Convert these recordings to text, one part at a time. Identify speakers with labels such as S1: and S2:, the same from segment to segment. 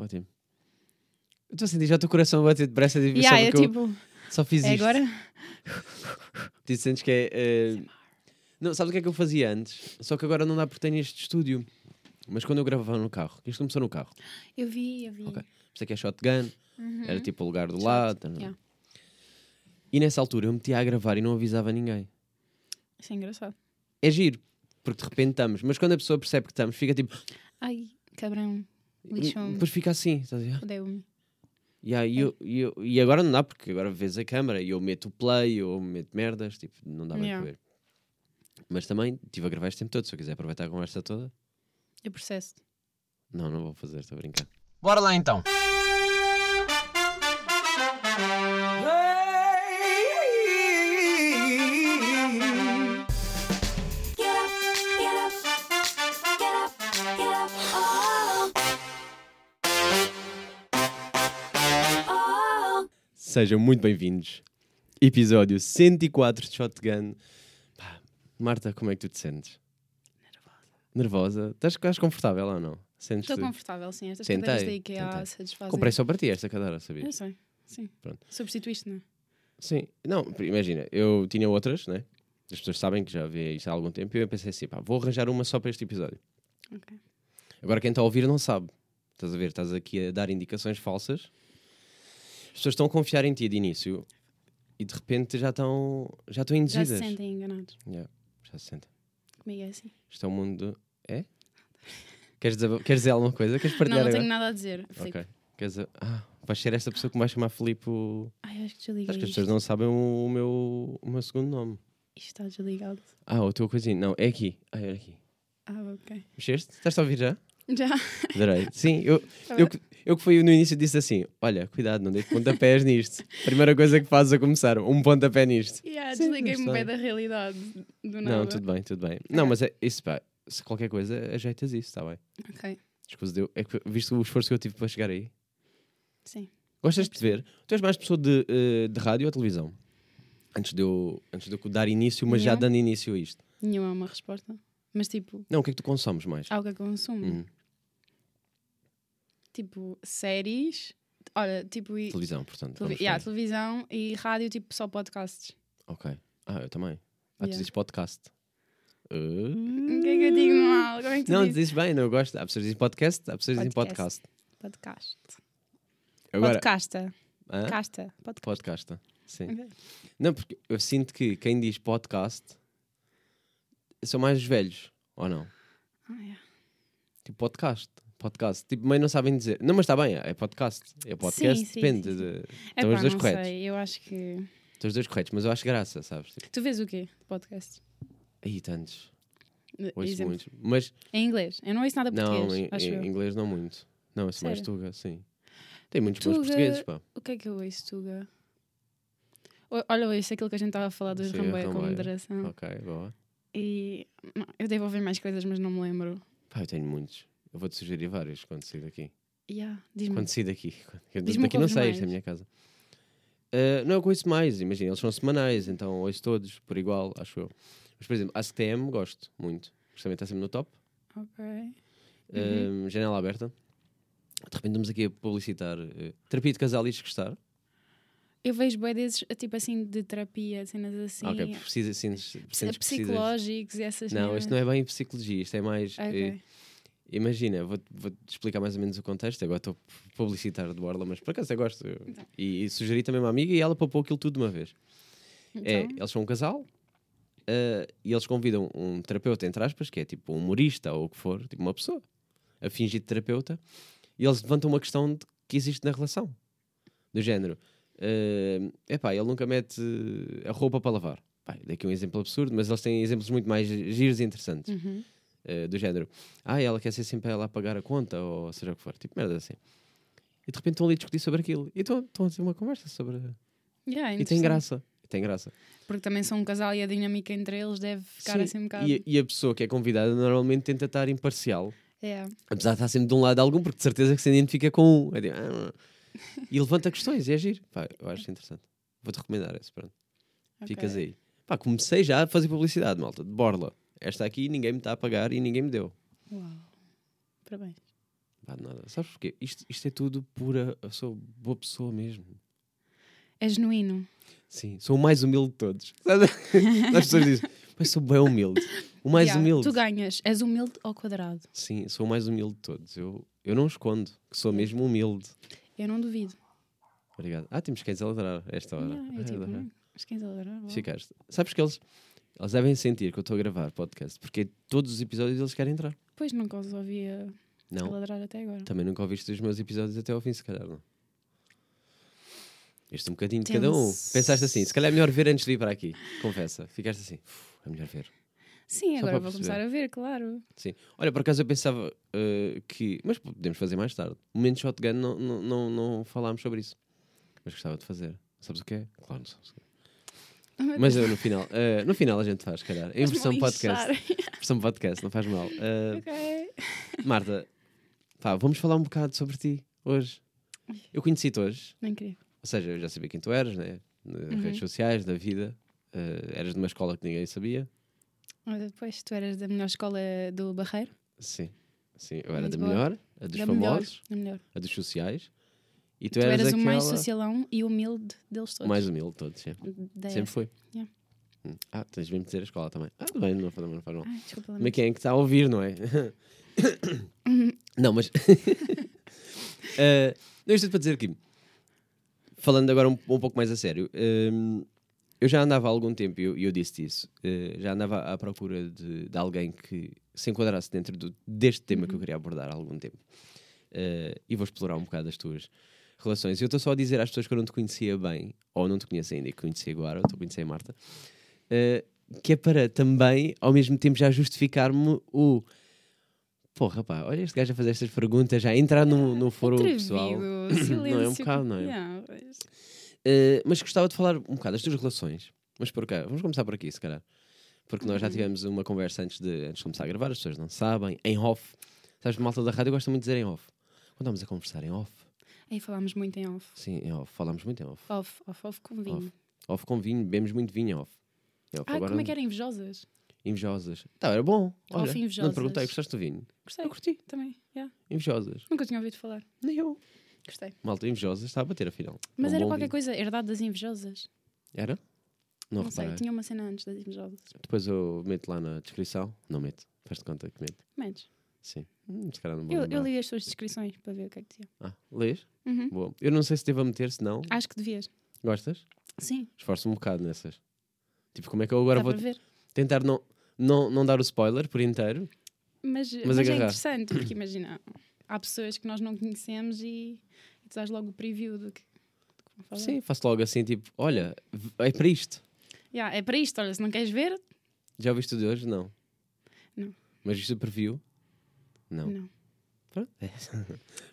S1: Ótimo. Eu Estou a sentir já o teu coração bater depressa de
S2: E yeah,
S1: só
S2: é
S1: porque eu
S2: tipo,
S1: só fiz
S2: é
S1: isto.
S2: agora?
S1: Tu sentes que é. eh, Não, sabes o que é que eu fazia antes? Só que agora não dá porque tenho este estúdio. Mas quando eu gravava no carro, que isto começou no carro. Por
S2: Eu vi, eu vi.
S1: Ok. isso é que é shotgun,
S2: Uhum.
S1: era tipo o lugar do
S2: Shot,
S1: lado. tá, não.
S2: yeah.
S1: E nessa altura eu metia a gravar e não avisava ninguém.
S2: Isso é engraçado.
S1: É giro, porque de repente estamos. Mas quando a pessoa percebe que estamos, fica tipo.
S2: Ai, cabrão, Lixou-me.
S1: Depois fica assim, estás a ver?
S2: fodeu-me.
S1: Yeah,
S2: É.
S1: e, eu, e, eu- e agora não dá, porque agora vês a câmara e eu meto o play ou meto merdas, tipo, não dá bem
S2: Yeah.
S1: para ver. Mas também estive a gravar este tempo todo, se eu quiser aproveitar a conversa toda.
S2: Eu processo.
S1: Não, não vou fazer, estou a brincar.
S3: Bora lá então.
S1: Sejam muito bem-vindos. Episódio 104 de Shotgun. Pá, Marta, como é que tu te sentes? Nervosa. Nervosa? Estás quase confortável ou não? Sentes
S2: Estou confortável, sim. Estas
S1: Tentei,
S2: cadeiras da IKEA
S1: tentei.
S2: satisfazem.
S1: Comprei só para ti esta cadeira, sabias?
S2: Eu sei, sim.
S1: Pronto.
S2: Substituíste, não é?
S1: Sim, não, pr- imagina, eu tinha outras, né? As pessoas sabem que já vê isso há algum tempo e eu pensei assim, pá, vou arranjar uma só para este episódio.
S2: Ok.
S1: Agora quem está a ouvir não sabe. Estás a ver, estás aqui a dar indicações falsas. As pessoas estão a confiar em ti de início e de repente já estão já estão
S2: Já
S1: induzidas.
S2: se sentem enganados.
S1: Yeah, já se sentem.
S2: Comigo é assim.
S1: Isto é um mundo... É? Queres dizer, queres dizer alguma coisa? Queres
S2: Não,
S1: partilhar
S2: não
S1: agora?
S2: tenho nada a dizer. Filipe.
S1: Ok. Queres... a- Ah, vais ser esta pessoa que me vai chamar Filipe... o-
S2: Ai, acho que desliguei
S1: Acho que as
S2: isto.
S1: pessoas não sabem o meu, o meu segundo nome.
S2: Isto está desligado.
S1: Ah, o teu coisinho. Não, é aqui. Ah, era aqui.
S2: Ah, ok.
S1: Mexeste? Estás a ouvir já?
S2: Já.
S1: Adorei. Sim, eu, eu, que- eu que fui no início disse assim: olha, cuidado, não dei pontapés nisto. Primeira coisa que fazes a começar, um pontapé nisto.
S2: Yeah,
S1: Sim,
S2: Desliguei-me
S1: gostei.
S2: bem da realidade. Do nada.
S1: Não, tudo bem, tudo bem. Não, mas é isso, pá. Se qualquer coisa, ajeitas isso, está bem.
S2: Ok,
S1: Desculpa, deu. É que, visto o esforço que eu tive para chegar aí.
S2: sim.
S1: Gostas de te ver? Tu és mais pessoa de, eh, de rádio ou televisão? Antes de, eu, antes de eu dar início, mas já
S2: Não.
S1: dando início a isto.
S2: Nenhuma é uma resposta. Mas tipo,
S1: Não, o que é que tu consomes mais?
S2: algo que eu consumo.
S1: Hum,
S2: Tipo, séries. Olha, tipo. E...
S1: televisão, portanto.
S2: televi-
S1: vamos
S2: yeah,
S1: por aí.
S2: televisão e rádio, tipo, só podcasts.
S1: Ok. Ah, eu também. Ah, tu
S2: Yeah.
S1: dizes podcast. Uh,
S2: O que é que eu digo mal? Como é que tu
S1: Não, tu
S2: dizes?
S1: dizes bem, não eu gosto. Há pessoas que dizem podcast, há pessoas que dizem podcast.
S2: Podcast. Podcast.
S1: Agora,
S2: Podcasta.
S1: hã?
S2: Casta. Podcast.
S1: podcasta. Sim.
S2: Ok.
S1: Não, porque eu sinto que quem diz podcast são mais velhos, ou não?
S2: Ah, yeah.
S1: Tipo podcast. Podcast. Tipo, meio não sabem dizer. Não, mas está bem, é podcast. É podcast,
S2: Sim, sim,
S1: depende.
S2: sim, sim.
S1: de- Estão
S2: Epá,
S1: os Então dois
S2: não
S1: corretos.
S2: sei. Eu acho que...
S1: Estão os dois corretos, mas eu acho graça, sabes? Tipo,
S2: Tu vês o quê de podcast?
S1: aí tantos.
S2: De-
S1: Ouço
S2: exemplo.
S1: muitos. Mas
S2: Em inglês. Eu não ouço nada português,
S1: não, em,
S2: acho
S1: em
S2: eu.
S1: inglês não muito. Não, eu sou mais tuga, sim. Tem muitos bons
S2: Tuga-
S1: portugueses, pá.
S2: O que é que eu ouço, Tuga? O- Olha, isso aquilo que a gente estava a falar dos
S1: Sim,
S2: Ramboia com
S1: Ramboia.
S2: moderação.
S1: Ok, boa.
S2: E não, eu devo ouvir mais coisas, mas não me lembro.
S1: Pá, eu tenho muitos. Eu vou-te sugerir vários quando sair daqui.
S2: Yeah, diz-me.
S1: Quando sair daqui. Eu
S2: Diz-me
S1: daqui
S2: o que
S1: não
S2: ouves
S1: saís da
S2: mais.
S1: minha casa. Ah, não é o que ouço mais, imagina, eles são semanais, então ouço todos por igual, acho eu. Mas, por exemplo, ACTM gosto muito. Mas também está sempre no top.
S2: Ok. Uhum.
S1: Ah, janela aberta. De repente estamos aqui a publicitar ah, terapia de casal e desgostar.
S2: Eu vejo bem desses, tipo assim, de terapia, cenas assim.
S1: Ok, precisa, sim, sentes que precisas.
S2: psicológicos e essas
S1: Não, isto não é bem psicologia, isto é mais. eh,
S2: Ok.
S1: Imagina, vou- vou-te explicar mais ou menos o contexto. Agora estou a publicitar de Borla, mas por acaso eu gosto. Eu- E, e sugeri também a uma amiga e ela papou aquilo tudo de uma vez. É,
S2: Então,
S1: eles são um casal ah, e eles convidam um terapeuta, entre aspas, que é tipo um humorista ou o que for, tipo uma pessoa, a fingir de terapeuta, e eles levantam uma questão de- que existe na relação. Do género, é epá, ele nunca mete a roupa para lavar. Pá, dei aqui um exemplo absurdo, mas eles têm exemplos muito mais giros e interessantes.
S2: uhum.
S1: Eh, do género, ah, ela quer ser sempre ela a pagar a conta, ou seja o que for, tipo merda assim. E de repente estão ali a discutir sobre aquilo. E estão estão a ter uma conversa sobre.
S2: Yeah, é
S1: E tem
S2: interessante.
S1: graça. E tem graça.
S2: Porque também são um casal e a dinâmica entre eles deve ficar
S1: Sim,
S2: assim um bocado.
S1: e, e a pessoa que é convidada normalmente tenta estar imparcial,
S2: É.
S1: apesar de estar sempre de um lado algum, porque de certeza que se identifica com um. É tipo, "Ah", e levanta questões e agir. Pá, eu acho interessante. Vou-te recomendar esse, pronto. Ficas aí. Pá, comecei já a fazer publicidade, malta, de borla. Esta aqui ninguém me está a pagar e ninguém me deu.
S2: Uau. Parabéns.
S1: Pá, de nada. Sabes porquê? Isto, isto é tudo pura. Eu sou boa pessoa mesmo.
S2: É genuíno.
S1: Sim, sou o mais humilde de todos. Sabe? As pessoas dizem, mas sou bem humilde. O mais
S2: Yeah,
S1: é humilde.
S2: Tu ganhas. És humilde ao quadrado.
S1: Sim, sou o mais humilde de todos. Eu, eu não escondo que sou mesmo humilde.
S2: Eu não duvido.
S1: Obrigado. Ah, temos que ladrar a esta hora.
S2: Yeah, eu
S1: Ah,
S2: tipo,
S1: ladrar.
S2: hum, mas quem sabe agora, vá.
S1: Ficaste. Sabes que eles, eles devem sentir que eu estou a gravar podcast, porque todos os episódios eles querem entrar.
S2: Pois nunca os ouvia a
S1: Não,
S2: ladrar até agora.
S1: também nunca ouviste os meus episódios até ao fim, se calhar, não. Este um bocadinho de cada um.
S2: Tenso.
S1: Pensaste assim, se calhar é melhor ver antes de vir para aqui. Confessa. Ficaste assim, "Uf, é melhor ver.
S2: Sim,
S1: Só
S2: agora
S1: para
S2: vou
S1: perceber.
S2: começar a ver, claro.
S1: Olha, por acaso eu pensava eh, que. Mas podemos fazer mais tarde. Momento shotgun, não, não, não, não falámos sobre isso. Mas gostava de fazer. Sabes o que é? Claro, não sabes o que é. Mas eh, no final, eh, no final a gente faz, se calhar. Em
S2: Mas
S1: versão um
S2: vou
S1: podcast.
S2: lixar.
S1: Versão podcast, não faz mal. Eh,
S2: Ok.
S1: Marta, pá, vamos falar um bocado sobre ti hoje. Eu conheci-te hoje,
S2: Não queria.
S1: ou seja, eu já sabia quem tu eras, né? Nas
S2: Uhum.
S1: redes sociais, da vida. Eh, eras de uma escola que ninguém sabia.
S2: Olha, depois tu eras da melhor escola do Barreiro.
S1: Sim. Sim, eu era
S2: Muito
S1: da
S2: boa.
S1: melhor, a dos
S2: da melhor.
S1: famosos,
S2: Da melhor.
S1: a dos sociais. E tu,
S2: Tu,
S1: eras,
S2: eras o mais
S1: aquela-
S2: socialão e humilde deles todos.
S1: Mais humilde de todos, sempre.
S2: Da
S1: Sempre foi.
S2: Yeah.
S1: Hum. Ah, tens de me dizer a escola também. Ah, bem, não faz, não faz mal.
S2: Ai, desculpa,
S1: Como é
S2: lamento.
S1: que é que está a ouvir, não é? não, mas. Eh, não, isto é para dizer aqui. Falando agora um, um pouco mais a sério. ehm, eu já andava há algum tempo, e eu, e eu disse isso, eh, já andava à procura de, de alguém que se enquadrasse dentro do- deste tema que eu queria abordar há algum tempo. Eh, e vou explorar um bocado as tuas relações. Eu estou só a dizer às pessoas que eu não te conhecia bem, ou não te conheço ainda, e que conheci agora, estou a conhecer a Marta, eh, que é para também, ao mesmo tempo, já justificar-me o. Porra, pá, olha este gajo a fazer estas perguntas, já a entrar no, no foro pessoal.
S2: Atrevido, silêncio.
S1: Não é um bocado, não é?
S2: Yeah, pois.
S1: Uh, mas gostava de falar um bocado das tuas relações. Mas por cá, vamos começar por aqui, se calhar. Porque nós já tivemos uma conversa antes de, antes de começar a gravar, as pessoas não sabem, em off. Sabes, malta da rádio gosta muito de dizer em off. Quando estamos a conversar em off,
S2: Aí falámos muito em off.
S1: sim, em off, falámos muito em off.
S2: Off, off, off com vinho.
S1: Off. Off com vinho, bebemos muito vinho em off. Em off.
S2: Ah, como é que eram invejosas?
S1: Invejosas. Tá, era bom.
S2: Off
S1: Olha, não
S2: invejosas.
S1: te perguntei, gostaste do vinho?
S2: Gostei. Eu curti. Também, yeah.
S1: Invejosas.
S2: Nunca tinha ouvido falar.
S1: Nem eu.
S2: Gostei.
S1: Malta, invejosas, está a bater afinal.
S2: Mas
S1: É um
S2: era
S1: bom
S2: qualquer
S1: vinho.
S2: coisa, herdade das invejosas.
S1: Era? Não,
S2: Não, sei,
S1: reparei.
S2: tinha uma cena antes das invejosas.
S1: Depois eu meto lá na descrição. Não meto, faz-te conta que meto.
S2: Menos.
S1: Sim. Hum, se calhar não vou
S2: Eu, eu
S1: lembrar.
S2: li as suas descrições para ver o que é que tinha.
S1: Ah, lês?
S2: Uhum.
S1: Boa. Eu não sei se devo a meter, se não.
S2: Acho que devias.
S1: Gostas?
S2: Sim,
S1: Esforço-me um bocado nessas. Tipo, como é que eu agora
S2: dá
S1: vou
S2: para ver.
S1: tentar não, não, não dar o spoiler por inteiro?
S2: Mas,
S1: Mas
S2: mas é
S1: agarrar.
S2: interessante, porque imagina, há pessoas que nós não conhecemos e, e tu dás logo o preview do que, do que vão falar.
S1: Sim, faço logo assim, tipo, olha, v- é para isto.
S2: Yeah, é para isto, olha, se não queres ver,
S1: Já ouviste o de hoje? Não.
S2: Não.
S1: Mas viste o preview? Não.
S2: não.
S1: Pronto, é.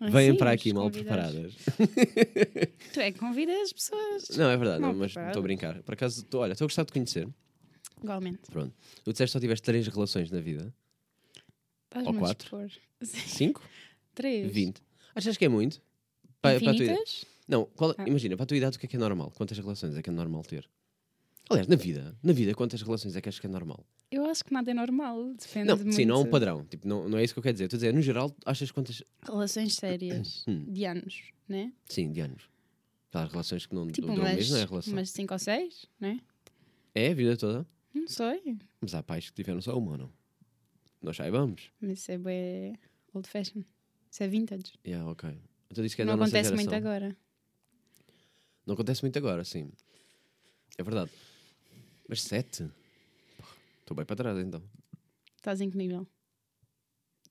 S2: Mas
S1: Venham
S2: sim,
S1: para
S2: mas
S1: aqui mal
S2: convidas-
S1: preparadas.
S2: assim, Tu é que convidas as pessoas.
S1: Não, é verdade,
S2: Mal
S1: não, mas estou a
S2: preparadas.
S1: brincar. Por acaso, tô- olha, estou a gostar de conhecer.
S2: Igualmente.
S1: Pronto. Tu disseste que só tiveste três relações na vida.
S2: Estás-me a
S1: quatro.
S2: expor. Sim.
S1: Cinco?
S2: Três.
S1: Vinte. Achas que é muito? Pa- para a tua idade?
S2: Infinitas?
S1: Não, qual-
S2: Ah.
S1: imagina, para a tua idade o que é que é normal? Quantas relações é que é normal ter? Aliás, na vida, na vida, quantas relações é que achas que é normal?
S2: Eu acho que nada é normal. Depende
S1: não,
S2: de muito.
S1: sim, não há um padrão. Tipo, não, não é isso que eu quero dizer. Estou a dizer, no geral, achas quantas.
S2: Relações sérias
S1: Hum.
S2: de anos, né?
S1: Sim, de anos. Aquelas relações que não
S2: Tipo
S1: duram
S2: umas,
S1: mesmo, não é relação.
S2: umas cinco ou seis, né?
S1: É a vida toda.
S2: Não sei.
S1: Mas há pais que tiveram só uma, ou não? Nós saibamos.
S2: Mas isso é bem old fashion. Isso é vintage.
S1: Yeah, ok. Então disse que é
S2: não
S1: da nossa
S2: acontece muito
S1: geração.
S2: agora.
S1: Não acontece muito agora, sim. É verdade. Mas sete? Porra, Estou bem para trás então.
S2: Estás em que nível?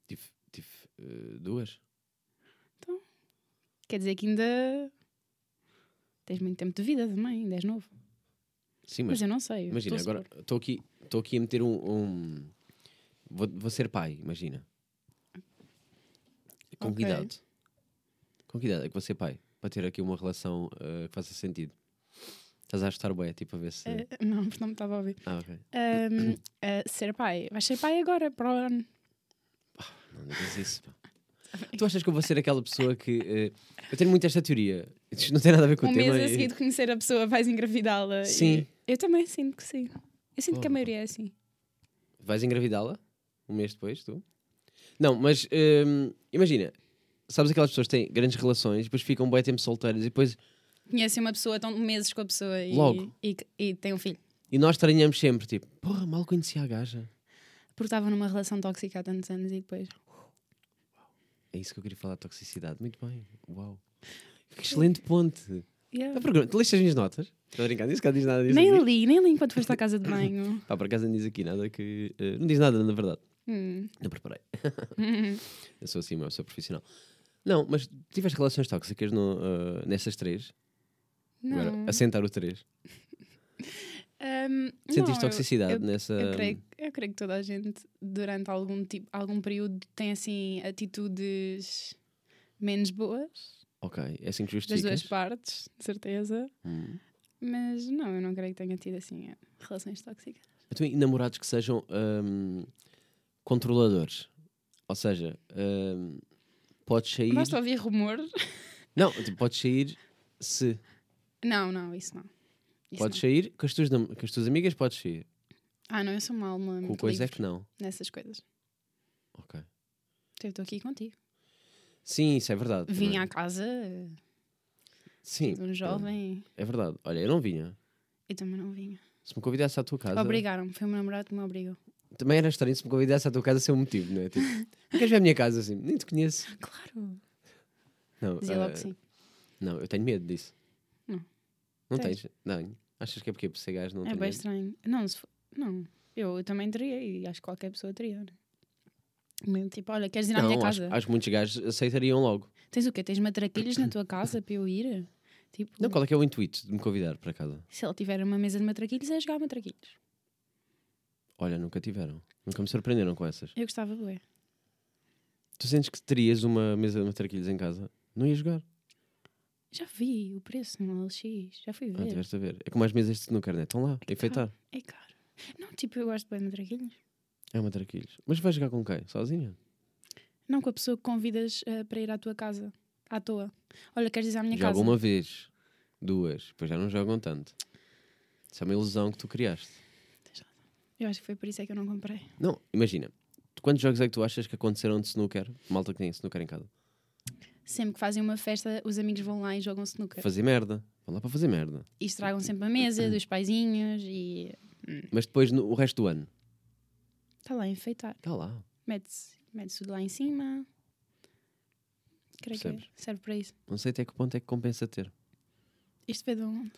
S1: Tive, tive eh, duas.
S2: Quer dizer que ainda tens muito tempo de vida também, ainda és novo.
S1: Sim, mas
S2: Mas, é eu não sei. eu
S1: Imagina,
S2: estou a
S1: agora estou aqui, tô aqui a meter um. um- Vou, vou ser pai, imagina. Com
S2: Ok.
S1: que idade? Com que idade é que vou ser pai? Para ter aqui uma relação ah, que faça sentido. Estás a estar bem, tipo, a ver se.
S2: supor. Eh, não, porque não me estava a ouvir.
S1: Ah, ok.
S2: Ahm, eh, ser pai. Vais ser pai agora, para o ano.
S1: Não, não diz isso. pá. Tu achas que eu vou ser aquela pessoa que. eh, eu tenho muito esta teoria. Isto não tem nada a ver com
S2: um
S1: o tema. é
S2: mês a
S1: e-
S2: seguir de conhecer a pessoa vais engravidá-la. e-
S1: Sim.
S2: Eu também sinto que sim. Eu sinto que a
S1: Porra.
S2: maioria é assim.
S1: Vais engravidá-la? Um mês depois, tu? Não, mas hum, ehm, imagina, sabes aquelas pessoas que têm grandes relações, depois ficam bem tempo solteiras e depois.
S2: Conhecem uma pessoa, estão meses com a pessoa e,
S1: Logo.
S2: e, e têm um filho.
S1: E nós estranhamos sempre, tipo, porra, mal conhecia a gaja.
S2: Porque estavam numa relação tóxica há tantos anos e depois.
S1: É isso que eu queria falar, toxicidade. Muito bem, uau. Que excelente ponte.
S2: Yeah.
S1: A pergunta, tu leste as minhas notas? Estou a brincar, disse que não diz nada disso.
S2: Nem
S1: aqui.
S2: li, nem li enquanto foste à casa de banho.
S1: Pá, por acaso não diz aqui nada que. eh, não diz nada, na verdade.
S2: Hum.
S1: Não preparei. Eu sou assim uma pessoa profissional. Não, mas tiveste relações tóxicas no, eh, nessas três? Agora,
S2: Não.
S1: assentar o três.
S2: Ahm,
S1: Sentiste
S2: não, eu-
S1: toxicidade nessa.
S2: Eu creio, eu creio que toda a gente, durante algum, tipo, algum período, tem assim atitudes menos boas
S1: Ok, é assim que
S2: das
S1: justificas.
S2: duas partes, de certeza.
S1: Hum.
S2: Mas não, eu não creio que tenha tido assim eh, relações tóxicas.
S1: Então, e namorados que sejam ahm, controladores. Ou seja, ahm, podes sair.
S2: Basta ouvir rumor.
S1: Não, tipo, podes sair se.
S2: Não, não, isso não. Isso
S1: podes
S2: não.
S1: sair com as, tuas, nam- com as tuas amigas, podes sair.
S2: Ah, não, eu sou uma alma
S1: Com
S2: muito
S1: coisa é
S2: livre
S1: que não.
S2: nessas coisas.
S1: Ok.
S2: Então, Eu estou aqui contigo.
S1: Sim, isso é verdade.
S2: Vim
S1: também.
S2: à casa eh,
S1: Sim,
S2: de um jovem
S1: é verdade. Olha, eu não vinha.
S2: e também não vinha.
S1: Se me convidasse à tua
S2: Tipo,
S1: casa.
S2: Obrigaram-me, foi o meu namorado que me obrigou.
S1: Também era estranho se me convidasse à tua casa sem um motivo, não é? Tipo, queres ver a minha casa assim? Nem te conheço.
S2: Claro!
S1: Não,
S2: Dizia
S1: ah,
S2: logo que sim.
S1: Não, eu tenho medo disso.
S2: Não.
S1: Não
S2: Tens?
S1: tens? Não. Achas que é porque por ser gajo não
S2: é
S1: tem
S2: bem
S1: medo?
S2: estranho. Não, se for- não. Eu, eu também teria e acho que qualquer pessoa teria. né? Mesmo tipo, olha, queres ir à minha
S1: Não, acho,
S2: casa?
S1: acho que muitos gajos aceitariam logo.
S2: Tens o quê? Tens matraquilhos na tua casa para eu ir? Tipo,
S1: Não, qual é que é o intuito de me convidar para casa?
S2: se ele tiver uma mesa de matraquilhos, é jogar matraquilhos.
S1: Olha, nunca tiveram. Nunca me surpreenderam com essas.
S2: Eu gostava de ver.
S1: Tu sentes que terias uma mesa de matraquilhos em casa? Não ia jogar.
S2: Já vi o preço no LX, já fui
S1: Ah,
S2: ver.
S1: tiveste a ver. É como as mesas de snooker, né? Estão lá, a enfeitar.
S2: é caro. Não, tipo, eu gosto bem de matraquilhos.
S1: É matraquilhos. Mas vais jogar com quem? Sozinha?
S2: Não com a pessoa que convidas eh, para ir à tua casa, à toa. Olha, queres ir à minha
S1: Joga
S2: casa?
S1: uma vez, duas, depois já não jogam tanto. Isso é uma ilusão que tu criaste.
S2: Eu acho que foi por isso é que eu não comprei.
S1: Não, imagina. Tu- Quantos jogos é que tu achas que aconteceram de snooker? Malta que tem snooker em casa.
S2: Sempre que fazem uma festa, os amigos vão lá e jogam snooker.
S1: Fazer merda. Vão lá para fazer merda.
S2: e estragam sempre a mesa dos paizinhos e
S1: Mas depois, no, o resto do ano,
S2: está tá lá a enfeitar.
S1: está lá.
S2: Mete-se mete tudo lá em cima. Creio que
S1: Percebes?
S2: é. serve para isso.
S1: Não sei até que ponto é que compensa ter.
S2: Isto veio de onde?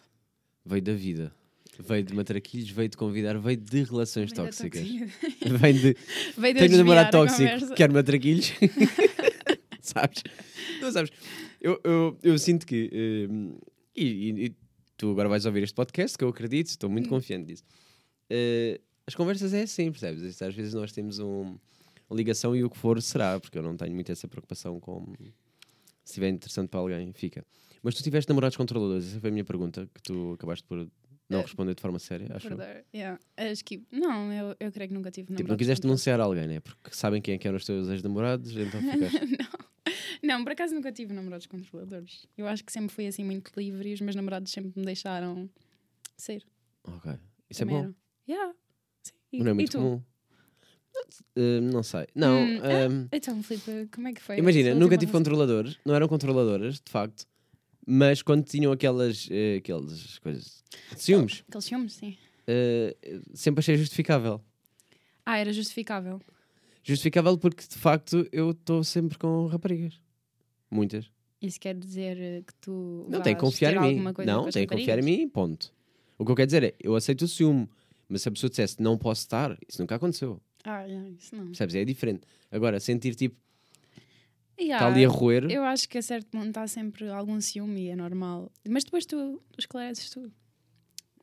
S1: Veio da vida. Veio de matraquilhos, veio de convidar, veio de relações tóxicas.
S2: Veio
S1: Veio de.
S2: de
S1: Tenho um namorado
S2: tóxico.
S1: tóxico, quero matraquilhos. sabes? Não sabes? Eu, eu, eu sinto que. hum, e, e- e tu agora vais ouvir este podcast, que eu acredito, estou
S2: Hum.
S1: muito confiante disso. Eh, as conversas é assim, percebes? Isto, Às vezes nós temos um- uma ligação e o que for será, porque eu não tenho muito essa preocupação com. Se estiver interessante para alguém, fica. Mas tu tiveste namorados controladores, essa foi a minha pergunta, que tu acabaste por não
S2: Eh,
S1: responder de forma séria, acho. eu.
S2: Yeah. Acho que. Não, eu, eu creio que nunca tive
S1: Tipo,
S2: namorado.
S1: não quiseste denunciar alguém, né? Porque sabem quem é que eram os teus ex-namorados, então ficaste.
S2: Não, por acaso nunca tive namorados controladores. Eu acho que sempre fui assim muito livre e os meus namorados sempre me deixaram ser.
S1: Ok. Isso é
S2: Também
S1: bom.
S2: eram. Yeah. Sim. E,
S1: Mas não é
S2: e
S1: muito
S2: tu?
S1: comum. Ah, não sei. Não.
S2: Hum,
S1: ahm,
S2: Então, Filipe, como é que foi?
S1: imagina,
S2: essa
S1: nunca
S2: última
S1: tive
S2: relação?
S1: controladores. Não eram controladoras, de facto. Mas quando tinham aquelas, eh, aquelas coisas. Ciúmes.
S2: Aqueles ciúmes, sim.
S1: ah, sempre achei justificável.
S2: Ah, era justificável.
S1: Justificável porque, de facto, eu estou sempre com raparigas. Muitas.
S2: Isso quer dizer eh, que tu.
S1: Não, tem que confiar em mim. Não,
S2: um
S1: tem que confiar em mim, ponto. O que eu quero dizer é, eu aceito o ciúme. Mas se a pessoa dissesse, não posso estar, isso nunca aconteceu.
S2: Ah, não, isso não.
S1: Percebes? É diferente. Agora, sentir, tipo,
S2: E
S1: está
S2: há-
S1: Tá ali a roer...
S2: Ah, Eu acho que a certo ponto há sempre algum ciúme e é normal. Mas depois tu esclareces tudo.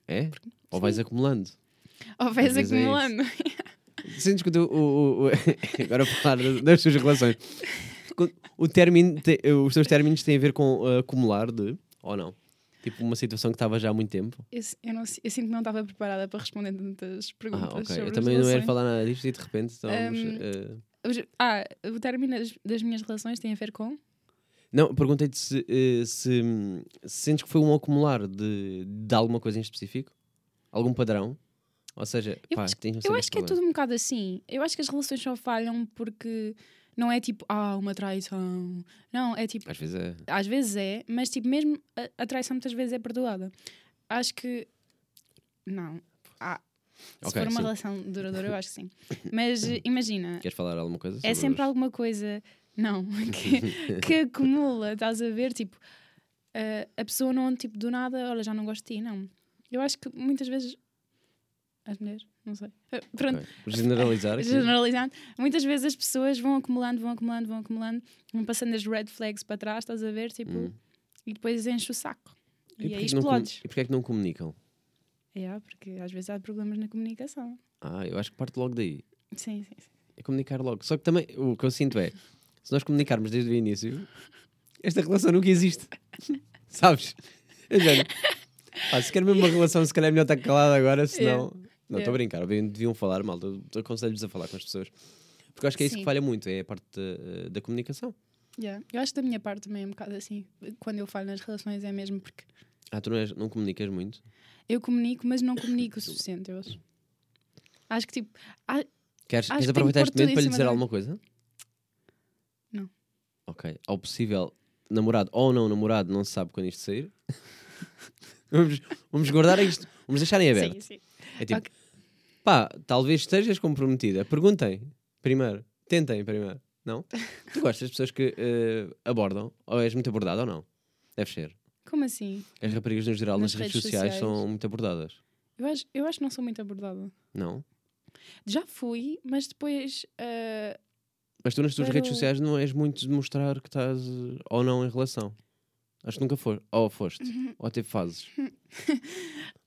S1: É? Ou vais acumulando.
S2: Ou vais
S1: vezes é isso.
S2: acumulando.
S1: Sentes que o, teu- o, o- o- agora a falar das tuas relações. Quando- O término te- eh, os teus términos têm a ver com uh, acumular de ou não? Tipo uma situação que estava já há muito tempo.
S2: Eu, si- eu não si- eu sinto que não estava preparada para responder tantas perguntas.
S1: Ah, ok.
S2: sobre
S1: Eu
S2: as
S1: também não era
S2: relações. Hum,
S1: falar nada disto e de repente estamos.
S2: Ahm.
S1: uh,
S2: Os- Ah, o término das, das minhas relações tem a ver com.
S1: Não, perguntei-te se, uh, se, hum, se sentes que foi um acumular de, de alguma coisa em específico? Algum padrão? Ou seja,
S2: Eu
S1: pá,
S2: acho é
S1: tenho é.
S2: Eu acho que é tudo um bocado assim. Eu acho que as relações só falham porque Não é tipo, ah, uma traição. Não, é tipo,
S1: Às vezes é.
S2: às vezes é, mas tipo, mesmo a, a traição muitas vezes é perdoada. Acho que. Não. Ah, se
S1: Ok,
S2: for uma
S1: sim.
S2: relação duradoura, eu acho que sim. Mas eh, imagina,
S1: Queres falar alguma coisa?
S2: é
S1: sobre
S2: sempre
S1: os-
S2: alguma coisa. Não, que, que acumula, estás a ver? Tipo, eh, a pessoa não, tipo, do nada, olha, já não gosto de ti, não. Eu acho que muitas vezes. As mulheres, não sei. Eh, Pronto,
S1: Ok. Generalizar. é aqui.
S2: generalizando, muitas vezes as pessoas vão acumulando, vão acumulando, vão acumulando, vão passando as red flags para trás, estás a ver? Tipo,
S1: Hum.
S2: e depois enche o saco. E, aí
S1: porquê que não com-
S2: explodes.
S1: E porquê é que não comunicam?
S2: Yeah, porque às vezes há problemas na comunicação.
S1: Ah, eu acho que parte logo daí.
S2: Sim, sim, sim.
S1: É comunicar logo. Só que também o que eu sinto é: se nós comunicarmos desde o início, esta relação nunca existe. Sabes? É género, pá, se quer mesmo uma relação, se calhar é melhor estar calado agora, senão. Não, estou
S2: Yeah.
S1: a brincar. Obviamente deviam falar, malta. Eu Aconselho-vos a falar com as pessoas. Porque eu acho que é isso
S2: Sim.
S1: que falha muito, é a parte da, da comunicação.
S2: Yeah. Eu acho que da minha parte também é um bocado assim. Quando eu falo nas relações é mesmo porque
S1: Ah, tu não, és- não comunicas muito?
S2: eu comunico, mas não comunico o suficiente, eu acho. Acho que tipo,
S1: Queres, queres
S2: Acho que tenho que
S1: aproveitar
S2: pôr
S1: este
S2: tudo
S1: momento
S2: em
S1: para lhe
S2: cima
S1: dizer
S2: da-
S1: alguma coisa?
S2: Não.
S1: Ok. Ao possível namorado ou não namorado, não se sabe quando isto sair. vamos, vamos guardar isto. Vamos deixar em aberto.
S2: sim, sim.
S1: É tipo,
S2: Ok.
S1: pá, talvez estejas comprometida. Perguntem primeiro. Tentem primeiro. Não? tu gostas de pessoas que eh, abordam? Ou és muito abordada ou não? Deve ser.
S2: Como assim?
S1: As raparigas, no geral, nas, redes, sociais, são muito abordadas.
S2: Eu acho, eu acho que não sou muito abordada.
S1: Não?
S2: Já fui, mas depois ah,
S1: Mas tu nas tuas
S2: Mas
S1: redes
S2: eu-
S1: sociais não és muito de mostrar que estás eh, ou não em relação. Acho que nunca foste. Ou foste. Ou teve fases.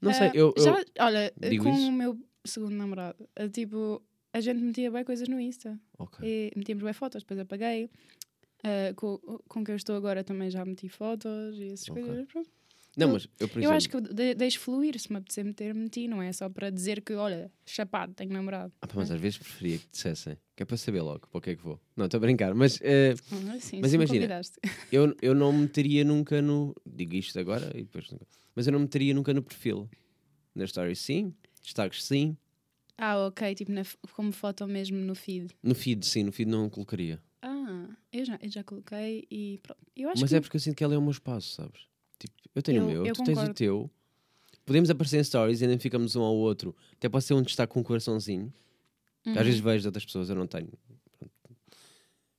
S1: não sei,
S2: Uhum. Ah,
S1: eu. eu-
S2: já, olha,
S1: digo
S2: com
S1: isso.
S2: o meu segundo namorado, ah, tipo, a gente metia bem coisas no Insta.
S1: Ok.
S2: E metíamos bem fotos, depois apaguei. Ah, com, com quem eu estou agora também já meti fotos e essas
S1: Ok.
S2: coisas. Pronto.
S1: Não,
S2: eu-
S1: mas eu, por
S2: Eu
S1: exemplo,
S2: acho que eu de- deixo fluir se me apetecer meter, meti, não é só para dizer que, olha, chapado, tenho namorado.
S1: Ah, pá, mas às vezes preferia que dissessem. Que é para saber logo para o que é que vou. Não, estou a brincar. Mas eh,
S2: Ah, sim,
S1: Mas
S2: se me
S1: imagina,
S2: convidaste.
S1: eu, eu não meteria nunca no. Digo isto agora e depois nunca. Mas eu não meteria nunca no perfil. Na story sim, destaques sim.
S2: Ah, ok, tipo na f- como foto mesmo no feed.
S1: No feed sim, no feed não colocaria.
S2: Ah, eu já, eu já coloquei e pronto. Eu acho
S1: Mas
S2: que
S1: é porque eu sinto que ela é o meu espaço, sabes? Tipo, eu tenho
S2: Eu-
S1: o meu,
S2: eu
S1: tu tens o
S2: concordo.
S1: teu. Podemos aparecer em stories e identificamos um ao outro. Até pode ser um destaque com um coraçãozinho. que
S2: Uhum.
S1: às vezes vejo de outras pessoas, eu não tenho. Pronto.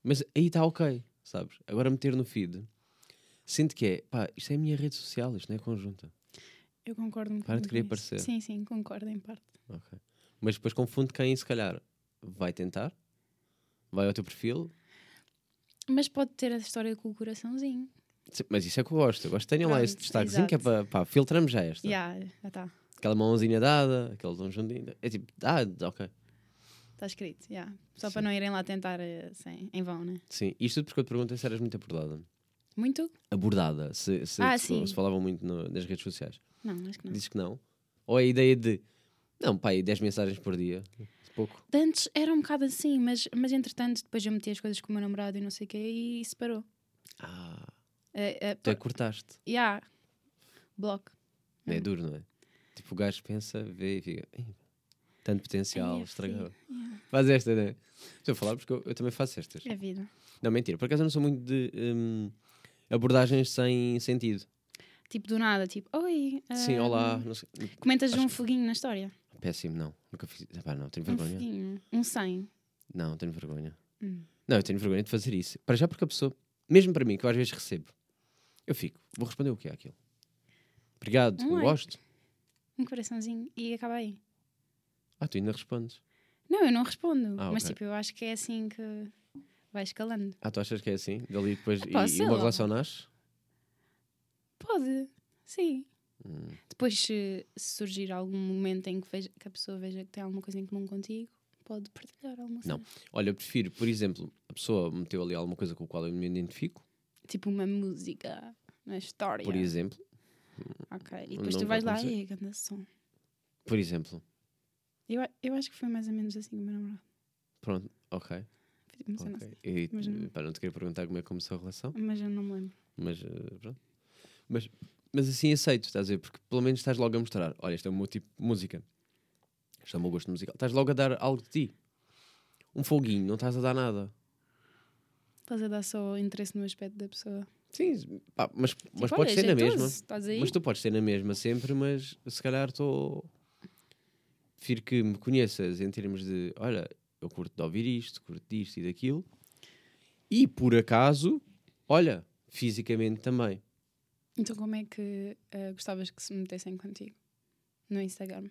S1: Mas aí está ok, sabes? Agora meter no feed, sinto que é, pá, isto é a minha rede social, isto não é conjunta.
S2: eu concordo um
S1: Para de
S2: bocadinho
S1: querer
S2: com isso.
S1: parecer.
S2: Sim, sim, concordo em parte.
S1: Ok. Mas depois confundo quem, se calhar, vai tentar, vai ao teu perfil.
S2: Mas pode ter a história com o coraçãozinho.
S1: Se- Mas isso é que eu gosto, eu gosto que tenham lá esse
S2: Pronto,
S1: destaquezinho que é para,
S2: exato.
S1: pá, filtramos já esta.
S2: Já, já tá. está.
S1: Aquela mãozinha dada, aquele tão juntinho. É tipo, ah, ok.
S2: Está Tá escrito, já. Só para
S1: Sim.
S2: não irem lá tentar eh, sem, em vão, né?
S1: Sim, isto tudo porque eu te perguntei se eras muito abordada.
S2: Muito?
S1: Abordada, se, se,
S2: Ah,
S1: se-
S2: sim.
S1: se falavam muito no- nas redes sociais.
S2: Não, acho que não.
S1: Dizes que não. Ou é a ideia de, não, pai, 10 mensagens por dia, pouco.
S2: De Antes era um bocado assim, mas, mas entretanto, depois eu meti as coisas com o meu namorado e não sei o quê e isso parou.
S1: Ah,
S2: É, é,
S1: tu é
S2: pá,
S1: que cortaste.
S2: yeah. Bloco.
S1: Não É
S2: Hum.
S1: duro, não é? Tipo, o gajo pensa, vê e fica, "Ih, tanto potencial,
S2: Ai, é
S1: estragou.
S2: yeah.
S1: Faz esta, não é? Estou a falar porque eu, eu também faço estas.
S2: É vida.
S1: Não, mentira, por acaso eu não sou muito de hum, abordagens sem sentido.
S2: Tipo, do nada, tipo, oi.
S1: Sim,
S2: ah,
S1: olá, não sei.
S2: Comentas
S1: Acho
S2: um
S1: que-
S2: foguinho na história.
S1: Péssimo, não. Nunca fiz. Epá, não, tenho
S2: Um
S1: vergonha.
S2: foguinho. Um 100.
S1: Não, tenho vergonha.
S2: Hum.
S1: Não, eu tenho vergonha de fazer isso. Para já porque a pessoa, mesmo para mim, que eu às vezes recebo, eu fico, vou responder o que é aquilo. Obrigado,
S2: Um
S1: eu
S2: like.
S1: gosto.
S2: Um coraçãozinho e acaba aí.
S1: Ah, tu ainda respondes.
S2: Não, eu não respondo.
S1: Ah,
S2: Mas
S1: ok.
S2: tipo, eu acho que é assim que vai escalando.
S1: Ah, tu achas que é assim? Dali depois
S2: Epá,
S1: e, e
S2: sei
S1: uma
S2: lá.
S1: relação nasce?
S2: Pode, sim.
S1: Hum.
S2: Depois, se, se surgir algum momento em que, veja- que a pessoa veja que tem alguma coisa em comum contigo, pode partilhar alguma coisa.
S1: Não. Olha, eu prefiro, por exemplo, a pessoa meteu ali alguma coisa com a qual eu me identifico,
S2: Tipo uma música na história.
S1: por exemplo.
S2: Ok. E depois
S1: Não
S2: tu vais
S1: vai
S2: lá
S1: acontecer.
S2: e ganda som.
S1: Por exemplo.
S2: Eu, a- eu acho que foi mais ou menos assim o meu namorado.
S1: Pronto, ok.
S2: Foi tipo uma cena
S1: ok. E,
S2: mas não-
S1: Para não te querer perguntar como é que começou a relação,
S2: assim. Mas eu não me lembro.
S1: mas eh, pronto. Mas, mas assim aceito, estás a ver? Porque pelo menos estás logo a mostrar: olha, este é o meu tipo de música, este é o meu gosto musical. Estás logo a dar algo de ti. Um foguinho, não estás a dar nada.
S2: Estás a dar só interesse no aspecto da pessoa.
S1: Sim, pá, mas, mas
S2: Tipo,
S1: podes
S2: olha,
S1: ser na
S2: jeitoso,
S1: mesma.
S2: Estás aí?
S1: Mas tu podes ser na mesma sempre, mas se calhar estou. Prefiro que me conheças em termos de olha, eu curto de ouvir isto, curto disto e daquilo. E por acaso, olha, fisicamente também.
S2: Então como é que eh, gostavas que se metessem contigo? No Instagram.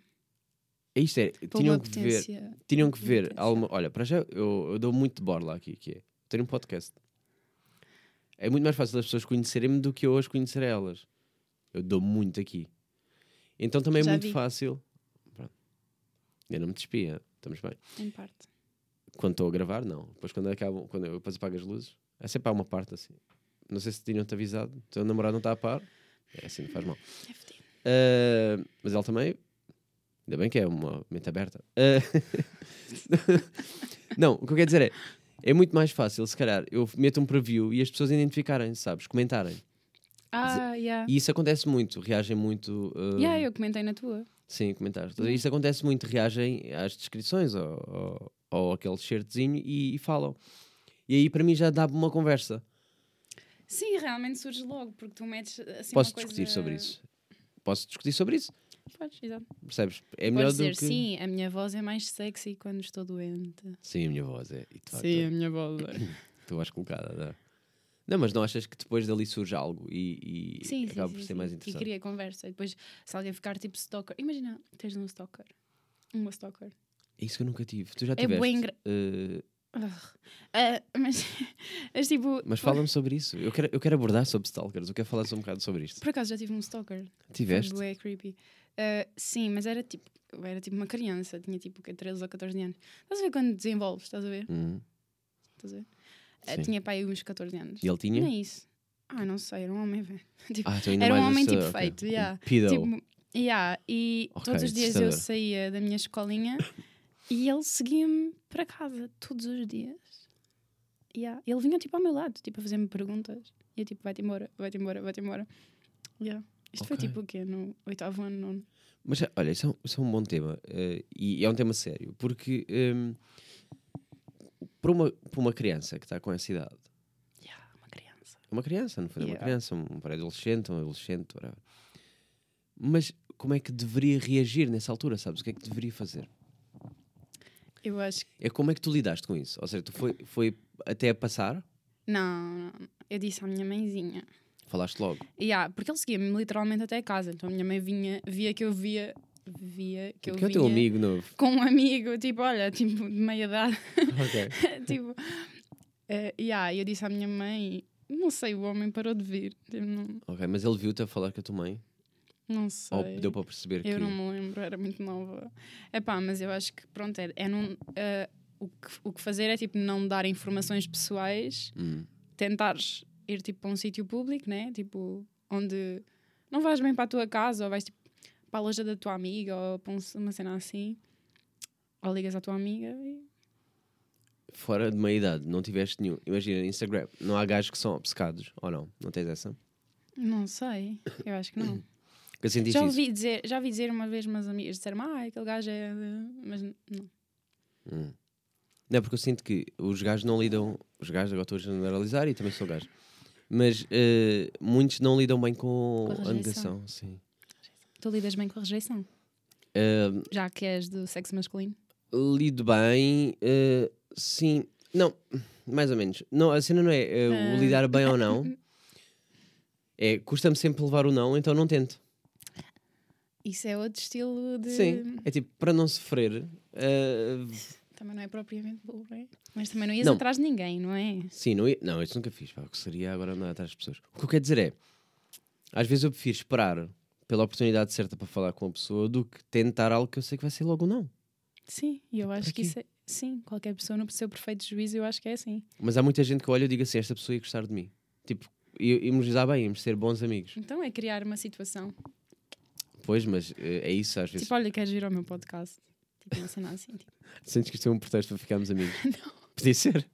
S1: É isto, é,
S2: Para uma
S1: tinham que ver,
S2: potência.
S1: tinham que ver
S2: potência.
S1: alguma. Olha, para já eu, eu dou muito de borla aqui, que é. Tenho um podcast. É muito mais fácil as pessoas conhecerem-me do que eu as conhecer a elas. Eu dou muito aqui. Então também
S2: Já
S1: é muito
S2: vi.
S1: fácil. Pronto. Eu não me despia, estamos bem.
S2: Em parte.
S1: Quando estou a gravar, não. Depois quando acabam, quando eu depois apago as luzes, é sempre há uma parte assim. Não sei se tinham-te avisado, o teu namorado não está a par. É assim, não faz mal.
S2: É fedido.
S1: Ah, mas ele também, ainda bem que é uma mente aberta. Ah, não, o que eu quero dizer é, é muito mais fácil, se calhar, eu meto um preview e as pessoas identificarem, sabes, comentarem.
S2: Ah, já. Yeah.
S1: E isso acontece muito, reagem muito. ah,
S2: Yeah, eu comentei na tua.
S1: Sim, comentários. Isso acontece muito, reagem às descrições ou, ou, ou aquele shirtzinho e, e falam. E aí para mim já dá uma conversa.
S2: Sim, realmente surge logo, porque tu metes assim
S1: Posso
S2: uma coisa...
S1: discutir sobre isso. Posso discutir sobre isso,
S2: Podes, exato.
S1: percebes? É melhor
S2: Podes
S1: do
S2: dizer,
S1: que.
S2: sim, a minha voz é mais sexy quando estou doente.
S1: Sim, a minha voz é. E tu,
S2: a minha voz é.
S1: Tu, tu vais colocada, não é? Não, mas não achas que depois dali surge algo e, e
S2: Sim, sim,
S1: acaba
S2: sim,
S1: por ser
S2: sim.
S1: mais
S2: E
S1: interessante?
S2: cria conversa. E depois, se alguém ficar tipo stalker... Imagina, tens um stalker. Uma stalker.
S1: É isso que eu nunca tive. Tu já
S2: É bué
S1: tiveste.
S2: engra-
S1: eh,
S2: Ugh. Ah, mas, mas tipo...
S1: mas fala-me sobre isso. Eu quero, eu quero abordar sobre stalkers. Eu quero falar um bocado sobre isto.
S2: Por acaso já tive um stalker.
S1: Tiveste?
S2: Foi bué creepy. Ah, sim, mas era tipo... eu Era tipo uma criança. Tinha tipo o quê, 13 ou 14 anos. Estás a ver quando desenvolves, estás a ver?
S1: Uhum.
S2: Estás a ver? Ah,
S1: Sim.
S2: tinha pai uns 14 anos.
S1: E ele tinha?
S2: Não é isso. Ah, não sei, era um homem, velho. Tipo,
S1: Ah, então ainda
S2: Era um
S1: mais
S2: homem, tipo,
S1: assustador, ok.
S2: feito, yeah.
S1: Pedo.
S2: tipo, yeah, e
S1: Ok,
S2: todos os dias eu
S1: assustador.
S2: saía da minha escolinha e ele seguia-me para casa todos os dias. Yeah. Ele vinha tipo ao meu lado, tipo, a fazer-me perguntas. E eu tipo, vai-te embora, vai-te embora, vai-te embora. Yeah. Isto foi
S1: Ok.
S2: tipo o quê? No oitavo ano, nono.
S1: Mas olha, isso é um, isso é um bom tema eh, e é um tema sério, porque ehm, para, uma, para uma criança que está com essa idade,
S2: Yeah, uma criança.
S1: é uma criança, não foi? É Uma
S2: Yeah.
S1: criança, um pré-adolescente, um adolescente, whatever. Mas como é que deveria reagir nessa altura, sabes? O que é que deveria fazer?
S2: Eu acho que.
S1: É como é que tu lidaste com isso? Ou seja, tu foi, foi até a passar,
S2: Não, não, eu disse à minha mãezinha.
S1: falaste logo.
S2: Yeah, porque ele seguia-me literalmente até casa. Então a minha mãe vinha, via que eu via. Via que eu
S1: porque é o
S2: vinha.
S1: teu amigo novo.
S2: com um amigo, tipo, olha, tipo, de meia idade,
S1: ok.
S2: tipo, eh, yeah, eu disse à minha mãe, não sei, o homem parou de vir, tipo, não,
S1: Ok, mas ele viu-te a falar com a tua mãe?
S2: não sei.
S1: Ou deu para perceber que.
S2: Eu não me lembro, era muito nova. Epá, mas eu acho que, pronto, é, é não, eh, o, que, o que fazer é, tipo, não dar informações pessoais,
S1: Hum,
S2: tentares ir, tipo, para um sítio público, né, tipo, onde não vais bem para a tua casa, ou vais, tipo, para a loja da tua amiga, ou para um- uma cena assim, ou ligas à tua amiga e...
S1: fora de meia idade, não tiveste nenhum. Imagina, Instagram, não há gajos que são obcecados, ou não? Não tens essa?
S2: Não sei, eu acho que não.
S1: Que eu senti
S2: já,
S1: isso.
S2: ouvi dizer, já ouvi dizer uma vez umas amigas disseram ah, aquele gajo é. de-", Mas n- não.
S1: Hum. Não, porque eu sinto que os gajos não lidam. Os gajos, agora estou a generalizar e também sou gajo. Mas eh, muitos não lidam bem com,
S2: Com a
S1: a,
S2: rejeição.
S1: negação. Sim.
S2: Tu lidas bem com a rejeição,
S1: Eh,
S2: já que és do sexo masculino.
S1: lido bem, eh, sim. Não, mais ou menos. Não, a cena não é eh,
S2: Ah.
S1: o lidar bem ou não. É, custa-me sempre levar o não, então não tento.
S2: Isso é outro estilo de.
S1: Sim. É tipo, para não sofrer, eh,
S2: Também não é propriamente bom, não é? Mas também não ias
S1: Não.
S2: atrás de ninguém, não é?
S1: Sim, não, ia- não, isso nunca fiz. Pá, o que seria agora andar atrás das pessoas? O que eu quero dizer é, às vezes eu prefiro esperar pela oportunidade certa para falar com a pessoa do que tentar algo que eu sei que vai ser logo um não.
S2: Sim, e eu acho que
S1: aqui.
S2: isso é. Sim, qualquer pessoa no seu perfeito juízo, eu acho que é assim.
S1: Mas há muita gente que olha e diga assim, esta pessoa ia gostar de mim. Tipo, i- íamos dar bem, íamos ser bons amigos.
S2: Então é criar uma situação.
S1: Pois, mas eh, é isso às vezes.
S2: Tipo, olha, queres vir ao meu podcast? Tipo, uma cena assim. Tipo.
S1: Sentes que isto é um pretexto para ficarmos amigos? Podia ser.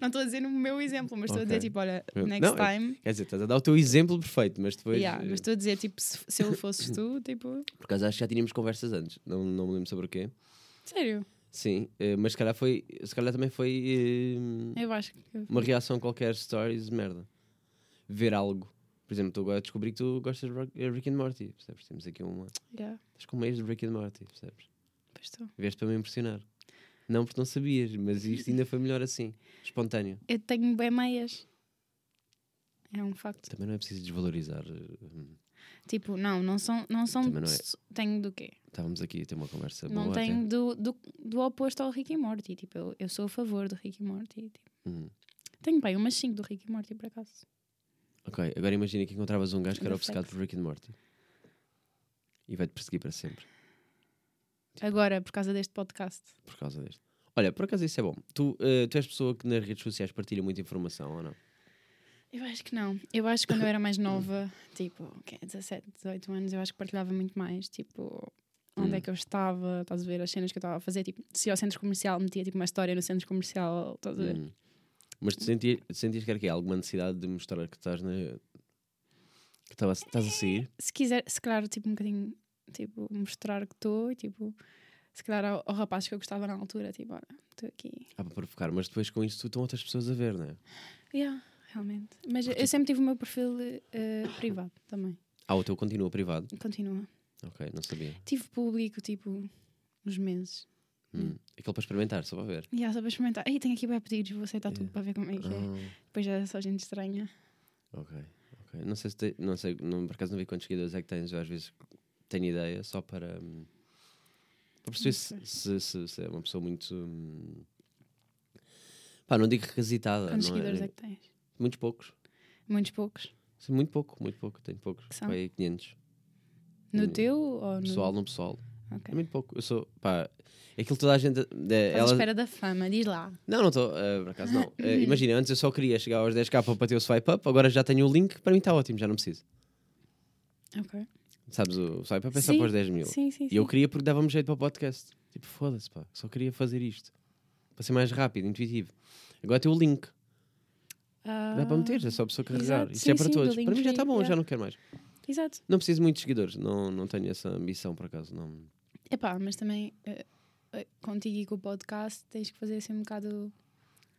S2: Não estou a dizer no meu exemplo, mas estou a dizer,
S1: Ok.
S2: tipo, olha,
S1: Eu-
S2: next
S1: não, é-
S2: time.
S1: Quer dizer, estás a dar o teu exemplo perfeito, mas depois...
S2: Yeah,
S1: eh,
S2: mas estou a dizer, tipo, se, se eu fosses tu, tipo,
S1: Por acaso acho que já tínhamos conversas antes, não, não me lembro sobre o quê.
S2: sério,
S1: Sim, eh, mas se calhar, foi, se calhar também foi eh,
S2: Eu acho que.
S1: uma reação qualquer stories de merda. Ver algo. Por exemplo, tu agora descobri que tu gostas de Rock- eh, Rick and Morty, percebes? Temos aqui uma.
S2: Yeah,
S1: Estás com meios de Rick and Morty, percebes?
S2: pois estou.
S1: Veste para me impressionar. Não porque não sabias, mas isto ainda foi melhor assim. Espontâneo.
S2: Eu tenho bem meias. É um facto.
S1: Também não é preciso desvalorizar. eh, hum.
S2: Tipo, não, não são. Não são
S1: Também não é.
S2: s- Tenho do quê?
S1: Estávamos aqui a ter uma conversa
S2: não
S1: boa.
S2: tenho do, do, do oposto ao Rick e Morty. Tipo, eu, eu sou a favor do Rick e Morty. Tipo.
S1: Até. Hum.
S2: Tenho bem umas 5 do Rick e Morty, por acaso.
S1: Ok, agora imagina que encontravas um gajo que era
S2: The
S1: obcecado
S2: Fact.
S1: por Rick and Morty. E vai-te perseguir para sempre, Tipo.
S2: Agora, por causa deste podcast.
S1: por causa deste. Olha, por acaso isso é bom. Tu, eh, tu és pessoa que nas redes sociais partilha muita informação, ou não?
S2: Eu acho que não. Eu acho que quando eu era mais nova, tipo, ok, 17, 18 anos, eu acho que partilhava muito mais. Tipo, onde
S1: Hum.
S2: é que eu estava, estás a ver as cenas que eu estava a fazer. Tipo, se ia ao centro comercial, metia tipo uma história no centro comercial, estás a ver?
S1: Hum. Mas tu sentias, sentias que era que alguma necessidade de mostrar que estás na. que tava- estás a sair?
S2: se quiser, se calhar, tipo, um bocadinho, tipo, mostrar que estou, e, tipo, se calhar ao, ao rapaz que eu gostava na altura, tipo, olha, estou aqui.
S1: Ah, para provocar, mas depois com isso tu estão outras pessoas a ver, não é?
S2: Yeah, realmente. Mas
S1: Tipo
S2: eu sempre tive o meu perfil eh, privado também.
S1: Ah, o teu continua privado?
S2: Continua.
S1: Ok, não sabia.
S2: Tive público, tipo, uns meses.
S1: Hum. Aquilo para experimentar, só para ver.
S2: E yeah, só para experimentar. Aí tenho aqui bem pedidos, vou aceitar tudo para ver como é que é.
S1: Ah,
S2: Depois já é só gente estranha.
S1: ok, ok. Não sei se te, não sei, não, por acaso não vi quantos seguidores é que tens, eu às vezes tenho ideia, só para, hum, para perceber se, se, se- se é uma pessoa muito. hum, pá, não digo requisitada,
S2: Quantos
S1: não
S2: seguidores
S1: é?
S2: é que tens?
S1: Muitos poucos.
S2: Muitos poucos.
S1: Sim, muito pouco, muito pouco, tenho poucos.
S2: Que são?
S1: Foi 500.
S2: No
S1: Hum,
S2: teu ou no.
S1: Pessoal, não pessoal.
S2: Ok.
S1: É muito pouco. Eu sou, pá, é aquilo que toda a gente. é,
S2: Estás
S1: ela-
S2: à espera da fama, diz lá.
S1: Não, não estou, por acaso não. Eh, imagina, antes eu só queria chegar aos 10k para bater o swipe up, agora já tenho o link, para mim está ótimo, já não preciso.
S2: Ok.
S1: Sabes, o swipe up é só
S2: Sim,
S1: para os 10 mil.
S2: Sim, sim,
S1: E
S2: sim.
S1: eu queria porque dava-me jeito para o podcast. Tipo, foda-se, pá, só queria fazer isto. Para ser mais rápido, intuitivo. Agora tem o link, dá para
S2: Ah.
S1: meter, é só a pessoa carregar.
S2: exato,
S1: Isso
S2: sim,
S1: é para
S2: sim, do
S1: todos. Para mim já
S2: Linktree,
S1: está bom, eu já
S2: yeah.
S1: não quero mais.
S2: Exato.
S1: Não preciso de muitos seguidores, não, não tenho essa ambição, por acaso. Não...
S2: Epá, mas também eh, eh, contigo e com o podcast tens que fazer assim um bocado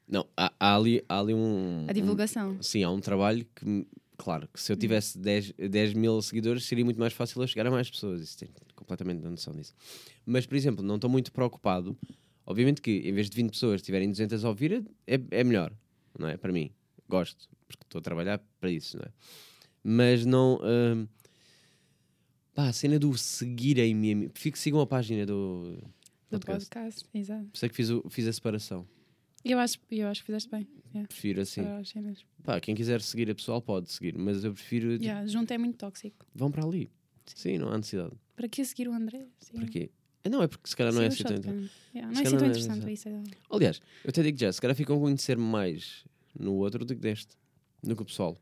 S1: Não, há, há ali, há ali um.
S2: a divulgação.
S1: um- sim, há um trabalho que, me- claro, que se eu tivesse 10, 10 mil seguidores seria muito mais fácil eu chegar a mais pessoas. Isso tenho completamente a noção disso. Mas, por exemplo, não estou muito preocupado. Obviamente que em vez de 20 pessoas tiverem 200 a ouvir, é, é melhor, não é? Para mim, gosto, porque estou a trabalhar para isso, não é? Mas não. hum, pá, a cena do seguirem-me. a mim- Prefiro que sigam a página do.
S2: do
S1: podcast.
S2: podcast, exato.
S1: Por isso é que fiz, o- fiz a separação.
S2: Eu acho, eu acho que fizeste bem. Yeah.
S1: Prefiro assim.
S2: Para as cenas.
S1: Pá, quem quiser seguir a pessoal pode seguir, mas eu prefiro. tipo,
S2: Yeah, junto é muito tóxico.
S1: Vão para ali. Sim, não há necessidade.
S2: Para que seguir o André? Sim.
S1: Para quê? Ah, Não, é porque se calhar não é assim
S2: Sim, o
S1: tão interessante.
S2: shotgun. Yeah,
S1: Se
S2: não é assim
S1: calhar
S2: tão
S1: não é
S2: interessante isso. é-
S1: Aliás, eu até digo já, se calhar ficam a conhecer mais no outro do que deste. No que o pessoal.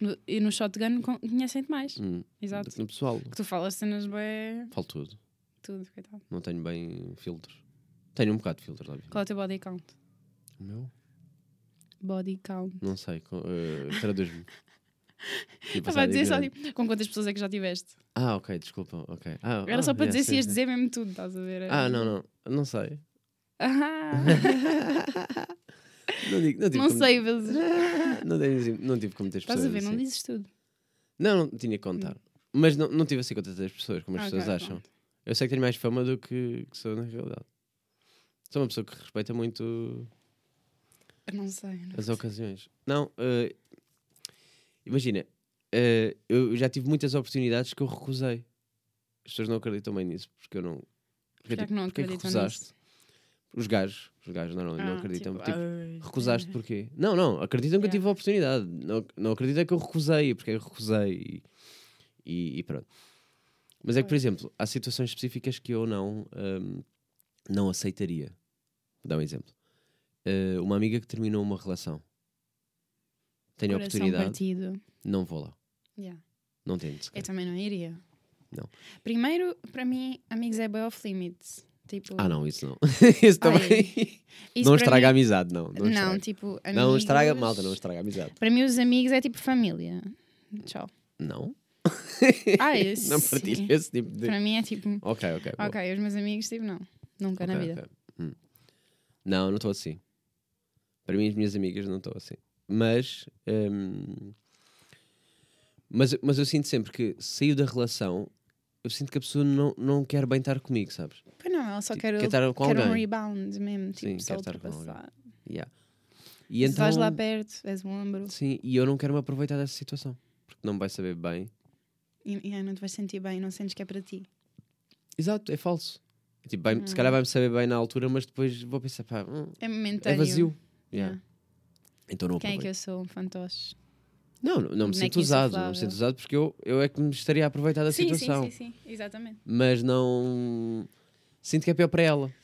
S2: é. No- E no shotgun con- conhecem-te mais.
S1: Hum,
S2: Exato.
S1: No pessoal.
S2: Que tu falas cenas bem.
S1: Falo tudo.
S2: Tudo, coitado.
S1: Não tenho bem filtros. Tenho um bocado de filtros, óbvio.
S2: Qual é o teu body count?
S1: O meu?
S2: Body count.
S1: Não sei. co- eh, Traduz-me. Tipo,
S2: Estava a dizer só
S1: ignorante.
S2: tipo, com quantas pessoas é que já tiveste.
S1: Ah, ok, desculpa. Ok. Ah,
S2: Era
S1: ah,
S2: só para
S1: yeah,
S2: dizer se
S1: sim,
S2: ias
S1: sim.
S2: dizer mesmo tudo, estás a ver?
S1: Ah, não, não. Não sei.
S2: Ah,
S1: Não, digo, não, tive
S2: não
S1: como-
S2: sei, vezes.
S1: Não, tive- não tive como ter
S2: Estás a ver?
S1: assim.
S2: Não dizes tudo.
S1: Não, não tinha que contar. Mas não, não tive assim conta das pessoas, como as
S2: Ok,
S1: pessoas acham.
S2: pronto.
S1: Eu sei que tenho mais fama do que, que sou na realidade. Sou uma pessoa que respeita muito
S2: Eu não sei. não
S1: as
S2: sei.
S1: ocasiões. Não, eh, imagina, eh, eu já tive muitas oportunidades que eu recusei. As pessoas não acreditam bem nisso, porque eu não. Porque,
S2: Já que não
S1: porque é
S2: acreditam nisso.
S1: Os gajos, os gajos normalmente não
S2: Ah,
S1: acreditam.
S2: tipo,
S1: tipo,
S2: "Ai,
S1: Recusaste porquê? Não, não, acreditam que eu
S2: Uhum. Yeah.
S1: tive a oportunidade. Não, não acreditam que eu recusei, porque eu recusei e, e- e pronto. Mas é que, por
S2: Pois.
S1: exemplo, há situações específicas que eu não, hum, não aceitaria. Vou dar um exemplo. Eh, uma amiga que terminou uma relação. Tenho a
S2: coração
S1: oportunidade,
S2: partido." É tipo
S1: não vou lá.
S2: Yeah.
S1: Não tento.
S2: Eu
S1: sequer.
S2: também não iria.
S1: Não.
S2: Primeiro, para mim, amigos é bem off limits. Tipo,
S1: Ah, não, isso não. isso também.
S2: isso
S1: não
S2: para
S1: estraga a
S2: mim- é
S1: amizade, não. Não,
S2: Não,
S1: estraga.
S2: tipo, amigos...
S1: não estraga, malta, não estraga a amizade.
S2: Para mim, os amigos é tipo família. Tchau.
S1: Não.
S2: Ah, eu
S1: não
S2: sim.
S1: partilho esse tipo de.
S2: Para mim é tipo,
S1: Ok, ok. boa.
S2: ok, os meus amigos, tipo, não. Nunca na
S1: Ok,
S2: vida.
S1: ok. Hum. Não, não estou assim. Para mim, as minhas amigas não estão assim. Mas, hum, mas, mas eu sinto sempre que saiu da relação, eu sinto que a pessoa não, não quer bem estar comigo, sabes?
S2: Pois não, ela só
S1: Tipo,
S2: quer,
S1: quer estar com
S2: quer um
S1: alguém.
S2: rebound mesmo,
S1: Sim,
S2: tipo, só
S1: quer estar com
S2: ultrapassar.
S1: Yeah. E
S2: Se vais lá
S1: então-
S2: perto, és um ombro
S1: Sim, e eu não quero me aproveitar dessa situação. Porque não me vai saber bem.
S2: e, e aí não te vais sentir bem, não sentes que é para ti.
S1: Exato, é falso. É Tipo, vai- Se
S2: Hum.
S1: calhar vai-me saber bem na altura, mas depois vou pensar, pá, hum,
S2: É momentâneo.
S1: é vazio. Yeah.
S2: Yeah.
S1: Então não
S2: Quem é que
S1: aproveito.
S2: eu sou? Um fantoche.
S1: Não, não, não me
S2: Boneco
S1: sinto usado. Não me
S2: insuflável.
S1: sinto usado porque eu, eu é que me estaria a aproveitar da situação.
S2: sim, sim, exatamente.
S1: Mas não. Sinto que é pior para ela.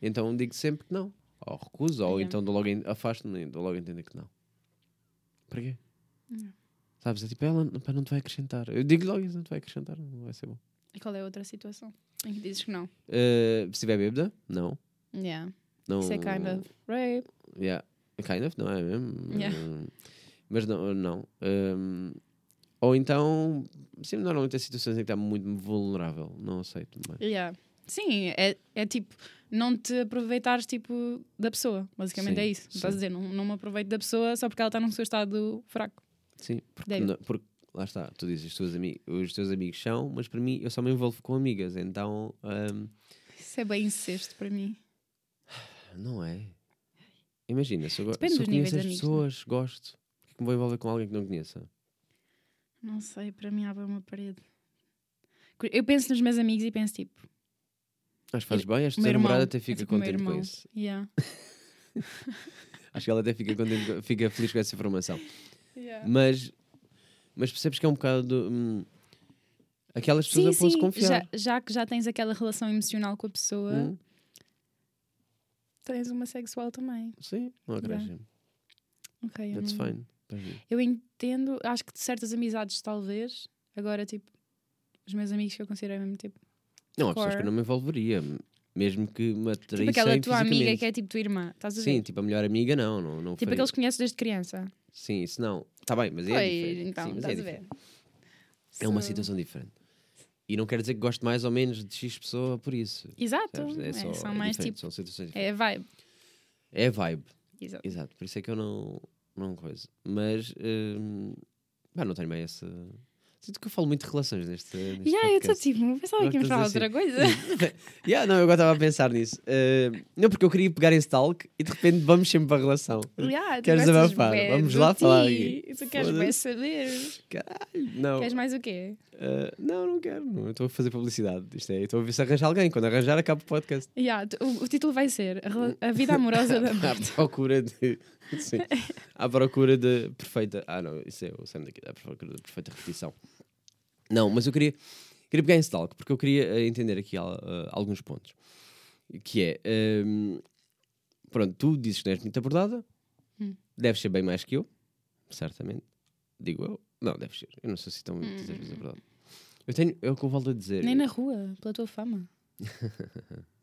S1: Então digo sempre que não. Ou recuso, ou
S2: Yeah.
S1: então dou logo, en- afasto-me e dou logo a entender que não. Para quê?
S2: Yeah.
S1: Sabes? É tipo, ela pá, não te vai acrescentar. Eu digo logo isso, não te vai acrescentar, não vai ser bom.
S2: E qual é a outra situação em que dizes que não?
S1: Eh, se estiver bêbada, não.
S2: Yeah.
S1: não.
S2: Isso é kind of rape.
S1: Yeah. Kind of, não é mesmo?
S2: Yeah.
S1: Hum, Mas não. não. Hum, ou então, sim, normalmente há situações em que está muito vulnerável. Não é? aceito mais.
S2: Yeah. Sim, é, é tipo, não te aproveitares tipo, da pessoa. Basicamente
S1: Sim,
S2: é isso.
S1: sim.
S2: Estás a dizer, não, não me aproveito da pessoa só porque ela está num seu estado fraco.
S1: Sim, porque,
S2: Débil.
S1: não- porque lá está, tu dizes os teus, ami- os teus amigos são, mas para mim eu só me envolvo com amigas, então hum,
S2: Isso é bem incesto para mim.
S1: não é. Imagina, se eu, go-
S2: Depende
S1: se eu
S2: dos níveis
S1: conheço as
S2: de amigos, é?
S1: pessoas, gosto, por que é que me vou envolver com alguém que não conheça?
S2: Não sei, para mim abre uma parede. Cu- Eu penso nos meus amigos e penso tipo,
S1: Acho que fazes bem, acho que
S2: meu
S1: a
S2: irmão.
S1: namorada até
S2: É
S1: fica
S2: tipo, meu
S1: contente com
S2: irmão.
S1: isso.
S2: yeah.
S1: Acho que ela até fica, contente, com- fica feliz com essa informação. Mas, mas percebes que é um bocado. hum, aquelas pessoas
S2: Sim,
S1: eu posso
S2: sim, já,
S1: confiar.
S2: já que já tens aquela relação emocional com a pessoa,
S1: Hum,
S2: tens uma sexual também.
S1: sim, não acresce.
S2: Ok, eu
S1: That's
S2: não-
S1: fine. tá para mim.
S2: Eu entendo, acho que de certas amizades talvez. Agora, tipo, os meus amigos que eu considero mesmo tipo.
S1: Não, há pessoas que eu
S2: Core.
S1: não me envolveria, mesmo que me atraíssem
S2: Tipo aquela tua amiga
S1: fisicamente.
S2: que é tipo tua irmã, estás a ver?
S1: Sim, tipo a melhor amiga, não. não, não
S2: tipo
S1: faria.
S2: aqueles que conheces desde criança.
S1: Sim, isso não. Está bem, mas é
S2: Pois,
S1: diferente.
S2: então,
S1: Sim, mas
S2: estás
S1: é
S2: a ver.
S1: diferente. É uma
S2: So-
S1: situação diferente. E não quer dizer que gosto mais ou menos de X pessoa por isso.
S2: Exato.
S1: sabes?
S2: é,
S1: É só,
S2: são
S1: é
S2: mais
S1: diferente,
S2: tipo.
S1: São situações diferentes.
S2: É vibe.
S1: É vibe,
S2: Exato.
S1: exato. Por isso é que eu não. Não coisa. Mas. hum, pá, não tenho bem essa. Sinto que eu falo muito de relações neste. neste
S2: E aí, eu estou
S1: podcast.
S2: tipo, pensava que íamos
S1: Gostas
S2: falar
S1: assim?
S2: outra coisa.
S1: Yeah, não, eu agora estava a pensar nisso. Uh, não, porque eu queria pegar esse talk e de repente vamos sempre para a relação.
S2: yeah, tu
S1: Queres
S2: gostas
S1: abafar?
S2: bué
S1: Vamos
S2: de
S1: lá
S2: ti.
S1: falar aqui.
S2: Tu queres
S1: Foda-se. Oh.
S2: mais saber?
S1: Caralho, não.
S2: Queres mais o quê?
S1: Uh, não, não quero. Não. Eu estou a fazer publicidade. Isto é, eu estou a ver se arranjar alguém. Quando arranjar, acabo o podcast.
S2: Yeah, tu- o, o título vai ser A, Rela- a Vida Amorosa da Marta.
S1: À procura de. Sim. À procura de perfeita. Ah, não, isso é o Sam daqui. À procura de perfeita repetição. Não, mas eu queria. Queria pegar em stalk, porque eu queria eh, entender aqui al- eh, alguns pontos. Que é. ehm, pronto, tu dizes que não és muito abordada.
S2: Hum.
S1: Deves ser bem mais que eu. Certamente. Digo eu. Não, deves ser. Eu não sou assim tão muitas vezes abordado. Eu tenho. É o que eu volto a dizer.
S2: Hum. Nem na rua, pela tua fama.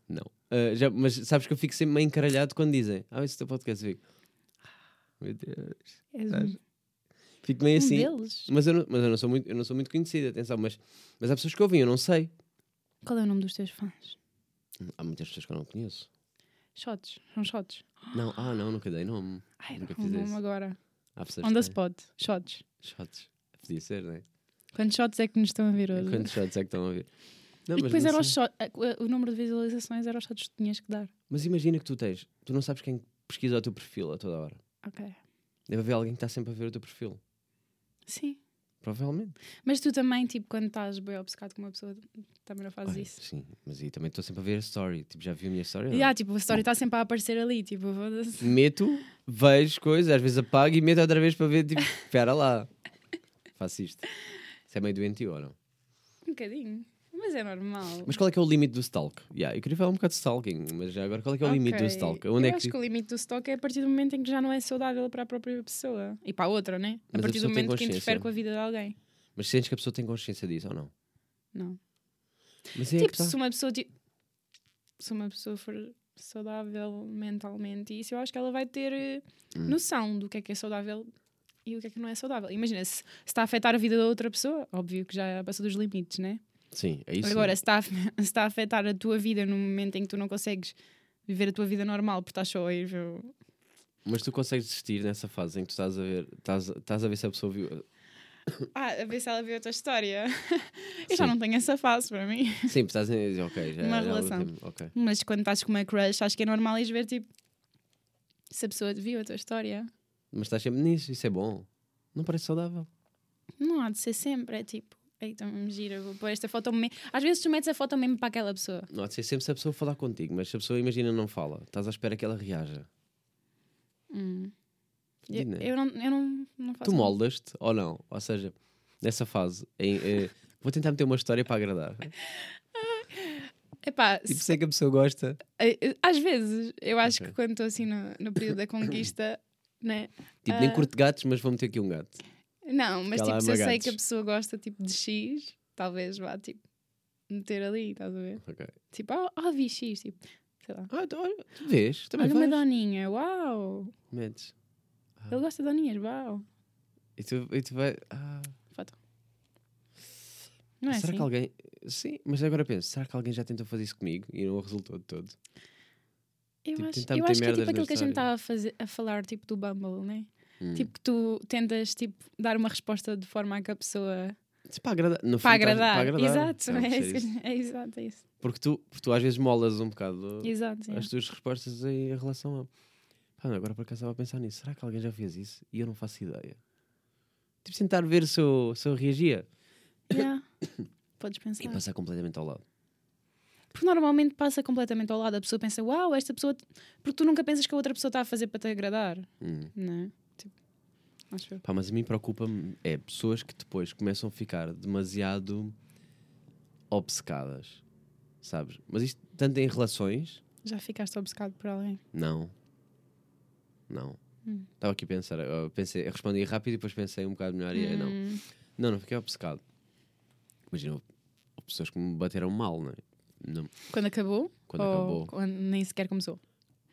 S1: Não. Ah, já, mas sabes que eu fico sempre meio encaralhado quando dizem Ah, esse é o teu podcast. Eu Fico, meu Deus.
S2: És
S1: Sabes?
S2: um,
S1: Fico meio
S2: um
S1: É assim.
S2: deles.
S1: Mas, eu não, mas eu, não sou muito, eu não sou muito conhecido, atenção. Mas, mas há pessoas que ouvem, eu não sei.
S2: Qual é o nome dos teus fãs?
S1: Hum, Há muitas pessoas que eu não conheço.
S2: Shots, são shots.
S1: Não, ah, não, nunca dei nome.
S2: Ai,
S1: Nunca
S2: não,
S1: fiz
S2: não
S1: isso.
S2: agora.
S1: Há pessoas
S2: On the
S1: que é.
S2: spot, shots.
S1: têm. Shots. Podia ser, não é?
S2: Quantos shots é que nos estão a ver hoje?
S1: Quantos shots é que estão a ouvir? Não,
S2: e
S1: mas
S2: depois
S1: não
S2: era os
S1: sei.
S2: shots, o número de visualizações era os shots que tinhas que dar.
S1: Mas imagina que tu tens. Tu não sabes quem pesquisa o teu perfil a toda hora.
S2: Ok.
S1: Deve haver alguém que está sempre a ver o teu perfil.
S2: Sim.
S1: Provavelmente.
S2: Mas tu também, tipo, quando estás bem obcecado com uma pessoa, também não fazes
S1: Olha,
S2: isso.
S1: Sim, mas aí também estou sempre a ver a story. Tipo, já viu a minha story? ou
S2: E
S1: não?
S2: há, tipo, a história está sempre a aparecer ali, tipo, foda-se.
S1: meto, vejo coisas, às vezes apago e meto outra vez para ver, tipo, espera lá, faço isto. Isso é meio doentio ou não?
S2: Um bocadinho. Mas é normal.
S1: Mas qual é que é o limite do stalk? Yeah, eu queria falar um bocado de stalking, mas já agora qual é que é o limite do
S2: Ok.
S1: stalk? Onde
S2: eu
S1: é
S2: acho
S1: que...
S2: que o limite do stalk é a partir do momento em que já não é saudável para a própria pessoa. E para a outra, né?
S1: Mas a
S2: a partir do
S1: pessoa tem
S2: momento que
S1: consciência.
S2: interfere com a vida de alguém.
S1: Mas sentes que a pessoa tem consciência disso ou não?
S2: Não.
S1: Mas é
S2: tipo,
S1: que tá.
S2: se uma pessoa ti- se uma pessoa for saudável mentalmente, isso eu acho que ela vai ter eh,
S1: Hum.
S2: noção do que é que é saudável e o que é que não é saudável. Imagina, se se está a afetar a vida da outra pessoa, óbvio que já passou dos limites, né?
S1: Sim, é isso.
S2: Agora, se está, a, se está a afetar a tua vida no momento em que tu não consegues viver a tua vida normal porque estás só a ir ver-
S1: Mas tu consegues desistir nessa fase em que tu estás a ver, estás, estás a ver se a pessoa viu.
S2: Ah, a ver se ela viu a tua história. Eu já
S1: Sim.
S2: não tenho essa fase para mim.
S1: Sim, estás a dizer, ok, já já
S2: Uma
S1: é
S2: relação.
S1: último, ok.
S2: Mas quando estás com uma crush, acho que é normal ires ver tipo se a pessoa viu a tua história.
S1: Mas estás sempre nisso, isso é bom. Não parece saudável.
S2: Não há de ser sempre, é tipo, então me gira, vou pôr esta foto mesmo. Às vezes tu metes a foto mesmo para aquela pessoa.
S1: Não há de ser sempre se a pessoa falar contigo, mas se a pessoa imagina não fala, estás à espera que ela reaja.
S2: Eu,
S1: Fudido, né?
S2: eu não, eu não, não faço.
S1: Hum. Tu moldas-te ou não? Ou seja, nessa fase, em, eh, vou tentar meter uma história para agradar.
S2: Epá,
S1: E
S2: se-
S1: por isso é que a pessoa gosta.
S2: eh, às vezes, eu acho
S1: Ok.
S2: que quando estou assim no, no período da conquista, né?
S1: Tipo, nem
S2: Ah.
S1: curto gatos, mas vou meter aqui um gato.
S2: Não, mas
S1: Ela é
S2: tipo, se eu
S1: ama
S2: sei
S1: gatos.
S2: que a pessoa gosta tipo de X, talvez vá tipo meter ali, estás a ver?
S1: Ok.
S2: Tipo, ah, ah, vi X, tipo, sei lá.
S1: Ah, então, olha, tu vês, também
S2: Olha uma
S1: faz.
S2: doninha, uau!
S1: Metes.
S2: Ele gosta de doninhas, uau!
S1: E tu, e tu vai. Ah,
S2: Não é
S1: será
S2: assim?
S1: que alguém. Sim, mas agora penso, será que alguém já tentou fazer isso comigo e não resultou de todo?
S2: Eu
S1: Tipo,
S2: acho,
S1: tentar
S2: eu
S1: meter
S2: acho que é
S1: merdas
S2: tipo
S1: na
S2: aquilo que a gente
S1: história.
S2: estava a, fazer- a falar, tipo do Bumble, né?
S1: Hum.
S2: Tipo, que tu tentas tipo, dar uma resposta de forma a que a pessoa.
S1: Se para agradar. No
S2: Para
S1: fundo, estás-
S2: agradar.
S1: Para agradar.
S2: Exato,
S1: Não,
S2: é,
S1: deve ser
S2: isso
S1: isso.
S2: que- é exato, é isso.
S1: Porque tu, porque tu às vezes molas um bocado
S2: Exato, é. sim.
S1: as tuas respostas em relação a. Pá, não, agora por acaso estava a pensar nisso. Será que alguém já fez isso? E eu não faço ideia. Tipo, tentar ver se eu, se eu reagia.
S2: Yeah. Podes pensar.
S1: E passar completamente ao lado.
S2: Porque normalmente passa completamente ao lado. A pessoa pensa, uau, esta pessoa. Porque tu nunca pensas que a outra pessoa está a fazer para te agradar,
S1: Hum.
S2: não é? Tipo, acho eu.
S1: Pá, mas a mim preocupa-me é pessoas que depois começam a ficar demasiado obcecadas, sabes? Mas isto tanto em relações,
S2: Já ficaste obcecado por alguém.
S1: não. Não.
S2: Hum.
S1: Estava aqui a pensar, eu pensei, eu respondi rápido e depois pensei um bocado melhor e é não.
S2: Hum,
S1: Não, não fiquei obcecado. Imagina, houve pessoas que me bateram mal, não é? Não,
S2: Quando acabou?
S1: quando
S2: ou
S1: acabou.
S2: Quando nem sequer começou.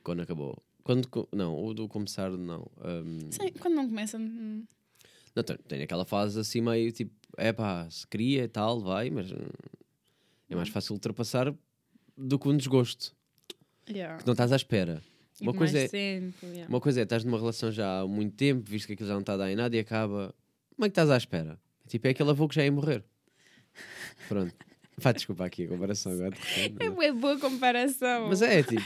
S1: Quando acabou. Quando, co- não, o do começar, não. Ahm,
S2: Sim, quando não começa. hum,
S1: Não, tem, tem aquela fase assim meio tipo, é pá, se queria e tal, vai, mas hum, é mais fácil ultrapassar do que um desgosto,
S2: Yeah.
S1: que não estás à espera.
S2: E assim.
S1: Uma
S2: de
S1: coisa
S2: mais
S1: é-
S2: tempo, yeah.
S1: Uma coisa é, estás numa relação já há muito tempo, visto que aquilo já não está a dar em nada e acaba. Como é que estás à espera? Tipo, é aquele avô que já ia morrer. Pronto. Vá, desculpa aqui a comparação agora. de repente, não
S2: É
S1: é?
S2: bué boa comparação.
S1: Mas é, tipo,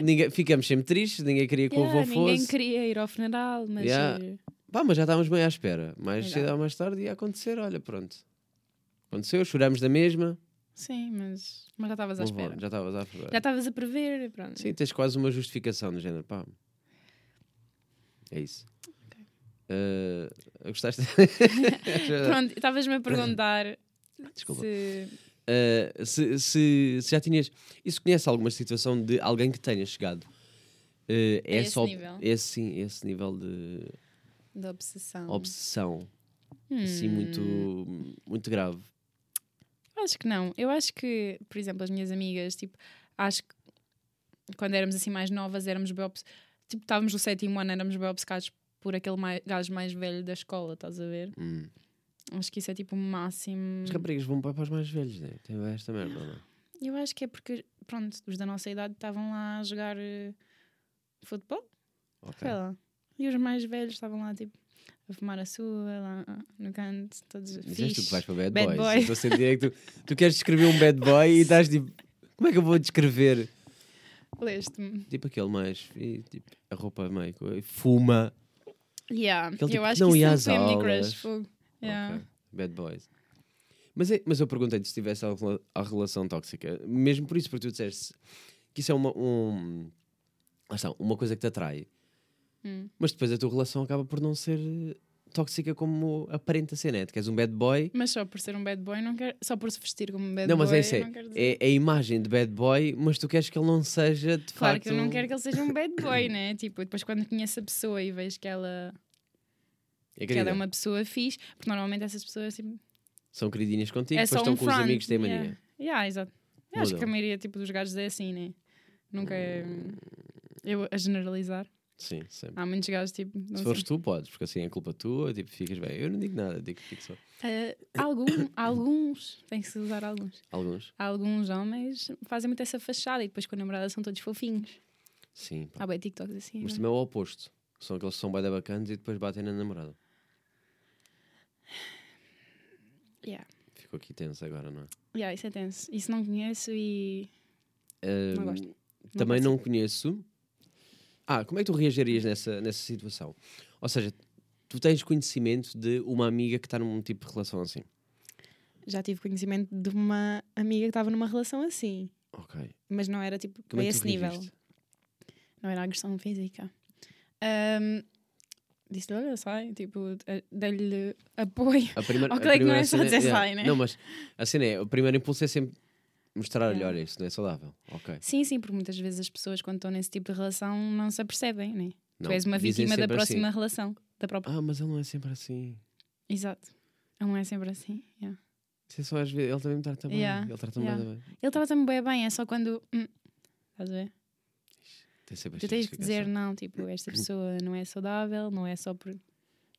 S1: ninguém, ficamos sempre tristes, ninguém queria que o
S2: Yeah,
S1: avô
S2: ninguém
S1: fosse.
S2: queria ir ao funeral, mas
S1: Yeah.
S2: eh,
S1: Pá, mas já estávamos bem à espera. Mais
S2: Verdade.
S1: cedo ou mais tarde ia acontecer, olha, pronto. Aconteceu, choramos da mesma.
S2: sim, mas, mas já estavas à
S1: Move on,
S2: espera.
S1: Já estavas à
S2: Já
S1: espera.
S2: estavas a prever, e pronto.
S1: Sim, tens quase uma justificação do género. Pá. É isso. Ah, gostaste?
S2: Pronto, estavas-me a perguntar
S1: Desculpa.
S2: se
S1: Ah, se, se- se já tinhas. Isso conhece alguma situação de alguém que tenha chegado? ah,
S2: A esse
S1: essa ob-
S2: nível.
S1: Esse, sim, esse nível de
S2: da obsessão.
S1: obsessão,
S2: Hum,
S1: assim, muito, muito grave.
S2: Acho que não. Eu acho que, por exemplo, as minhas amigas, tipo, acho que quando éramos assim mais novas, éramos bem obce- Tipo, estávamos no sétimo ano, éramos bem obcecados por aquele mai- gajo mais velho da escola, estás a ver?
S1: Hum.
S2: Acho que isso é tipo o máximo.
S1: As raparigas vão para para os mais velhos, né? Tem esta merda, não é?
S2: Eu acho que é porque, pronto, os da nossa idade estavam lá a jogar eh, futebol,
S1: Ok.
S2: sei lá. E os mais velhos estavam lá, tipo, a fumar a sua, lá no canto, todos
S1: Dizeste tu que
S2: fixe.
S1: vais para Bad,
S2: Bad
S1: Boys.
S2: Boy.
S1: Eu Estou a sentir que tu, tu queres descrever um Bad Boy e estás tipo. Como é que eu vou descrever?
S2: Leste-me.
S1: Tipo aquele mais. e, Tipo, a roupa meio. co- Fuma.
S2: Yeah,
S1: Aquele tipo
S2: eu
S1: que
S2: acho
S1: não
S2: que
S1: ia
S2: isso é
S1: às
S2: foi a minha
S1: aulas.
S2: crush. fogo. Yeah.
S1: Ok, Bad Boys. Mas, é- mas eu perguntei-te se tivesse a, rela- a relação tóxica. Mesmo por isso, porque tu disseste que isso é uma. Um, lá está, uma coisa que te atrai.
S2: Hum.
S1: Mas depois a tua relação acaba por não ser eh, tóxica como aparenta ser, né? Tu queres um bad boy
S2: Mas só por ser um bad boy, não quero... só por se vestir como um bad
S1: não,
S2: boy,
S1: mas é isso. É,
S2: não quero dizer-
S1: é a imagem de bad boy, mas tu queres que ele não seja de
S2: Claro
S1: facto. é
S2: que eu não quero que ele seja um bad boy, né? Tipo, depois quando conheço a pessoa e vejo que ela,
S1: É
S2: que ela é
S1: querida.
S2: uma pessoa fixe, porque normalmente essas pessoas tipo,
S1: São queridinhas contigo,
S2: É
S1: depois
S2: só
S1: estão
S2: um
S1: com os
S2: front,
S1: amigos que têm mania.
S2: yeah. Yeah, exato. Eu acho que a
S1: Mudam.
S2: maioria tipo, dos gajos é assim, né? Nunca é. hum, Eu a generalizar.
S1: Sim, sempre.
S2: Há muitos gajos, tipo, não
S1: Se
S2: sei.
S1: fores tu, podes, porque assim é culpa tua, tipo, ficas bem. Eu não digo nada, digo, digo só.
S2: Eh, algum- alguns, tem que se usar alguns.
S1: Alguns.
S2: Alguns homens fazem muito essa fachada e depois com a namorada são todos fofinhos.
S1: Sim, pá.
S2: Há bem TikToks assim.
S1: Mas
S2: não é?
S1: também é o oposto. São aqueles que são bem bacanas e depois batem na namorada.
S2: Yeah.
S1: Ficou aqui tenso agora, não é?
S2: Yeah, isso é tenso. Isso não conheço e.
S1: Ahm,
S2: Não gosto.
S1: também não conheço. Ah, como é que tu reagirias nessa, nessa situação? Ou seja, tu tens conhecimento de uma amiga que está num tipo de relação assim.
S2: Já tive conhecimento de uma amiga que estava numa relação assim.
S1: Ok.
S2: Mas não era tipo.
S1: Como
S2: a
S1: é que
S2: esse
S1: tu
S2: nível.
S1: reagiste?
S2: Não era agressão física. Ahm, Disse-lhe, olha, sai. Tipo, eh, dei-lhe apoio.
S1: A primeira,
S2: Ok, que não é
S1: primeira
S2: só
S1: cena
S2: dizer
S1: é-
S2: sai, né?
S1: Não, mas a cena é, o primeiro impulso é sempre mostrar-lhe,
S2: Yeah.
S1: olha, isso não é saudável. Ok.
S2: Sim, sim, porque muitas vezes as pessoas, quando estão nesse tipo de relação, não se apercebem, né?
S1: Não,
S2: tu és uma
S1: dizem
S2: vítima da
S1: sempre assim.
S2: próxima relação. Da própria.
S1: Ah, mas ele não é sempre assim.
S2: Exato. Não é sempre assim. yeah.
S1: Isso é só às vezes. Ele também me trata bem.
S2: Yeah,
S1: Ele trata-me
S2: yeah.
S1: bem.
S2: Ele trata-me bem, bem, é só quando. hum, estás a ver?
S1: Tem sempre
S2: Tu
S1: esta
S2: tens que dizer,
S1: justificação.
S2: não, tipo, esta pessoa não é saudável, não é só por.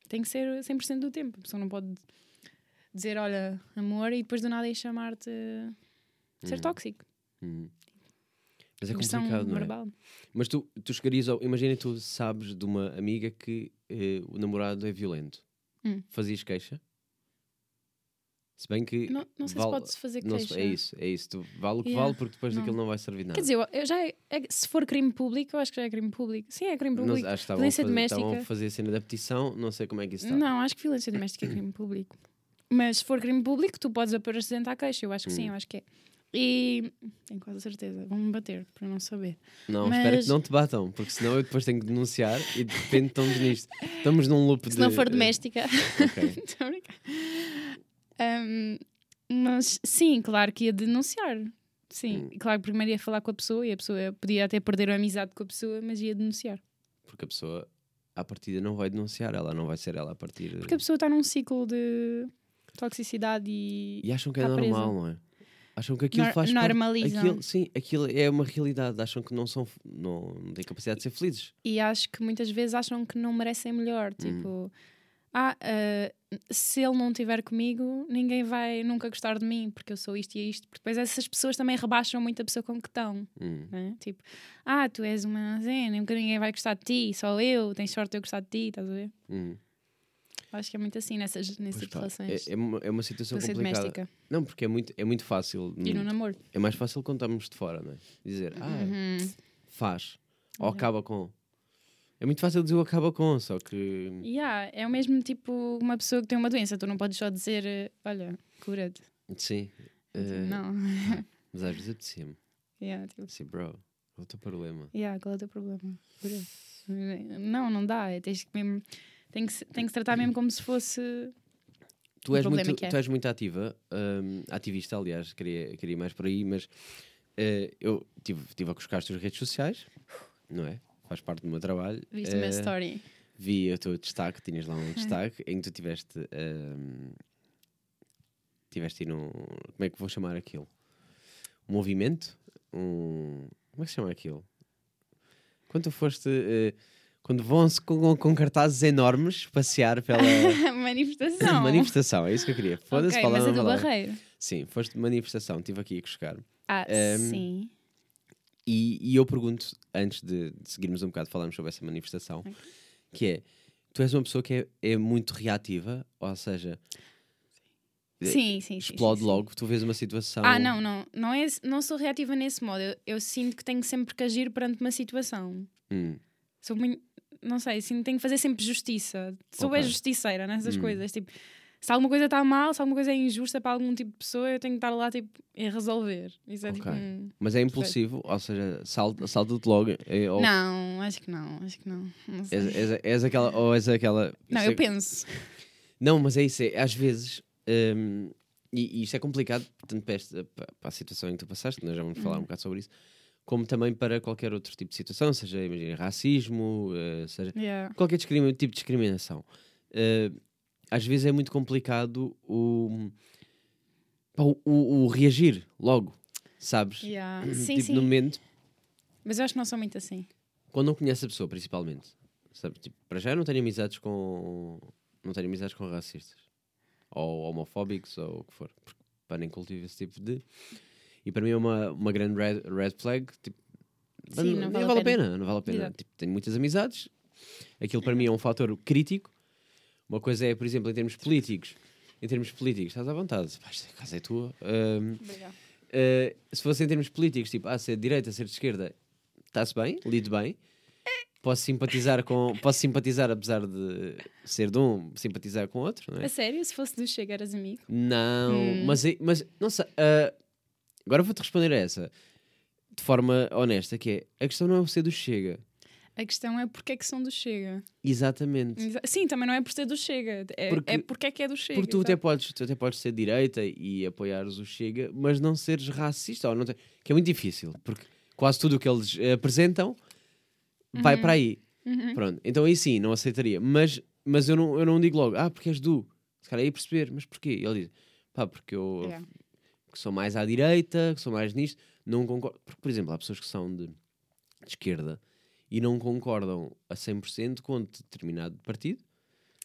S2: Tem que ser 100% do tempo. A pessoa não pode dizer, olha, amor, e depois do nada ir chamar-te. ser
S1: Hum.
S2: tóxico.
S1: Hum. Mas é
S2: agressão
S1: complicado, não é?
S2: verbal.
S1: Mas tu, tu chegarias ao. Imagina tu sabes de uma amiga que eh, o namorado é violento.
S2: Hum.
S1: Fazias queixa? Se bem que.
S2: Não, não sei
S1: vale-
S2: se pode-se fazer
S1: não se-
S2: queixa.
S1: é isso, é isso. Tu, vale o que
S2: Yeah,
S1: vale, porque depois
S2: não.
S1: daquilo não vai servir nada.
S2: Quer dizer, eu- eu já, é- é- se for crime público, eu acho que já é crime público. Sim, é crime
S1: não, acho
S2: público.
S1: que estavam a,
S2: violência
S1: fazer, estavam a
S2: doméstica.
S1: fazer a cena da petição, não sei como é que isso está.
S2: Não, acho que violência doméstica é crime público. Mas se for crime público, tu podes apresentar queixa. Eu acho que sim,
S1: Hum.
S2: eu acho que é. E tenho quase certeza. Vão-me bater, para não saber.
S1: Não, espero
S2: Mas-
S1: que não te batam, porque senão eu depois tenho que denunciar e de repente estamos nisto. Estamos num loop de.
S2: Se não for
S1: eh,
S2: doméstica.
S1: ok.
S2: Tô a brincar. Ahm, mas sim, claro que ia denunciar. Sim,
S1: Hum.
S2: claro que primeiro ia falar com a pessoa e a pessoa podia até perder a amizade com a pessoa, mas ia denunciar.
S1: Porque a pessoa, à partida, não vai denunciar, ela não vai ser ela a partir. de-
S2: Porque a pessoa está num ciclo de toxicidade e.
S1: E acham que é
S2: tá presa.
S1: normal, não é? Acham que aquilo
S2: Nor-
S1: faz parte-
S2: normalizam.
S1: Aquilo, sim, aquilo é uma realidade. Acham que não são f- não, não têm capacidade de ser felizes.
S2: E acho que muitas vezes acham que não merecem
S1: Hum.
S2: melhor. Tipo, ah, ah, se ele não estiver comigo, ninguém vai nunca gostar de mim, porque eu sou isto e isto. Porque depois essas pessoas também rebaixam muito a pessoa com que estão.
S1: Hum.
S2: né? Tipo, ah, tu és uma zena, nunca ninguém vai gostar de ti, só eu, tens sorte de eu gostar de ti, estás a ver?
S1: Hum.
S2: Acho que é muito assim nessas, nessas
S1: Pois pá,
S2: relações.
S1: é, é uma, é uma situação
S2: Violência
S1: complicada.
S2: doméstica
S1: Não, porque é muito, é muito fácil.
S2: e no
S1: hum,
S2: namoro.
S1: É mais fácil quando estamos de fora, não é? Dizer, ah,
S2: Uhum.
S1: faz. Ou acaba com. É muito fácil dizer o acaba com, só que.
S2: Yeah, é o mesmo tipo uma pessoa que tem uma doença, tu não podes só dizer, eh, olha, cura-te. Tipo,
S1: Sim. eh,
S2: Não.
S1: Mas às vezes apetecia-me.
S2: yeah, tipo,
S1: Assim, bro, qual é o teu problema?
S2: yeah, qual é o teu problema? Cura-te. Não, não dá, é, tens que mesmo. Tem que, se, tem que se tratar mesmo como se fosse.
S1: Tu
S2: O
S1: és,
S2: problema
S1: muito,
S2: que é.
S1: tu és muito ativa, hum, ativista, aliás, queria, queria ir mais por aí, mas eh, eu estive tive a buscar as tuas redes sociais, não é? Faz parte do meu trabalho.
S2: Viste a minha
S1: Eh,
S2: story?
S1: Vi o teu destaque, tinhas lá um destaque em que tu tiveste. hum, tiveste aí num. Como é que vou chamar aquilo? Um movimento? Um. Como é que se chama aquilo? Quando tu foste. eh, quando vão-se com, com cartazes enormes passear pela.
S2: Manifestação.
S1: Manifestação, é isso que eu queria. Foda-se
S2: Ok,
S1: falar
S2: mas é
S1: uma
S2: do
S1: palavra.
S2: barreiro.
S1: Sim, foste de manifestação, estive aqui a buscar.
S2: Ah,
S1: Ehm,
S2: sim.
S1: E, e eu pergunto, antes de, de seguirmos um bocado, falarmos sobre essa manifestação, que é, tu és uma pessoa que é, é muito reativa, ou seja, eh,
S2: Sim, sim, sim.
S1: explode
S2: sim, sim.
S1: logo, então tu vês uma situação...
S2: Ah, não, não. Não, é, não sou reativa nesse modo. Eu, eu sinto que tenho sempre que agir perante uma situação.
S1: Hum,
S2: Sou muito. Não sei, sinto que tenho que fazer sempre justiça. Sou
S1: Ok.
S2: bem justiceira nessas
S1: Hum.
S2: coisas. Tipo, se alguma coisa está mal, se alguma coisa é injusta para algum tipo de pessoa, eu tenho que estar lá, tipo, a resolver. Isso é tipo.
S1: Ok.
S2: um-
S1: mas é impulsivo, ou seja, salta- salta-te logo. É, ou,
S2: Não, acho que não, acho que não. Não, sei.
S1: És, és- és aquela... Ou és aquela
S2: não
S1: isso
S2: eu
S1: é-
S2: penso.
S1: Não, mas é isso, é, às vezes, hum, e, e isto é complicado, tanto para, esta- pa- para a situação em que tu passaste, nós já vamos
S2: Hum.
S1: falar um bocado sobre isso, como também para qualquer outro tipo de situação, seja, imagina, racismo, eh, seja,
S2: Yeah.
S1: qualquer discrimi- tipo de discriminação. Eh, às vezes é muito complicado o, pá, o, o- o reagir logo, sabes?
S2: Yeah. Sim,
S1: tipo, no
S2: sim.
S1: momento,
S2: Mas eu acho que não sou muito assim.
S1: Quando não conhece a pessoa, principalmente. Sabe, tipo, para já eu não tenho amizades com. Não tenho amizades com racistas. Ou homofóbicos, ou o que for. Porque para nem cultivo esse tipo de. E para mim é uma, uma grande red, red flag. Tipo,
S2: Sim,
S1: mas
S2: não
S1: nem
S2: vale a
S1: vale a
S2: pena.
S1: pena. Não vale a pena.
S2: Exato.
S1: Tipo, tenho muitas amizades. Aquilo para mim é um fator crítico. Uma coisa é, por exemplo, em termos políticos. Em termos políticos, estás à vontade. Vais, a casa é tua. Ahm,
S2: Obrigada.
S1: Uh, se fosse em termos políticos, tipo, ah, ser de direita, ser de esquerda, está-se bem, lido bem. Posso simpatizar com. Posso simpatizar, apesar de ser de um, simpatizar com outro, não é?
S2: A sério, se fosse do Chega, eras amigo?
S1: Não,
S2: Hum.
S1: mas, aí- mas não sei. ah, agora vou-te responder a essa de forma honesta: que é a questão não é o ser do Chega.
S2: A questão é porque é que são do Chega.
S1: Exatamente.
S2: Exa- Sim, também não é por ser do Chega. É
S1: Porque-
S2: porque é, porque é que é do Chega.
S1: Porque tu até,
S2: sabe?
S1: podes, tu até podes ser de direita e apoiares o Chega, mas não seres racista. Ou não te- Que é muito difícil, porque quase tudo o que eles eh, apresentam vai para aí.
S2: Uhum.
S1: Pronto, então aí sim, não aceitaria. Mas, mas eu, não, eu não digo logo, ah, porque és do. Se calhar ia perceber, mas porquê? E ele diz, pá, porque eu
S2: Yeah.
S1: que sou mais à direita, que sou mais nisto, não concordo. Porque, por exemplo, há pessoas que são de, de esquerda e não concordam a 100% com um determinado partido,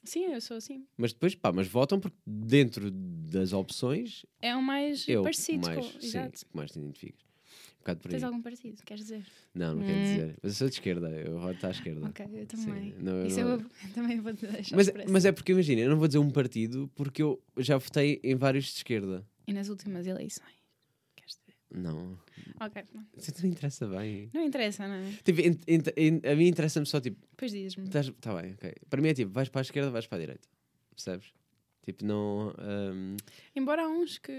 S2: Sim, eu sou assim.
S1: mas depois, pá, mas votam porque dentro das opções
S2: É o mais
S1: eu que
S2: parecido.
S1: mais,
S2: com...
S1: sim,
S2: Exato.
S1: que mais te identificas. Um bocado por aí.
S2: Tens algum partido, queres dizer?
S1: Não, não quero
S2: Hum.
S1: dizer. Mas eu sou de esquerda, eu voto à esquerda.
S2: Ok, eu
S1: Sim,
S2: também.
S1: não, eu
S2: Isso
S1: não-
S2: eu, vou- eu também vou te deixar
S1: Mas,
S2: expresso.
S1: mas é porque, imagina, eu não vou dizer um partido porque eu já votei em vários de esquerda.
S2: E nas últimas eleições, queres dizer?
S1: Não.
S2: Ok, não.
S1: Isso não interessa bem.
S2: não interessa, não é?
S1: Tipo, ent- ent- en- a mim interessa-me só, tipo,
S2: Depois dizes-me.
S1: estás, tá bem, ok. Para mim é tipo, vais para a esquerda, vais para a direita. Percebes? Tipo, não. ahm,
S2: Embora há uns que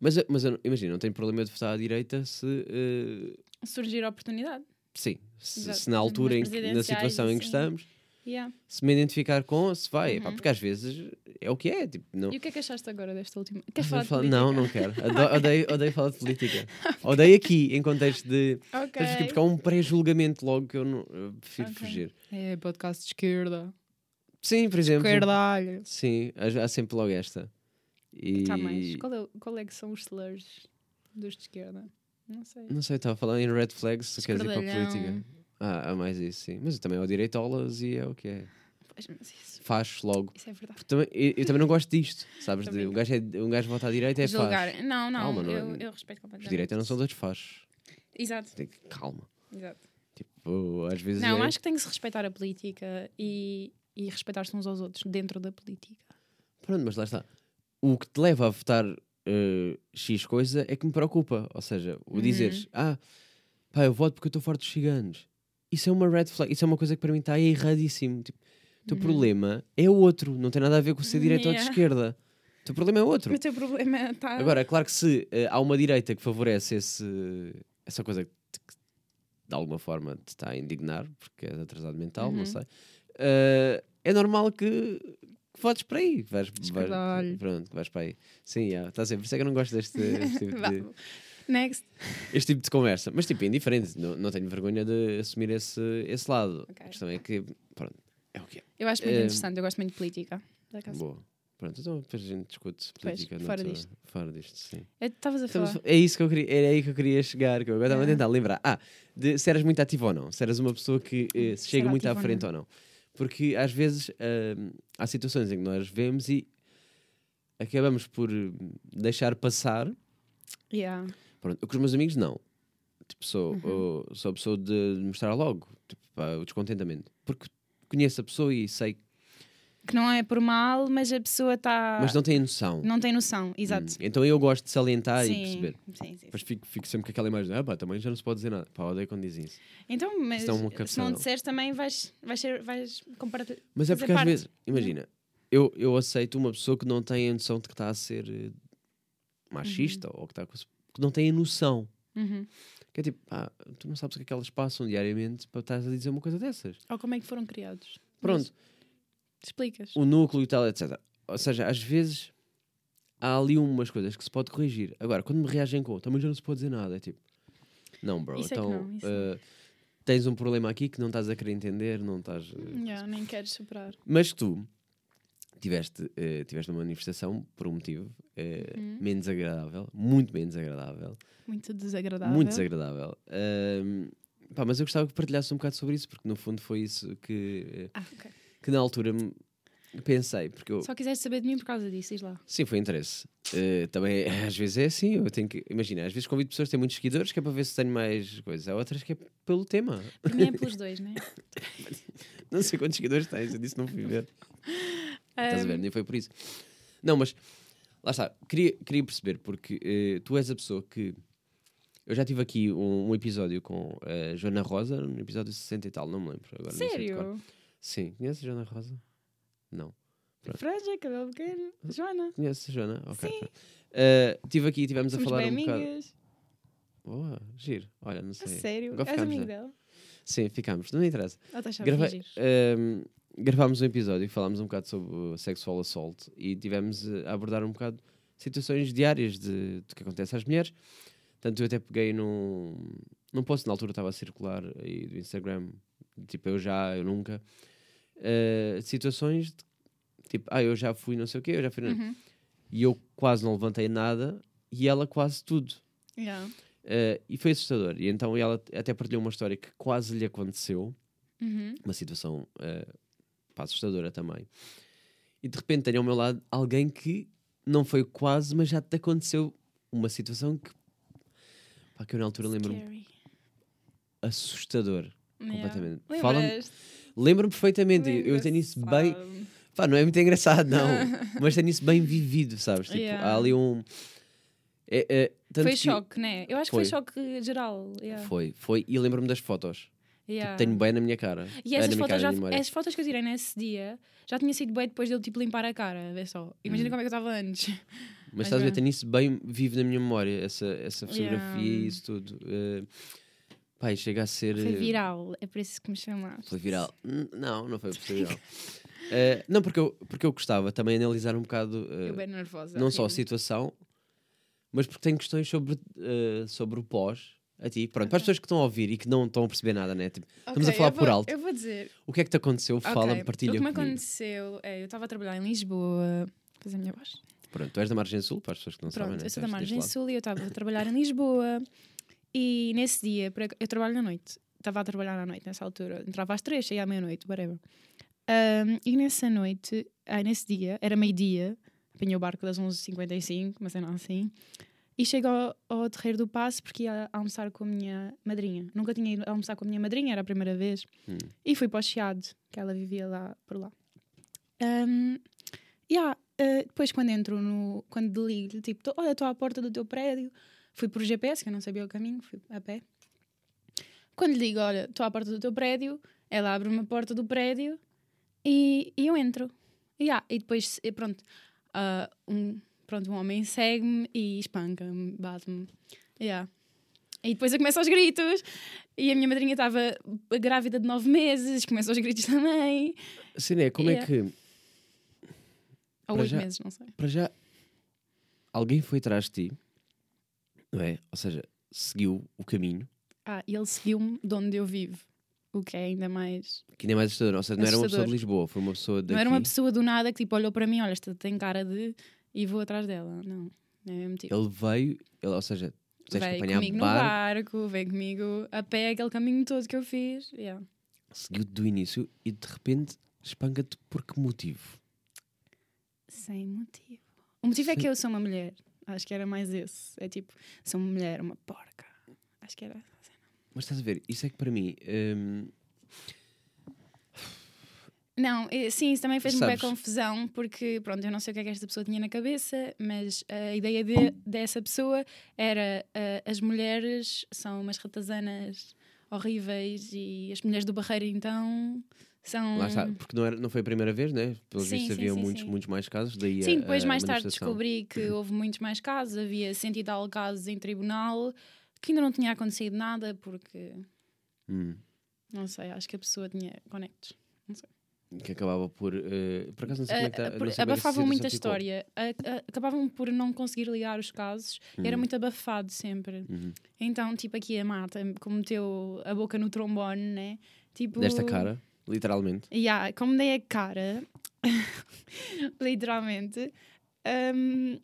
S1: mas eu- mas eu não- imagina, não tenho problema de votar à direita se. eh,
S2: surgir a oportunidade.
S1: sim. Se,
S2: Exato.
S1: se na altura, em
S2: Nas
S1: que- na
S2: presidenciais,
S1: situação em que
S2: assim.
S1: estamos,
S2: Yeah.
S1: se me identificar com, se vai. Epá,
S2: Uhum.
S1: porque às vezes é o que é. Tipo, não,
S2: E o que é que achaste agora desta última?
S1: Ah,
S2: Queres falar
S1: vamos
S2: de
S1: falar-
S2: política?
S1: Não, não quero. Ado- odeio, odeio falar de política. Odeio aqui, em contexto de.
S2: Ok.
S1: Sabes porquê? Porque há um pré-julgamento logo que eu, não, eu prefiro
S2: Ok.
S1: fugir.
S2: É podcast de esquerda.
S1: Sim, por exemplo.
S2: Esquerdalho.
S1: Sim, há, há sempre logo esta. E...
S2: Tá mais. Qual é, o- qual é que são os slurs dos de esquerda? Não sei.
S1: Não sei, estava a falar em red flags, se queres ir para a
S2: Esquerdalhão.
S1: política. Ah, há mais isso, sim. Mas eu também odeio direitolas e é o que é.
S2: Pois, mas isso,
S1: Faz logo.
S2: isso é verdade.
S1: Porque também, eu, eu também não gosto disto, sabes?
S2: Também
S1: De, um,
S2: não.
S1: gajo é, um gajo vota à direita é faz.
S2: Julgar. Não, não.
S1: Calma, não é-
S2: eu, eu respeito
S1: Os
S2: completamente.
S1: direitos não são todos faz.
S2: Exato,
S1: Tem que- Calma.
S2: exato.
S1: Tipo, às vezes.
S2: Não,
S1: é...
S2: acho que tem que se respeitar a política e, e respeitar-se uns aos outros dentro da política.
S1: Pronto, mas lá está. O que te leva a votar eh, X coisa é que me preocupa. Ou seja, o
S2: Uhum.
S1: dizeres, ah, pá, eu voto porque eu estou forte dos ciganos. Isso é uma red flag, isso é uma coisa que para mim está erradíssimo. Tipo, o teu
S2: Uhum.
S1: problema é outro, não tem nada a ver com ser direita ou de
S2: Yeah.
S1: esquerda. O teu problema é outro.
S2: O teu problema tá está.
S1: Agora, é claro que se eh, há uma direita que favorece esse, essa coisa que, te- que de alguma forma te está a indignar, porque és atrasado mental, não
S2: Uhum.
S1: sei, eh, é normal que, que votes para aí. que Vais, vais,
S2: Escardalho.
S1: pronto, que vais para aí. Sim, yeah, está a ser. Por isso é que eu não gosto deste este tipo,
S2: Vá.
S1: de,
S2: Next.
S1: este tipo de conversa. Mas, tipo, é indiferente. Não, não tenho vergonha de assumir esse, esse lado.
S2: Ok.
S1: A questão é que, pronto, é o que é.
S2: Eu acho muito
S1: Eh,
S2: interessante, eu gosto muito de política. por acaso.
S1: Boa. Pronto, então depois a gente discute
S2: Tá Pois,
S1: política.
S2: fora
S1: noutra-
S2: disto.
S1: Fora disto, sim.
S2: Eh, Estavas a
S1: Estamos-
S2: falar.
S1: é isso que eu queria, era aí que eu queria chegar, que eu agora estava a
S2: Ah.
S1: tentar lembrar. Ah, de se eras muito ativo ou não, se eras uma pessoa que eh, se
S2: Ser
S1: chega muito à
S2: Hum, ativo ou
S1: frente ou não. Porque às vezes ahm, há situações em que nós vemos e acabamos por eh, deixar passar.
S2: Yeah.
S1: Pronto, eu com os meus amigos não. Tipo, sou,
S2: Uhum.
S1: eu sou a pessoa de mostrar logo tipo, pá, o descontentamento. Porque conheço a pessoa e sei,
S2: Que não é por mal, mas a pessoa está.
S1: mas não tem noção.
S2: Ah, não tem noção, exato.
S1: Hum, Então eu gosto de salientar e perceber.
S2: sim, sim.
S1: Mas fico, fico sempre com aquela imagem, de, ah pá, também já não se pode dizer nada. Pá, odeio quando dizem isso.
S2: Então, mas
S1: Isto é um
S2: se não
S1: capsão.
S2: disseres também vais, vais, ser, vais comparar.
S1: Mas é
S2: fazer
S1: porque às
S2: parte.
S1: vezes, imagina, eu, eu aceito uma pessoa que não tem a noção de que está a ser eh, machista ou que, está, com- que não tem a noção.
S2: Uhum.
S1: Que é tipo, ah, tu não sabes o que é que elas passam diariamente para estás a dizer uma coisa dessas.
S2: Ou como é que foram criados.
S1: Pronto,
S2: Mas explicas.
S1: o núcleo e tal, etc. Ou seja, às vezes há ali umas coisas que se pode corrigir. Agora, quando me reagem com, também já não se pode dizer nada. É tipo, não, bro,
S2: Isso é que
S1: então
S2: não, isso
S1: eh, tens um problema aqui que não estás a querer entender, não estás. eh,
S2: Yeah, nem queres superar.
S1: Mas tu tiveste, eh, tiveste uma manifestação por um motivo eh,
S2: Uhum.
S1: menos agradável, muito menos agradável,
S2: Muito desagradável. Ah,
S1: muito desagradável. Ahm, Pá, mas eu gostava que partilhasse um bocado sobre isso, porque no fundo foi isso que, eh,
S2: Ah, ok.
S1: que na altura me pensei. Porque eu,
S2: Só quiseste saber de mim por causa disso, diz lá.
S1: Sim, foi interesse. Eh, também às vezes é assim, eu tenho que. Imagina, às vezes convido pessoas que têm muitos seguidores que é para ver se tenho mais coisas. Há outras que é pelo tema.
S2: Para mim é pelos dois, né?
S1: Não sei quantos seguidores tens, eu disse não fui ver. Estás a ver? Nem foi por isso. Não, mas lá está, queria, queria perceber, porque eh, tu és a pessoa que. Eu já tive aqui um, um episódio com a Joana Rosa, no episódio 60 e tal, não me lembro agora. não sei de cor.
S2: Sério?
S1: Sim, conheces a Joana Rosa? Não.
S2: Franja, cabelo pequeno. Joana.
S1: Conheces a Joana? Ok. pronto. Eh, tive aqui, tivemos a
S2: Somos
S1: falar
S2: bem
S1: um bocado.
S2: amigas.
S1: Boa, giro. Olha, não
S2: A
S1: sei.
S2: sério.
S1: Agora
S2: És
S1: ficámos,
S2: amigo
S1: né?
S2: dela?
S1: Sim, ficámos. Não me interessa.
S2: Ou estás a
S1: Grava-
S2: fingir?
S1: Ahm, gravámos um episódio e falámos um bocado sobre o sexual assault e tivemos eh, a abordar um bocado situações diárias de, do que acontece às mulheres. Tanto eu até peguei num. Não posso, na altura estava a circular aí do Instagram, tipo eu já, eu nunca. eh, situações de, tipo, ah, eu já fui não sei o quê, eu já fui. não-
S2: Uhum.
S1: E eu quase não levantei nada e ela quase tudo.
S2: Yeah.
S1: Eh, e foi assustador. E então ela até partilhou uma história que quase lhe aconteceu
S2: Uhum.
S1: uma situação eh, pá, assustadora também. E de repente tenho ao meu lado alguém que não foi quase, mas já te aconteceu uma situação que, pá, que eu na altura lembro-me
S2: Uhum. Scary.
S1: assustador.
S2: Yeah.
S1: Completamente. Fala-me-
S2: Lembras-te?
S1: Lembro-me perfeitamente, eu eu tenho isso bem.
S2: Engraçado.
S1: Pá, não é muito engraçado, não, mas tenho isso bem vivido, sabes? Tipo,
S2: Yeah.
S1: há ali um. é, é, tanto
S2: Foi
S1: que-
S2: choque, né? Eu acho que foi
S1: Foi.
S2: choque geral. yeah.
S1: Foi, foi. E lembro-me das fotos.
S2: Yeah.
S1: Tipo, tenho bem na minha cara.
S2: E
S1: Ah, na
S2: essas
S1: minha
S2: fotos,
S1: cara,
S2: já, é
S1: na memória.
S2: essas fotos que eu tirei nesse dia já tinha sido bem depois dele tipo limpar a cara, vê só. Imagina
S1: Hum.
S2: como é que eu estava antes.
S1: Mas
S2: Mas
S1: estás a ver,
S2: já.
S1: tenho isso bem vivo na minha memória, essa, essa fotografia
S2: Yeah.
S1: e isso tudo. Eh, pai, chega a ser.
S2: Foi
S1: eh,
S2: viral, é por isso que me chamaste.
S1: Foi viral. N- Não, não foi por ser viral. Eh, não, porque eu, porque eu gostava também de analisar um bocado, eh,
S2: Eu bem nervosa.
S1: não só a
S2: horrível.
S1: situação, mas porque tenho questões sobre, eh, sobre o pós a ti. Pronto, para as pessoas que estão a ouvir e que não estão a perceber nada, né? Tipo, Estamos a
S2: Ok,
S1: falar
S2: eu
S1: por
S2: vou-
S1: alto.
S2: Eu vou dizer.
S1: o que é que te aconteceu?
S2: ok,
S1: Fala-me, partilha
S2: O que me
S1: comigo.
S2: aconteceu é, eu estava a trabalhar em Lisboa. Fazer a minha voz.
S1: Pronto, tu és da Margem Sul, para as pessoas que não sabem,
S2: Pronto,
S1: né?
S2: eu sou da
S1: Tu és deste
S2: Margem
S1: lado.
S2: Sul e eu estava a trabalhar em Lisboa. E nesse dia, por ac- eu trabalho na noite. Estava a trabalhar à noite nessa altura. Entrava às três, saía à meia-noite, whatever. Ahm, e nessa noite, ai, nesse dia, era meio-dia, apanhei o barco das 11h55, mas é não assim. E chego ao, ao Terreiro do Passo porque ia almoçar com a minha madrinha. Nunca tinha ido almoçar com a minha madrinha, era a primeira vez.
S1: Hum.
S2: E fui para o Chiado, que ela vivia lá, por lá. Ahm, yeah, eh, depois quando entro no... Quando desligo, tipo, tô- olha, estou à porta do teu prédio. Fui por GPS, que eu não sabia o caminho, fui a pé. Quando lhe digo, olha, estou à porta do teu prédio, ela abre-me a porta do prédio e, e eu entro. E, ah, e depois, e pronto, ah, um, pronto, um homem segue-me e espanca-me, bate-me. E, ah. E depois eu começo aos gritos. E a minha madrinha estava grávida de nove meses, começou aos gritos também.
S1: Sim, né? Como é
S2: Yeah.
S1: que.
S2: Ou
S1: Para
S2: oito
S1: já-
S2: meses, não sei.
S1: para já alguém foi atrás de ti, não é? Ou seja, seguiu o caminho,
S2: Ah, e ele seguiu-me de onde eu vivo. O que é ainda mais
S1: que ainda é mais assustador. Ou seja, não era uma pessoa
S2: Assustador.
S1: de Lisboa, foi uma pessoa daqui.
S2: Não era uma pessoa do nada que tipo olhou para mim, olha, esta tem cara de. e vou atrás dela. Não, não é mesmo tipo.
S1: Ele veio, ele, ou seja, tiveste que
S2: Veio
S1: apanhar
S2: comigo no
S1: barco,
S2: barco, veio comigo a pé aquele caminho todo que eu fiz. Yeah.
S1: seguiu-te do início e de repente espanca-te por que motivo?
S2: Sem motivo. O motivo é
S1: Sim.
S2: que eu sou uma mulher. Acho que era mais esse. É tipo, sou uma mulher, uma porca. Acho que era. assim.
S1: Mas estás a ver, isso é que para mim. hum,
S2: Não, eh, sim, isso também fez-me bem
S1: Sabes?
S2: confusão, porque pronto, eu não sei o que é que esta pessoa tinha na cabeça, mas a ideia de- dessa pessoa era eh, as mulheres são umas ratazanas horríveis e as mulheres do barreiro então são.
S1: Lá está, porque não, era, não foi a primeira vez, né? Pelos
S2: Hum. Sim,
S1: vistos
S2: sim,
S1: havia
S2: sim,
S1: muitos,
S2: sim.
S1: muitos mais casos. Daí a-
S2: Sim, depois
S1: a
S2: mais tarde
S1: manifestação. Uhum.
S2: descobri que houve muitos mais casos, havia cento e tal casos em tribunal, que ainda não tinha acontecido nada, porque
S1: Hum,
S2: não sei, acho que a pessoa tinha conectos.
S1: que acabava por. eh, por acaso não sei como é que
S2: Ah,
S1: está.
S2: ah,
S1: não sei
S2: por-
S1: como é que essa
S2: abafavam muito a
S1: situação ficou.
S2: história. Ah, ah, acabavam por não conseguir ligar os casos. e Era
S1: Hum.
S2: muito abafado sempre.
S1: Uhum.
S2: Então, tipo, aqui a Marta como meteu a boca no trombone, né? Tipo,
S1: Desta cara, literalmente.
S2: Yeah, como dei a cara, literalmente, hum,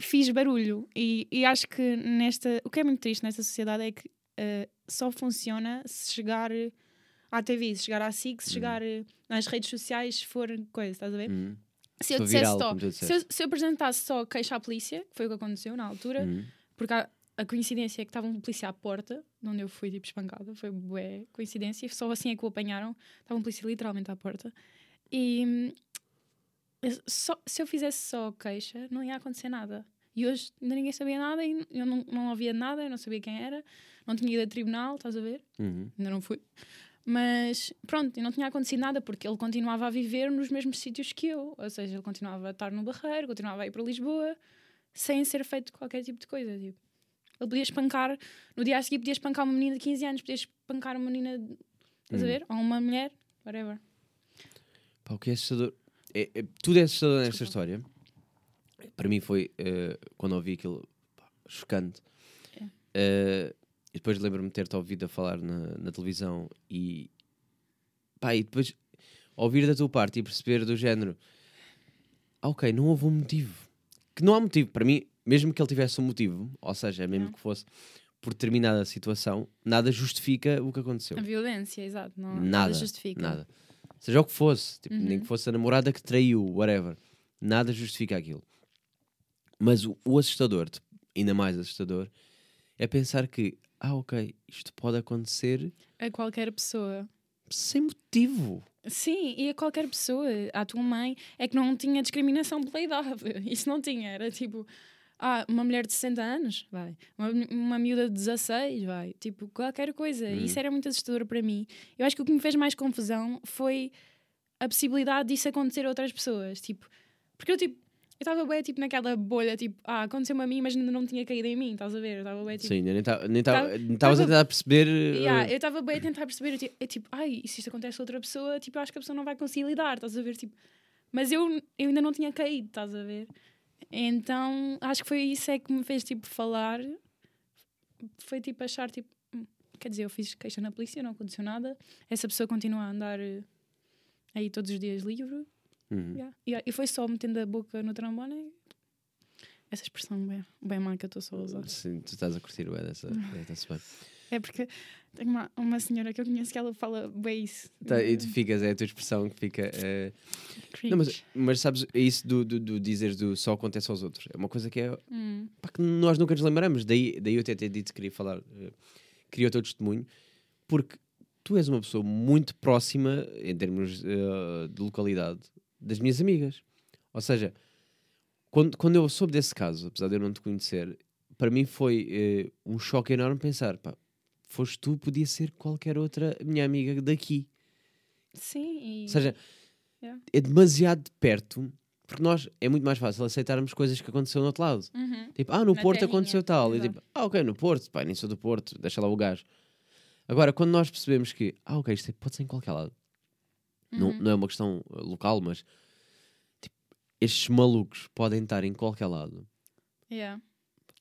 S2: fiz barulho. E, e acho que nesta. O que é muito triste nesta sociedade é que ah, eh, só funciona se chegar à TV, se chegar à SIC, se chegar eh, nas redes sociais, se for coisa, estás a ver?
S1: Uhum.
S2: Se eu
S1: Sou
S2: dissesse
S1: viral,
S2: só,
S1: como tu
S2: se eu, se eu apresentasse só queixa à polícia, que foi o que aconteceu na altura,
S1: Uhum.
S2: porque a, a coincidência é que estava um polícia à porta, de onde eu fui tipo espancada, foi bué coincidência, e só assim é que o apanharam, estava um polícia literalmente à porta. E hum, eu só- se eu fizesse só queixa, não ia acontecer nada. E hoje ainda ninguém sabia nada, e eu não, não ouvia nada, eu não sabia quem era, não tinha ido a tribunal, estás a ver?
S1: Uhum.
S2: ainda não fui. Mas pronto, e não tinha acontecido nada porque ele continuava a viver nos mesmos sítios que eu. Ou seja, ele continuava a estar no Barreiro, continuava a ir para Lisboa, sem ser feito qualquer tipo de coisa. Tipo. Ele podia espancar, no dia a seguir, podia espancar uma menina de 15 anos, podia espancar uma menina, de- estás a
S1: Hum.
S2: ver? Ou uma mulher, whatever.
S1: Pá, o que é assustador. É, é- tudo é assustador nesta
S2: Desculpa.
S1: história. Para mim foi eh, quando ouvi aquilo pá, chocante. Eh, e depois lembro-me de ter-te ouvido a falar na, na televisão e. Pá, e depois ouvir da tua parte e perceber do género. Ah, ok, não houve um motivo. Que não há motivo. Para mim, mesmo que ele tivesse um motivo, ou seja, mesmo
S2: Não.
S1: que fosse por determinada situação, nada justifica o que aconteceu.
S2: A violência, exato. Não, nada,
S1: Nada,
S2: justifica.
S1: Nada. Seja o que fosse, tipo,
S2: Uhum.
S1: nem que fosse a namorada que traiu, whatever. Nada justifica aquilo. Mas o, o assustador, de- ainda mais assustador, é pensar que, ah, ok, isto pode acontecer
S2: A qualquer pessoa.
S1: sem motivo.
S2: Sim, e a qualquer pessoa, à tua mãe, é que não tinha discriminação pela idade. Isso não tinha, era tipo, ah, uma mulher de 60 anos, vai, uma, uma miúda de 16, vai, tipo, qualquer coisa.
S1: Uhum.
S2: Isso era muito assustador para mim. Eu acho que o que me fez mais confusão foi a possibilidade disso acontecer a outras pessoas, tipo, porque eu tipo, eu estava bem tipo naquela bolha, tipo, ah, aconteceu-me a mim, mas ainda não tinha caído em mim, estás a ver? Eu estava bem tipo,
S1: Sim, eu nem ta- nem ta-
S2: Tava-
S1: nem estavas a
S2: tava-
S1: tentar perceber.
S2: tá Yeah,
S1: eh,
S2: eu estava bem a tentar perceber, eu ti- eu tipo, ai, e se isto acontece a outra pessoa, tipo, eu acho que a pessoa não vai conseguir lidar, estás a ver? Tipo, mas eu, eu ainda não tinha caído, estás a ver? Então, acho que foi isso é que me fez, tipo, falar. Foi, tipo, achar, tipo, "Hum, quer dizer, eu fiz queixa na polícia, não aconteceu nada. Essa pessoa continua a andar eh, aí todos os dias livre.
S1: uhum.
S2: Yeah. Yeah, E foi só metendo a boca no trombone. Essa expressão bem, bem má que eu estou só a usar.
S1: Sim, tu estás a curtir bem dessa, dessa semana.
S2: É porque tenho uma, uma senhora que eu conheço que ela fala bem isso.
S1: Tá, e tu ficas, é a tua expressão que fica. eh,
S2: Cringe.
S1: Não, mas, mas sabes, é isso do, do, do dizeres do só acontece aos outros. É uma coisa que é. pá, que nós nunca nos lembramos. Daí, daí eu até ter dito que queria falar. eh, queria o teu testemunho, porque tu és uma pessoa muito próxima, em termos eh, de localidade, das minhas amigas. Ou seja, quando, quando eu soube desse caso, apesar de eu não te conhecer, para mim foi eh, um choque enorme pensar: pá, foste tu, podia ser qualquer outra minha amiga daqui.
S2: Sim, e
S1: Ou seja,
S2: Yeah.
S1: é demasiado de perto, porque nós é muito mais fácil aceitarmos coisas que aconteceram no outro lado.
S2: Uhum.
S1: Tipo, ah, no
S2: Na
S1: Porto
S2: terrinha,
S1: aconteceu tal. E
S2: exato.
S1: tipo, ah, ok, no Porto, pá, nem sou do Porto, deixa lá o gajo. Agora, quando nós percebemos que, ah, ok, isto pode ser em qualquer lado,
S2: Uhum.
S1: não, não é uma questão eh, local, mas tipo, estes malucos podem estar em qualquer lado,
S2: Yeah.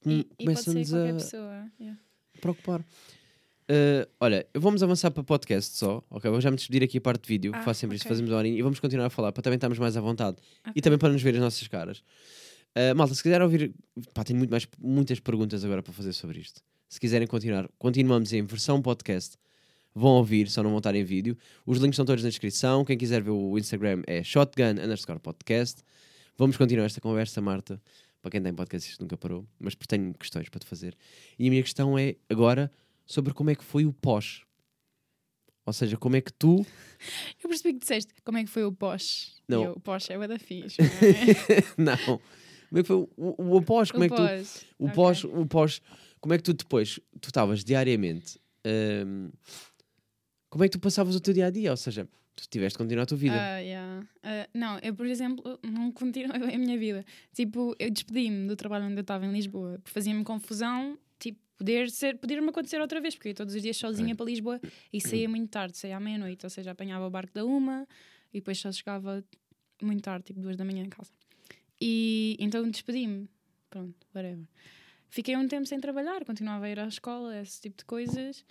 S1: hum,
S2: E, e pode ser
S1: começa-nos
S2: qualquer
S1: a
S2: pessoa. Yeah.
S1: preocupar. Eh, olha, vamos avançar para podcast só, ok? Vou já me despedir aqui a parte de vídeo,
S2: Ah,
S1: faço sempre isto,
S2: ok.
S1: fazemos uma horinha e vamos continuar a falar para também estarmos mais à vontade.
S2: Ok.
S1: E também para nos ver as nossas caras. Uh, malta, se quiser ouvir. Pá, tenho muito mais, muitas perguntas agora para fazer sobre isto. Se quiserem continuar, continuamos em versão podcast. Vão ouvir, só não vão estar em vídeo. Os links estão todos na descrição. Quem quiser ver o Instagram é shotgun underscore podcast. Vamos continuar esta conversa, Marta. Para quem tem podcast, isto nunca parou. Mas tenho questões para te fazer. E a minha questão é agora sobre como é que foi o pós. Ou seja, como é que tu.
S2: Eu percebi que disseste como é que foi o pós. E
S1: Não.
S2: eu, O pós é o da fixe. não é?
S1: não. Como é que foi o, o, o pós? Como
S2: o
S1: é que tu.
S2: pós.
S1: O
S2: Ok.
S1: pós, o pós, como é que tu depois, tu estavas diariamente, hum, como é que tu passavas o teu dia a dia? Ou seja, tu tiveste de continuar a tua vida.
S2: Ah, yeah. Ah, não, eu, por exemplo, não continuei a minha vida. Tipo, eu despedi-me do trabalho onde eu estava em Lisboa, porque fazia-me confusão, tipo, poder ser, poder-me acontecer outra vez, porque eu ia todos os dias sozinha
S1: Ok.
S2: para Lisboa e saía muito tarde, saía à meia-noite, ou seja, apanhava o barco da uma e depois só chegava muito tarde, tipo duas da manhã em casa. E então despedi-me. Pronto, whatever. Fiquei um tempo sem trabalhar, continuava a ir à escola, esse tipo de coisas.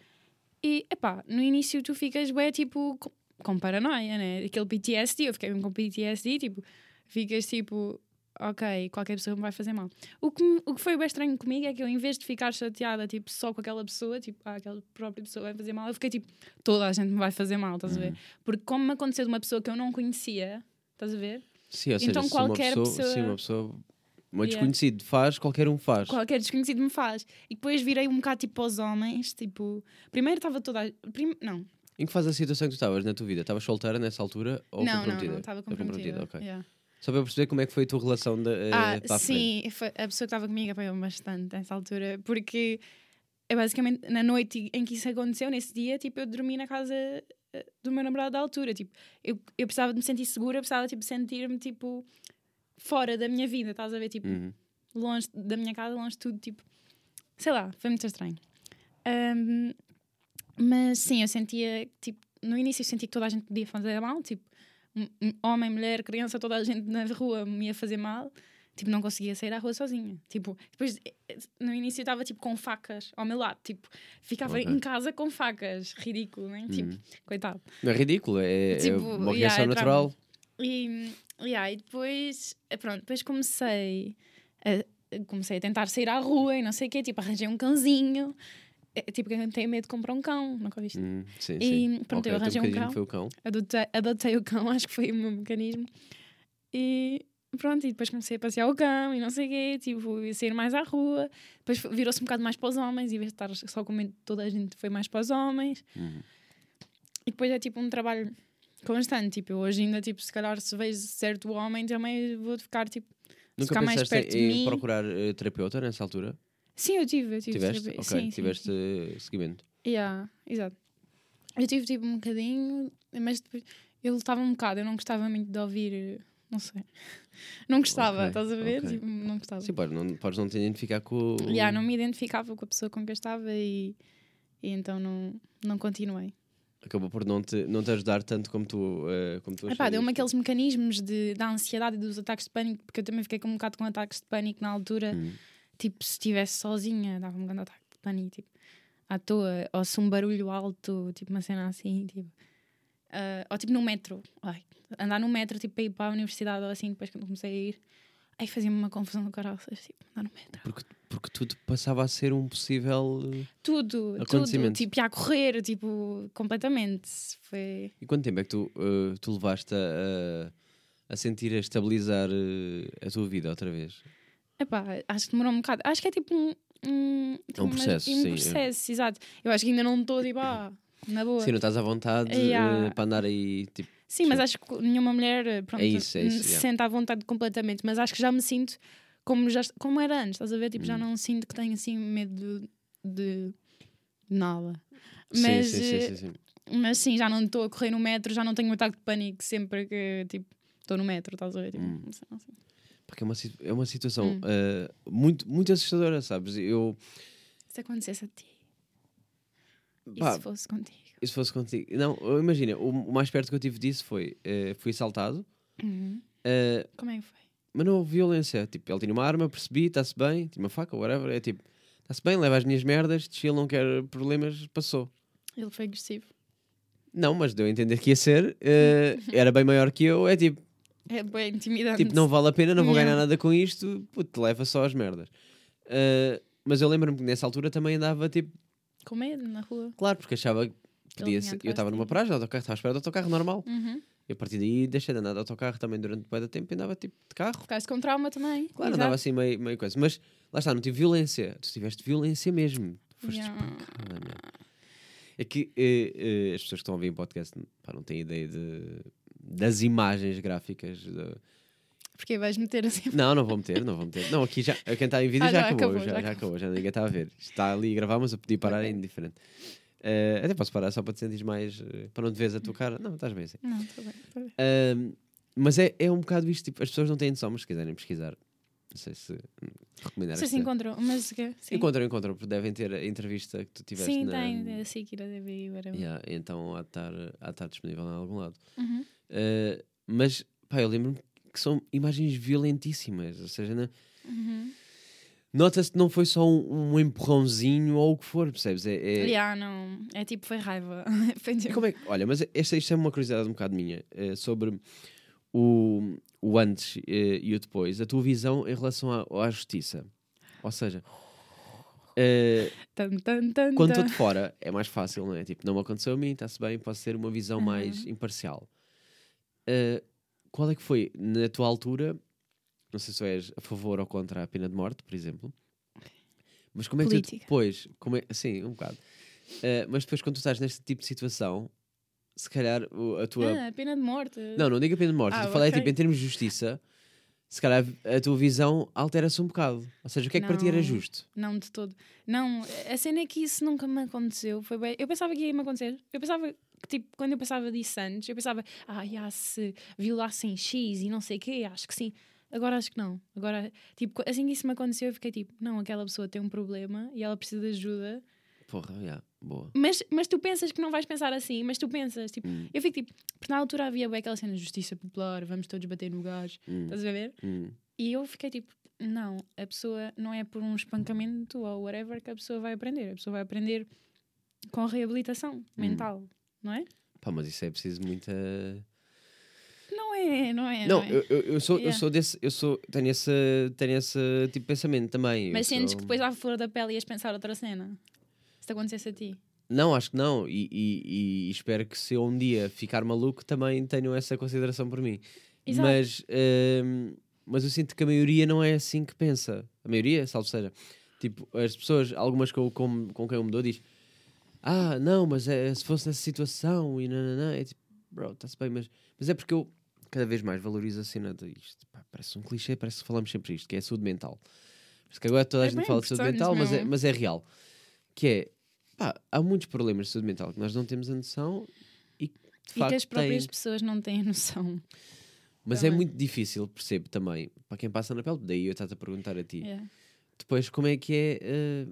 S2: E, epá, no início tu ficas bem, tipo, com, com paranoia, né? Aquele PTSD, eu fiquei mesmo com PTSD, tipo, ficas tipo, ok, qualquer pessoa me vai fazer mal. O que, me- o que foi bem estranho comigo é que eu, em vez de ficar chateada, tipo, só com aquela pessoa, tipo, ah, aquela própria pessoa vai fazer mal, eu fiquei tipo, toda a gente me vai fazer mal, estás a
S1: Uhum.
S2: ver? Porque como me aconteceu de uma pessoa que eu não conhecia, estás a ver?
S1: Sim, ou seja,
S2: Então
S1: se
S2: qualquer
S1: uma pessoa,
S2: pessoa-
S1: Sim, uma pessoa. Uma
S2: Yeah.
S1: desconhecido faz, qualquer um faz.
S2: Qualquer desconhecido me faz. E depois virei um bocado, tipo, aos homens, tipo... Primeiro estava toda a... Prim... Não,
S1: Em que faz a situação que tu estavas na tua vida? Estavas solteira nessa altura ou
S2: não, não,
S1: comprometida?
S2: não, estava comprometida.
S1: ok.
S2: yeah.
S1: Só para eu perceber como é que foi a tua relação da, eh,
S2: Ah,
S1: para a frente.
S2: sim, foi- a pessoa que estava comigo apoiou-me bastante nessa altura, porque é basicamente na noite em que isso aconteceu, nesse dia, tipo, eu dormi na casa eh, do meu namorado da altura, tipo, eu, eu precisava de me sentir segura, eu precisava, tipo, sentir-me, tipo, fora da minha vida, estás a ver, tipo,
S1: Uhum.
S2: longe da minha casa, longe de tudo, tipo, sei lá, foi muito estranho. Ahm, mas sim, eu sentia, tipo, no início eu senti que toda a gente podia fazer mal, tipo, um- um homem, mulher, criança, toda a gente na rua me ia fazer mal, tipo, não conseguia sair à rua sozinha. Tipo, depois, eh, eh, no início eu estava, tipo, com facas ao meu lado, tipo, ficava
S1: Ok.
S2: em casa com facas, ridículo, né? Tipo, coitado.
S1: Não é ridículo, é, é
S2: Tipo,
S1: uma
S2: yeah,
S1: reação
S2: é
S1: natural.
S2: E, yeah, e depois, eh, pronto, depois comecei a, comecei a tentar sair à rua e não sei o quê, tipo, arranjei um cãozinho. Eh, Tipo, que eu tenho medo de comprar um cão, nunca viste.
S1: Hum, sim,
S2: E,
S1: sim. Ok,
S2: pronto, eu
S1: o teu
S2: arranjei um
S1: bocadinho
S2: cão.
S1: Foi o cão.
S2: Adotei, adotei o cão, acho que foi o meu mecanismo. E pronto, e depois comecei a passear o cão e não sei o quê, tipo, e sair mais à rua. Depois f- virou-se um bocado mais para os homens, em vez de estar só com medo de toda a gente, foi mais para os homens.
S1: Uhum.
S2: E depois é tipo um trabalho constante, tipo, eu hoje ainda, tipo, se calhar se vejo certo homem também vou ficar, tipo, se
S1: Nunca
S2: ficar mais
S1: pensaste
S2: perto de
S1: em
S2: mim.
S1: procurar eh, terapeuta nessa altura?
S2: Sim, eu tive, eu tive.
S1: Tiveste?
S2: terapia.
S1: Ok,
S2: Sim, sim,
S1: tiveste
S2: sim.
S1: eh, seguimento.
S2: Yeah, exato. Eu tive tipo um bocadinho, mas depois eu lutava um bocado, eu não gostava muito de ouvir, não sei. Não gostava,
S1: Ok,
S2: estás a ver?
S1: ok.
S2: Tipo, não gostava.
S1: Sim, pode, não, podes não te identificar com. o-
S2: Yeah, não me identificava com a pessoa com que eu estava e, e então não, não continuei.
S1: Acabou por não te, não te ajudar tanto como tu, eh, como tu
S2: Epá,
S1: acharias.
S2: deu-me aqueles mecanismos de, da ansiedade e dos ataques de pânico, porque eu também fiquei com um bocado com ataques de pânico na altura.
S1: Hum.
S2: Tipo, se estivesse sozinha, dava-me um grande ataque de pânico, tipo, à toa, ou se um barulho alto, tipo, uma cena assim, tipo. ah, ou tipo no metro, ai, andar no metro, tipo, para ir para a universidade ou assim, depois quando comecei a ir, aí fazia-me uma confusão do caraças, tipo, andar no metro.
S1: Porque, porque tudo passava a ser um possível. eh,
S2: Tudo, tudo,
S1: Acontecimento.
S2: tipo, ia a correr, tipo, completamente. Foi.
S1: E quanto tempo é que tu, eh, tu levaste a, a, a sentir, a estabilizar eh, a tua vida outra vez?
S2: Epá, acho que demorou um bocado. Acho que é tipo um. Um, tipo, uma-
S1: processo,
S2: um
S1: sim, é.
S2: processo, exato. Eu acho que ainda não estou, tipo, ah, na boa.
S1: Sim, não estás à vontade
S2: Yeah.
S1: eh, para andar aí, tipo,
S2: Sim, mas acho que nenhuma mulher eh, pronto,
S1: É isso, é isso,
S2: se
S1: yeah.
S2: sente à vontade completamente. Mas acho que já me sinto como, já, est- como era antes, estás a ver? Tipo,
S1: Hum.
S2: já não sinto que tenho assim medo de, de nada.
S1: sim,
S2: Mas
S1: sim, sim, sim,
S2: eh,
S1: sim.
S2: mas sim, já não estou a correr no metro, já não tenho um ataque de pânico sempre que tipo, estou no metro, estás a ver? Tipo,
S1: Hum.
S2: assim, assim.
S1: Porque é uma, situ- é uma situação
S2: Hum.
S1: eh, muito, muito assustadora, sabes? Eu,
S2: Se acontecesse a ti e
S1: pá,
S2: se fosse contigo.
S1: e se fosse contigo. Não, eu- imagina, o, o mais perto que eu tive disso foi: eh, fui assaltado,
S2: Uhum.
S1: eh,
S2: Como é que foi?
S1: mas não houve violência. Tipo, ele tinha uma arma, percebi, está-se bem, tinha uma faca, whatever. É tipo, está-se bem, leva as minhas merdas, chill, não quer problemas, passou.
S2: Ele foi agressivo.
S1: Não, mas deu a entender que ia ser. eh, era bem maior que eu. É tipo,
S2: É bem intimidante.
S1: tipo, não vale a pena, não vou ganhar
S2: Yeah.
S1: nada com isto. Puto, leva só as merdas. Eh, mas eu lembro-me que nessa altura também andava tipo,
S2: Com medo na rua.
S1: claro, porque achava que podia
S2: vinha
S1: ser. Eu
S2: atrás
S1: estava
S2: de
S1: numa
S2: ti.
S1: paragem de autocarro, estava à espera do autocarro normal.
S2: Uhum.
S1: E a partir daí deixei de andar de autocarro também durante um de tempo e andava tipo de carro.
S2: Ficaste com trauma também.
S1: Claro,
S2: Exato.
S1: andava assim meio, meio coisa. Mas lá está, não tive violência. Tu tiveste violência mesmo. Tu Foste
S2: Yeah.
S1: espancada, meu. É que eh, eh, as pessoas que estão a ouvir em podcast pá, não têm ideia de, das imagens gráficas. da-
S2: Porque vais meter assim.
S1: Não, não vou meter, não vou meter. Não, aqui já, quem está em vídeo
S2: Ah,
S1: já,
S2: já
S1: acabou,
S2: acabou,
S1: já,
S2: já
S1: já acabou, já ninguém está a ver. Está ali a gravar, mas eu podia parar,
S2: Ok.
S1: é indiferente. Eh, até posso parar só para te sentir mais. eh, para não te veres a
S2: Uhum.
S1: tua cara. Não, estás bem assim.
S2: Não, está bem, está bem.
S1: Ahm, mas é, é um bocado isto, tipo, as pessoas não têm noção, mas se quiserem pesquisar, não sei se hum, recomendar
S2: Não sei
S1: esta-
S2: se encontrou, mas o quê? Sim.
S1: Encontram, encontram, porque devem ter a entrevista que tu tiveste
S2: Sim,
S1: na.
S2: tem. A Sikira deve whatever.
S1: Yeah, então há de, estar, há de estar disponível em algum lado.
S2: Uhum.
S1: Ah, mas, pá, eu lembro-me que são imagens violentíssimas. Ou seja, na-
S2: Uhum.
S1: nota-se que não foi só um, um empurrãozinho ou o que for, percebes? É, é-
S2: Yeah, não. É tipo, foi raiva. foi tipo...
S1: é Como é que- olha, mas esta, isto é uma curiosidade um bocado minha eh, sobre o, o antes eh, e o depois, a tua visão em relação à, à justiça. Ou seja, eh,
S2: tipo, Tan, tan, tan,
S1: quando estou
S2: tan.
S1: de fora é mais fácil, não é? Tipo, não me aconteceu a mim, está-se bem, posso ter uma visão mais imparcial. Eh, qual é que foi, na tua altura, não sei se tu és a favor ou contra a pena de morte, por exemplo, mas como é que tu
S2: Política.
S1: depois, como é, sim, um bocado, Eh, mas depois quando tu estás neste tipo de situação, se calhar o- a tua
S2: Ah, pena de morte.
S1: não, não diga pena de morte.
S2: Ah,
S1: Estou a falar é,
S2: ok.
S1: tipo, em termos de justiça, se calhar a tua visão altera-se um bocado. Ou seja, o que é que para ti era
S2: Não.
S1: justo?
S2: Não, de todo. Não, a cena é que isso nunca me aconteceu. Foi bem... Eu pensava que ia me acontecer. Eu pensava que, tipo, quando eu pensava disso antes, eu pensava, ah, já se violassem X e não sei o quê, acho que sim. Agora acho que não. Agora, tipo, co- assim que isso me aconteceu, eu fiquei tipo, não, aquela pessoa tem um problema e ela precisa de ajuda.
S1: Porra, yeah, boa.
S2: Mas, mas tu pensas que não vais pensar assim, mas tu pensas, tipo,
S1: Hum,
S2: eu fico tipo, porque na altura havia bem aquela cena de justiça popular, vamos todos bater no gás,
S1: hum,
S2: estás a ver?
S1: hum.
S2: E eu fiquei tipo, não, a pessoa não é por um espancamento ou whatever que a pessoa vai aprender. A pessoa vai aprender com
S1: Hum.
S2: reabilitação mental, não é?
S1: Pá, mas isso é preciso muita.
S2: Não é, não é.
S1: não,
S2: é.
S1: eu, eu, eu sou, eu
S2: Yeah.
S1: sou desse. Eu sou, tenho, esse, tenho esse tipo de pensamento também.
S2: Mas
S1: eu
S2: sentes
S1: sou-
S2: que depois à flor da pele ias pensar outra cena. Se te acontecesse a ti.
S1: Não, acho que não. E, e- e espero que se eu um dia ficar maluco também tenham essa consideração por mim.
S2: Exato.
S1: Mas, hum, mas eu sinto que a maioria não é assim que pensa. A maioria, salvo seja. Tipo, as pessoas, algumas com, com, com quem eu mudou, diz: Ah, não, mas é, se fosse nessa situação e nananã. É tipo, bro, está-se bem, mas, mas é porque eu cada vez mais valorizo a cena de isto. Pá, parece um clichê, parece que falamos sempre isto, que é a saúde mental. Parece que agora toda a
S2: É
S1: gente
S2: bem
S1: fala de saúde
S2: importante,
S1: mental, mas é,
S2: meu.
S1: mas é real. Que é, pá, há muitos problemas de saúde mental que nós não temos a noção e que, de
S2: E que as
S1: facto
S2: próprias
S1: têm.
S2: pessoas não têm noção.
S1: Mas é
S2: Também.
S1: muito difícil, percebo também, para quem passa na pele, daí eu estava a perguntar a ti.
S2: Yeah.
S1: Depois, como é que é. eh,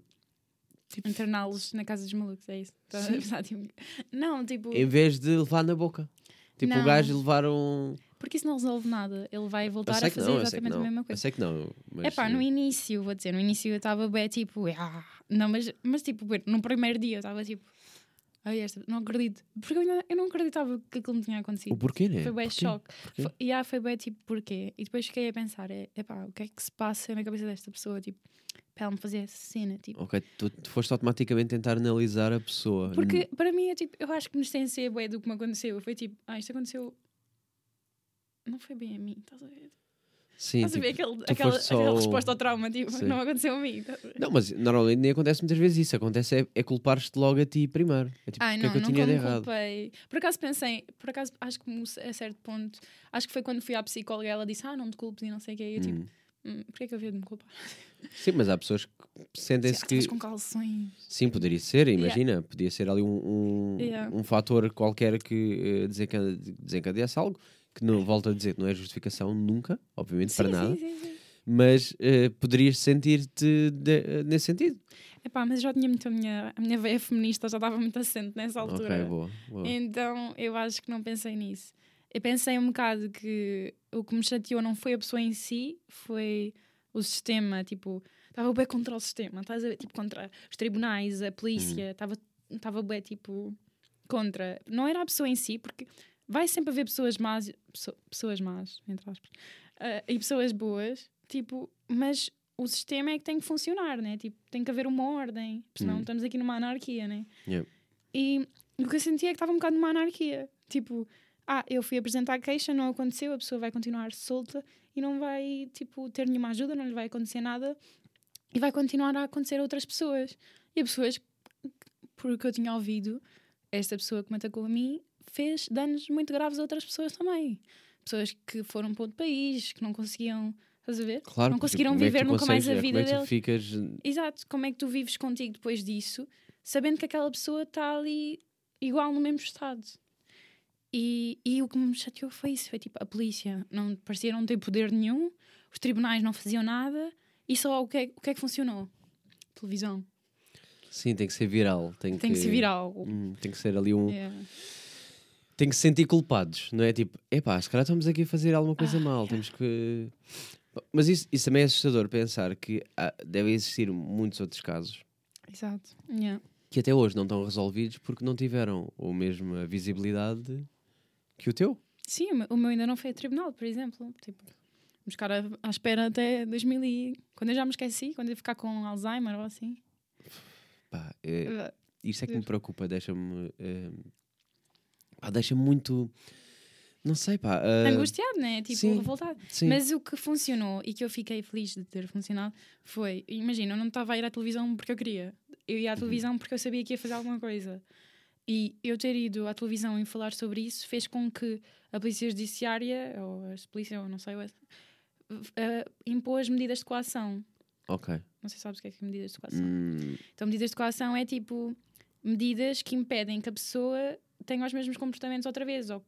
S1: tipo,
S2: Interná-los na casa dos malucos, é isso. Estás a
S1: Sim.
S2: pensar, tipo, Não, tipo,
S1: em vez de levar na boca. Tipo, o
S2: Não.
S1: gajo levar um.
S2: porque isso não resolve nada. Ele vai
S1: Eu
S2: voltar
S1: sei
S2: a
S1: que
S2: fazer
S1: não, eu sei que
S2: exatamente a
S1: não.
S2: mesma
S1: Eu
S2: coisa.
S1: sei que não. Mas,
S2: É pá,
S1: eh,
S2: no início, vou dizer, no início eu estava bem tipo, ah, não, mas, mas tipo, bem, no primeiro dia eu estava tipo, ai, esta, não acredito, porque eu, ainda, eu não acreditava que aquilo me tinha
S1: O
S2: acontecido.
S1: porquê, né?
S2: Foi bem
S1: Porquê?
S2: choque.
S1: Porquê?
S2: Foi, e ah, foi bem tipo, porquê? E depois fiquei a pensar, é pá, o que é que se passa na cabeça desta pessoa, tipo, para ela me fazer essa cena, tipo.
S1: Ok, tu, tu foste automaticamente tentar analisar a pessoa. né?
S2: Porque para mim é tipo, eu acho que me sem ser bué do que me aconteceu. Foi tipo, ah, isto aconteceu. Não foi bem a mim, estás a ver?
S1: Sim.
S2: Estás a ver
S1: tipo-
S2: aquele,
S1: tu
S2: aquela,
S1: foste só
S2: aquela
S1: o-
S2: resposta ao trauma, tipo,
S1: Sim.
S2: não aconteceu a mim. estás a ver?
S1: Não, mas normalmente nem acontece muitas vezes isso. Acontece é, é culpar-te logo a ti primeiro. É tipo,
S2: Ai,
S1: o que
S2: não,
S1: é que eu
S2: nunca
S1: tinha de
S2: me
S1: errado?
S2: culpei. Por acaso pensei, por acaso acho que me- a certo ponto, acho que foi quando fui à psicóloga e ela disse, ah, não te culpes e não sei o quê. E eu tipo,
S1: Hum.
S2: hum, porquê que eu havia de me culpar?
S1: Sim, mas há pessoas que sentem-se
S2: Sim, ah, estavas
S1: que.
S2: com calções.
S1: Sim, poderia ser,
S2: Yeah.
S1: imagina, podia ser ali um, um,
S2: Yeah.
S1: um fator qualquer que eh, desenca- desencadeasse algo, que não volto a dizer, não é justificação nunca, obviamente, para
S2: sim,
S1: nada,
S2: sim, sim, sim.
S1: mas eh, poderias sentir-te de- eh, nesse sentido.
S2: Epá, mas eu já tinha muito a minha, a minha veia feminista, já estava muito assente nessa altura.
S1: Ok, boa. boa.
S2: Então eu acho que não pensei nisso. Eu pensei um bocado que o que me chateou não foi a pessoa em si, foi o sistema. Tipo, estava bem contra o sistema, estás a ver? Tipo, contra os tribunais, a
S1: Uhum.
S2: polícia, estava estava bem tipo contra. Não era a pessoa em si, porque vai sempre haver pessoas más, pesso- pessoas más, entre aspas, ah, e pessoas boas, tipo, mas o sistema é que tem que funcionar, né? Tipo, tem que haver uma ordem, senão
S1: Hum.
S2: estamos aqui numa anarquia, né?
S1: Yep.
S2: E o que eu sentia é que estava um bocado numa anarquia. Tipo, ah, eu fui apresentar a queixa, não aconteceu, a pessoa vai continuar solta e não vai, tipo, ter nenhuma ajuda, não lhe vai acontecer nada e vai continuar a acontecer a outras pessoas. E a pessoas, por que eu tinha ouvido, esta pessoa que me atacou a mim fez danos muito graves a outras pessoas também. Pessoas que foram para outro país, que não conseguiam, estás a ver?
S1: Claro,
S2: não
S1: porque
S2: conseguiram
S1: como é que tu
S2: viver nunca mais
S1: consegues-
S2: a
S1: é, como
S2: vida
S1: é que tu
S2: deles.
S1: ficas
S2: Exato, como é que tu vives contigo depois disso, sabendo que aquela pessoa está ali igual no mesmo estado. E, e o que me chateou foi isso: foi tipo a polícia, não parecia não ter poder nenhum, os tribunais não faziam nada, e só o que é, o que, é que funcionou? Televisão.
S1: Sim, tem que ser viral. Tem,
S2: Tem que ser viral.
S1: Hum, tem que ser ali um.
S2: É.
S1: Tem que se sentir culpados, não é? Tipo, epá, se calhar estamos aqui a fazer alguma coisa
S2: Ah,
S1: mal, temos que. Mas isso, isso também é assustador pensar que ah, devem existir muitos outros casos
S2: Exato. Yeah.
S1: que até hoje não estão resolvidos porque não tiveram a mesma visibilidade que o teu.
S2: Sim, o meu, o meu ainda não foi a tribunal, por exemplo. Tipo, vamos ficar a- à espera até 2000 e... Quando eu já me esqueci, quando eu ficar com Alzheimer ou assim.
S1: Pá,
S2: Hum,
S1: é, isso é que me preocupa, deixa-me. eh, pá, deixa-me muito. Não sei, pá. eh,
S2: Angustiado, né? Tipo,
S1: sim.
S2: revoltado.
S1: Sim.
S2: Mas o que funcionou e que eu fiquei feliz de ter funcionado foi, imagina, eu não estava a ir à televisão porque eu queria. Eu ia à televisão porque eu sabia que ia fazer alguma coisa. E eu ter ido à televisão e falar sobre isso fez com que a Polícia Judiciária, ou a polícia, ou não sei, o- eh, impôs medidas de coação.
S1: Ok.
S2: Não sei se sabes o que é que é medidas de coação.
S1: Hum,
S2: Então, medidas de coação é tipo medidas que impedem que a pessoa tenha os mesmos comportamentos outra vez. Ou...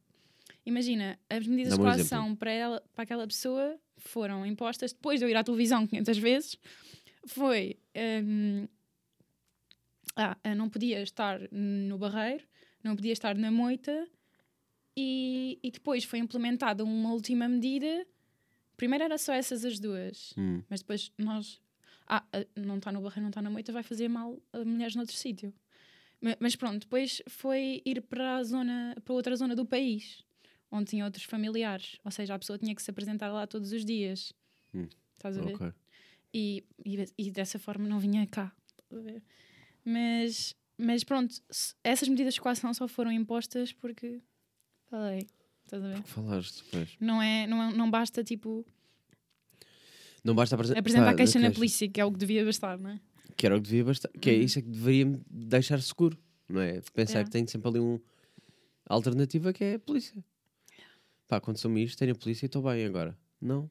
S2: Imagina, as medidas
S1: Dá-me um
S2: de coação para, ela, para aquela pessoa foram impostas depois de eu ir à televisão 500 vezes. Foi. hum, ah, eu não podia estar no barreiro, não podia estar na moita. E, e depois foi implementada uma última medida. Primeiro era só essas as duas.
S1: hum.
S2: Mas depois nós. Ah, ah, não está no barreiro, não está na moita, vai fazer mal a mulheres noutro sítio. Ma- Mas pronto, depois foi ir para a zona, para outra zona do país, onde tinha outros familiares. Ou seja, a pessoa tinha que se apresentar lá todos os dias.
S1: Hum,
S2: Estás a ver?
S1: Ok.
S2: E, e, e dessa forma não vinha cá. Estás a ver? Mas, mas pronto, se- essas medidas de coação só foram impostas porque. Falei. Estás a ver?
S1: Porque falaste, pois.
S2: Não, é, não, é- não basta, tipo,
S1: Não basta apresen-
S2: apresentar
S1: pá,
S2: a queixa na polícia, que é o que devia bastar, não é?
S1: Que era o que devia bastar. Que é
S2: Uhum.
S1: isso é que deveria me deixar seguro, não é? Pensar
S2: Yeah.
S1: que tenho sempre ali um a alternativa que é a polícia. Pá, aconteceu-me isto, tenho a polícia e estou bem agora. Não.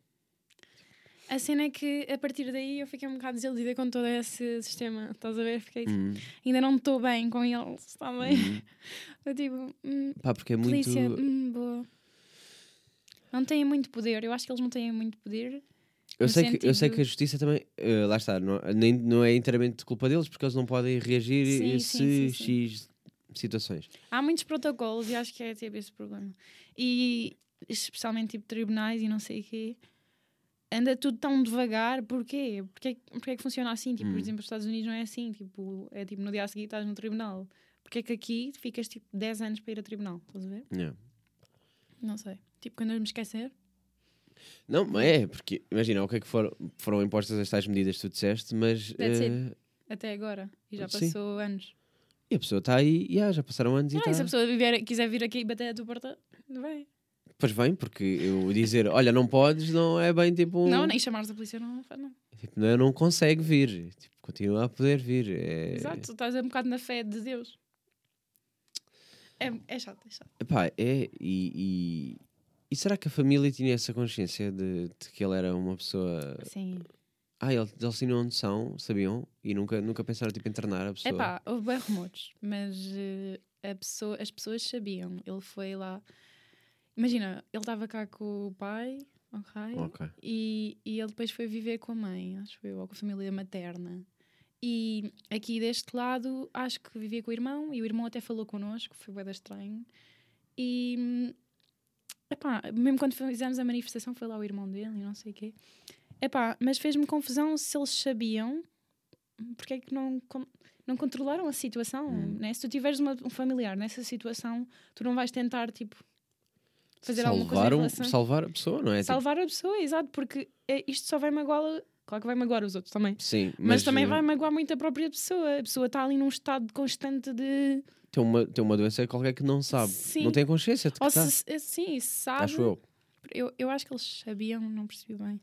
S2: A cena é que a partir daí eu fiquei um bocado desiludida com todo esse sistema. Estás a ver? Fiquei
S1: Hum,
S2: ainda não estou bem com eles, está
S1: hum.
S2: bem? Eu tipo, hum,
S1: Pá, porque é muito.
S2: polícia, hum, boa. Não têm muito poder, eu acho que eles não têm muito poder.
S1: Eu
S2: no
S1: sei, que, eu sei
S2: sentido-
S1: que a justiça também. eh, lá está, não, nem, não é inteiramente culpa deles, porque eles não podem reagir
S2: Sim,
S1: a
S2: sim,
S1: se
S2: sim, sim.
S1: X situações.
S2: Há muitos protocolos e acho que é tipo esse problema. E especialmente tipo tribunais e não sei o quê. Anda tudo tão devagar, porquê? Porquê, porquê é que funciona assim? Tipo,
S1: Hum.
S2: por exemplo, nos Estados Unidos não é assim, tipo, é tipo no dia a seguir estás no tribunal. Porquê é que aqui ficas tipo 10 anos para ir a tribunal? Estás a ver?
S1: Yeah.
S2: Não sei. Tipo, quando eu me esquecer.
S1: Não, mas é, porque imagina, o que é que foram, foram impostas as tais medidas que tu disseste, mas.
S2: That's it.
S1: eh,
S2: Até agora. E já
S1: Sim.
S2: passou anos.
S1: e a pessoa está aí, yeah, já passaram anos
S2: Ah,
S1: e
S2: e se
S1: tá-
S2: a pessoa vier- quiser vir aqui e bater a tua porta, bem.
S1: Pois vem, porque eu dizer, olha, não podes, não é bem tipo. um-
S2: Não, nem chamares a polícia não faz, não.
S1: tipo, não, não consegue vir. Tipo, continua a poder vir. É,
S2: Exato, tu estás um bocado na fé de Deus. É, é chato, é chato.
S1: Epá, é. E, e, e será que a família tinha essa consciência de, de que ele era uma pessoa.
S2: Sim.
S1: Ah, ele- eles tinham noção, sabiam, e nunca, nunca pensaram tipo, em internar a pessoa.
S2: Epá, houve bem rumores, mas eh, a pessoa- as pessoas sabiam. Ele foi lá. Imagina, ele estava cá com o pai, ok?
S1: Ok.
S2: E, e ele depois foi viver com a mãe, acho eu, ou com a família materna. E aqui deste lado, acho que vivia com o irmão, e o irmão até falou connosco, foi bué da estranho. E, hum, epá, mesmo quando fizemos a manifestação, foi lá o irmão dele e não sei o quê. Epá, mas fez-me confusão se eles sabiam, porque é que não, con- não controlaram a situação,
S1: Hum.
S2: né? Se tu tiveres uma- um familiar nessa situação, tu não vais tentar, tipo, fazer alguma coisa em
S1: Salvar um-
S2: relação-
S1: Salvar a pessoa, não é? Tipo,
S2: salvar a pessoa, exato, porque é, isto só vai magoar. Claro que vai magoar os outros também.
S1: sim, mas,
S2: Mas, também
S1: eh,
S2: vai magoar muito a própria pessoa. A pessoa está ali num estado constante de.
S1: Tem uma, tem uma doença qualquer que não sabe.
S2: Sim.
S1: Não tem consciência de que
S2: Ou
S1: está.
S2: se, se- sim, se sabe.
S1: Acho eu.
S2: eu. eu acho que eles sabiam, não percebi bem.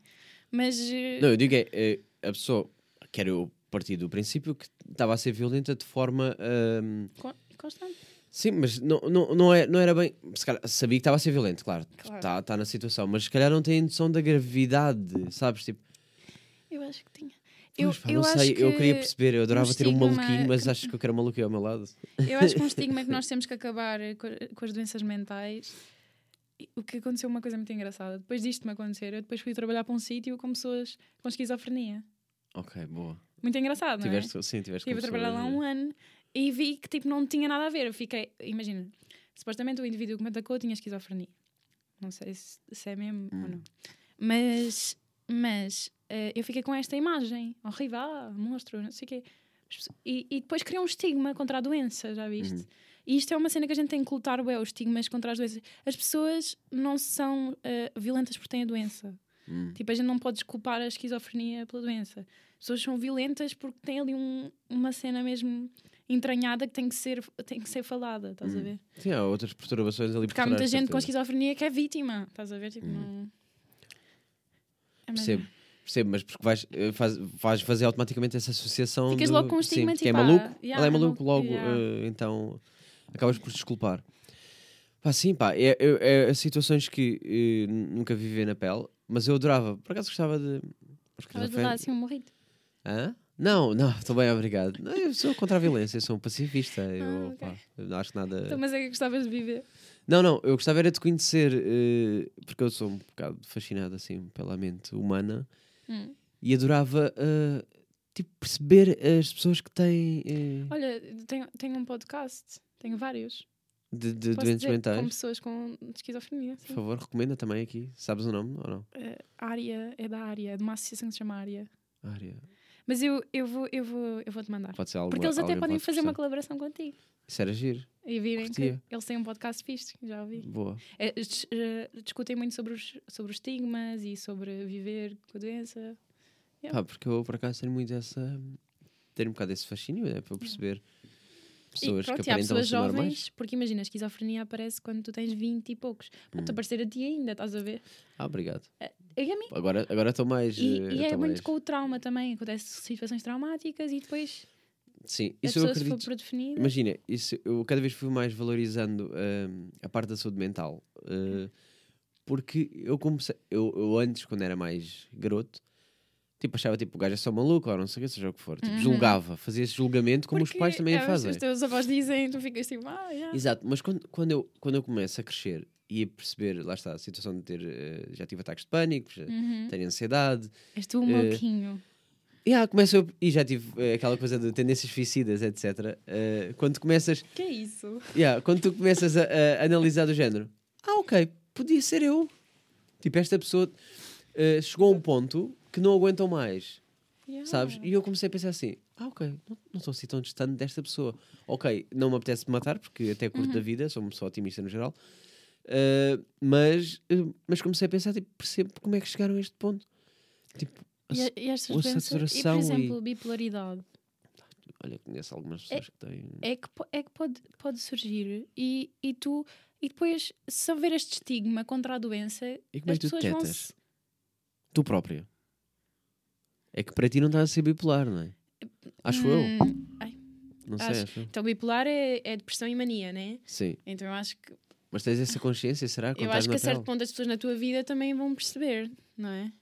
S2: Mas. eh,
S1: Não, eu digo é, eh, a pessoa, quero eu partir do princípio, que estava a ser violenta de forma. ahm,
S2: con- Constante.
S1: Sim, mas não, não, não, é, não era bem. Se calhar, sabia que estava a ser violento, claro.
S2: Claro.
S1: Está está na situação, mas se calhar não tem noção da gravidade, sabes? Tipo,
S2: Eu acho que tinha. Eu,
S1: eu, pá,
S2: eu
S1: não
S2: acho
S1: sei,
S2: que,
S1: eu queria perceber. Eu adorava ter um
S2: estigma-
S1: maluquinho, mas acho que eu quero um maluquinho ao meu lado.
S2: eu acho que um estigma que nós temos que acabar eh, co- com as doenças mentais. E O que aconteceu uma coisa muito engraçada. Depois disto me acontecer, eu depois fui trabalhar para um sítio com pessoas com esquizofrenia.
S1: Ok, boa.
S2: Muito engraçado, não é?
S1: Tiveste, sim, tiveste
S2: Estive a
S1: com
S2: trabalhar lá
S1: pessoas,
S2: um ano e vi que tipo, não tinha nada a ver. Eu fiquei, imagina, supostamente o indivíduo que me atacou tinha esquizofrenia. Não sei se, se é mesmo ou não. Mas, mas eh, eu fiquei com esta imagem horrível, ah, monstro, não sei o quê. As pessoas- E, e depois criou um estigma contra a doença, já viste? E isto é uma cena que a gente tem que lutar, ué, os estigmas contra as doenças. As pessoas não são eh, violentas porque têm a doença.
S1: Hum.
S2: Tipo, a gente não pode desculpar a esquizofrenia pela doença. As pessoas são violentas porque têm ali um- uma cena mesmo entranhada que tem que ser, tem que ser falada, estás a
S1: Hum.
S2: ver?
S1: Sim, há outras perturbações ali por
S2: Porque há
S1: trás,
S2: muita gente com
S1: certeza.
S2: esquizofrenia que é vítima, estás a ver? Tipo,
S1: Hum.
S2: não... É mesmo.
S1: Percebo, percebo, mas porque vais, eh, faz- vais fazer automaticamente essa associação.
S2: Ficas
S1: do-
S2: logo com um
S1: sim,
S2: estigma,
S1: porque é
S2: tipo, ah,
S1: maluco,
S2: yeah,
S1: ela é
S2: é
S1: maluco
S2: maluco,
S1: logo,
S2: yeah.
S1: eh, então acabas por desculpar. Pá, sim, pá, é, é, é situações que eh, n- nunca vivi na pele, mas eu adorava, por acaso gostava de. aos
S2: Estavas de
S1: café-
S2: dar assim um morrito.
S1: É. Hã? Não, não, estou bem, obrigado. Não, eu sou contra a violência, eu sou um pacifista. Eu,
S2: Ah, ok.
S1: pá, eu não acho
S2: Então,
S1: nada.
S2: mas é que gostavas de viver.
S1: Não, não, eu gostava era de conhecer, eh, porque eu sou um bocado fascinado assim pela mente humana
S2: Hum.
S1: e adorava eh, tipo, perceber as pessoas que têm eh,
S2: Olha, tenho, tenho um podcast, tenho vários.
S1: de, de
S2: Posso
S1: doentes
S2: dizer,
S1: mentais.
S2: Com pessoas com esquizofrenia.
S1: Por
S2: Sim.
S1: favor, recomenda também aqui. Sabes o nome ou não?
S2: Eh, área, é da área, é de uma associação que se chama Área.
S1: Área.
S2: Mas eu, eu, vou, eu, vou, eu vou te mandar.
S1: Pode ser alguma
S2: Porque eles até
S1: alguém
S2: podem
S1: pode
S2: fazer uma
S1: gostar.
S2: colaboração contigo.
S1: Isso era giro.
S2: E virem
S1: Curtia.
S2: que eles têm um podcast fixe, já ouvi.
S1: Boa.
S2: Eh, dis- eh, discutem muito sobre os, sobre os estigmas e sobre viver com a doença. Yeah.
S1: Pá, Ah, porque eu por acaso tenho muito essa. Tenho um bocado esse fascínio, é para eu perceber pessoas
S2: e pronto,
S1: que
S2: e há
S1: aparentam
S2: pessoas
S1: ser
S2: jovens,
S1: normais.
S2: porque imagina, a esquizofrenia aparece quando tu tens 20 e poucos.
S1: Hum.
S2: Pode aparecer a ti ainda, estás a ver?
S1: Ah, obrigado.
S2: E a mim.
S1: Agora estou agora estou mais.
S2: E,
S1: eh,
S2: e é
S1: estou
S2: muito
S1: mais-
S2: com o trauma também, acontece situações traumáticas e depois
S1: Sim,
S2: a
S1: isso eu
S2: pessoa se for
S1: acredito.
S2: predefinida.
S1: Imagina, isso, eu cada vez fui mais valorizando hum, a parte da saúde mental. uh, porque eu comecei, eu, eu antes, quando era mais garoto, tipo, achava tipo, o gajo é só maluco, ou não sei o que, seja o que for. Tipo,
S2: Uhum.
S1: julgava, fazia esse julgamento como os
S2: Porque
S1: pais também
S2: é,
S1: fazem.
S2: Os teus avós dizem, tu ficas tipo, ah, yeah.
S1: Exato, mas quando, quando, eu, quando eu começo a crescer e a perceber, lá está, a situação de ter, eh, já tive ataques de pânico, já
S2: Uhum.
S1: tenho ansiedade,
S2: És tu um
S1: Eh,
S2: maluquinho.
S1: e, ah, começo eu- e já tive eh, aquela coisa de tendências suicidas, etc. eh, quando começas
S2: Que é isso?
S1: Yeah, quando tu começas a, a analisar do género, ah, ok, podia ser eu. Tipo, esta pessoa eh, chegou a um ponto que não aguentam mais,
S2: Yeah.
S1: sabes? E eu comecei a pensar assim, ah, ok, não não estou assim tão distante desta pessoa. Ok, não me apetece me matar, porque até curto
S2: Uhum.
S1: da vida, sou uma pessoa otimista no geral. Eh, mas, eh, mas comecei a pensar, tipo, percebo como é que chegaram a este ponto. Tipo,
S2: E, a- e estas
S1: ou
S2: doenças- e, por
S1: saturação e-
S2: exemplo, bipolaridade.
S1: olha, conheço algumas pessoas que têm...
S2: É que, po- é que pode, pode surgir e, e tu... E depois, se houver este estigma contra a doença,
S1: E como é
S2: as
S1: que tu
S2: pessoas vão
S1: detectas?
S2: se...
S1: Tu própria. É que para ti não está a ser bipolar, não é? Acho eu.
S2: Eh, Hum,
S1: Não sei,
S2: acho-
S1: acho eu.
S2: Então, bipolar é, é depressão e mania, né?
S1: Sim.
S2: Então, eu acho que
S1: Mas tens essa consciência, será? Quando
S2: Eu
S1: estás
S2: acho que
S1: na
S2: a certo
S1: pele?
S2: ponto as pessoas na tua vida também vão perceber, não é?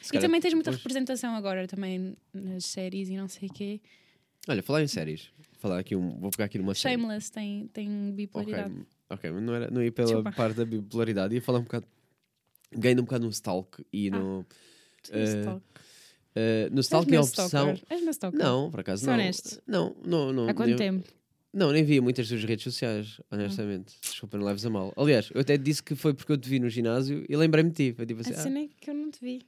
S1: Se
S2: e
S1: calhar
S2: também tens muita
S1: depois-
S2: representação agora também nas séries e não sei o quê.
S1: Olha, falar em séries. Falar aqui um... Vou pegar aqui numa série.
S2: Shameless tem, tem
S1: Ok,
S2: bipolaridade.
S1: ok, mas não, era, não ia pela
S2: Desculpa.
S1: parte da bipolaridade. Ia falar um bocado... Ganhei um bocado no stalk
S2: Ah.
S1: e no...
S2: Tu és
S1: Eh,
S2: é stalker.
S1: eh, no
S2: És
S1: stalk é a
S2: meu
S1: opção...
S2: stalker. És meu stalker.
S1: Não, por acaso
S2: Sou
S1: não.
S2: honesto.
S1: Não, não, não.
S2: Há quanto
S1: eu-
S2: tempo?
S1: Não, nem via muitas das redes sociais, honestamente.
S2: Ah.
S1: Desculpa, não leves a mal. Aliás, eu até disse que foi porque eu te vi no ginásio e lembrei-me de ti. Foi tipo assim,
S2: A
S1: ah,
S2: cena é que eu não te vi.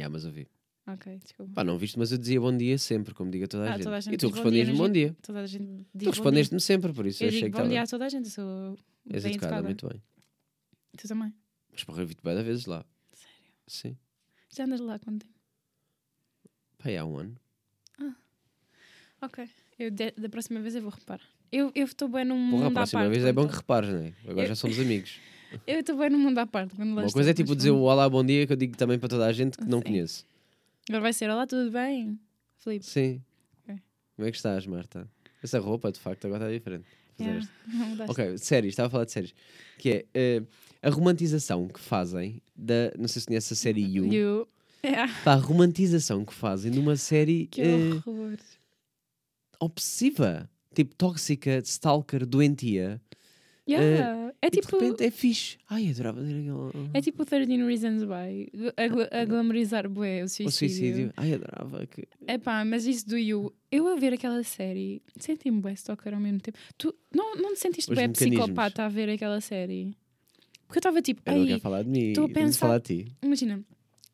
S1: ah, mas eu vi.
S2: Ok, desculpa.
S1: Pá, não viste, mas eu dizia bom dia sempre, como digo a toda a,
S2: Ah,
S1: gente.
S2: toda a gente
S1: E tu
S2: diz bom dia
S1: respondias-me
S2: no
S1: bom dia.
S2: Toda a gente diz
S1: Tu
S2: bom dia.
S1: respondeste-me sempre, por isso eu,
S2: Eu
S1: achei
S2: digo
S1: que
S2: bom dia
S1: estava.
S2: a toda a gente. Eu sou
S1: És
S2: bem
S1: educada,
S2: educada.
S1: muito bem.
S2: Tu também.
S1: Mas porra, eu vi-te bem vezes lá.
S2: Sério.
S1: Sim.
S2: Já andas lá há quanto tempo?
S1: Pá, e há um ano.
S2: Ok. Eu de- da próxima vez eu vou reparar. Eu eu estou bem num
S1: Porra, a
S2: mundo à
S1: próxima
S2: Hum, parte.
S1: vez é bom
S2: quando
S1: que repares, não é? Agora
S2: Eu-
S1: já somos amigos.
S2: Eu estou bem no mundo à parte. Quando lá
S1: Uma
S2: estou,
S1: coisa é
S2: mas
S1: tipo
S2: pronto.
S1: dizer o olá, bom dia, que eu digo também para toda a gente que não
S2: Sim.
S1: conheço.
S2: Agora vai ser: Olá, tudo bem? Filipe.
S1: Sim.
S2: Ok.
S1: Como é que estás, Marta? Essa roupa, de facto, agora está diferente. Fazer
S2: Yeah,
S1: esta.
S2: mudaste.
S1: Ok, séries, estava a falar de séries. Que é eh, a romantização que fazem da. Não sei se conhece a série You.
S2: You. Yeah,
S1: Pá, a romantização que fazem de uma série
S2: que
S1: eh,
S2: horror.
S1: obsessiva, tipo tóxica, stalker, doentia.
S2: Yeah, É
S1: E
S2: tipo.
S1: de repente é fixe. Ai, adorava uh, ver aquela-
S2: É tipo 13 Reasons Why. A, gla- a glamorizar bué, o suicídio.
S1: o suicídio. Ai, adorava. Que...
S2: Epá, mas isso do You. Eu a ver aquela série, senti-me bué stalker ao mesmo tempo. Tu não, não te sentiste
S1: Os
S2: bué
S1: mecanismos.
S2: psicopata a ver aquela série? Porque eu estava tipo,
S1: Eu não
S2: ai,
S1: quero falar de mim.
S2: estou a
S1: eu tenho de
S2: pensar-
S1: falar de ti.
S2: imagina.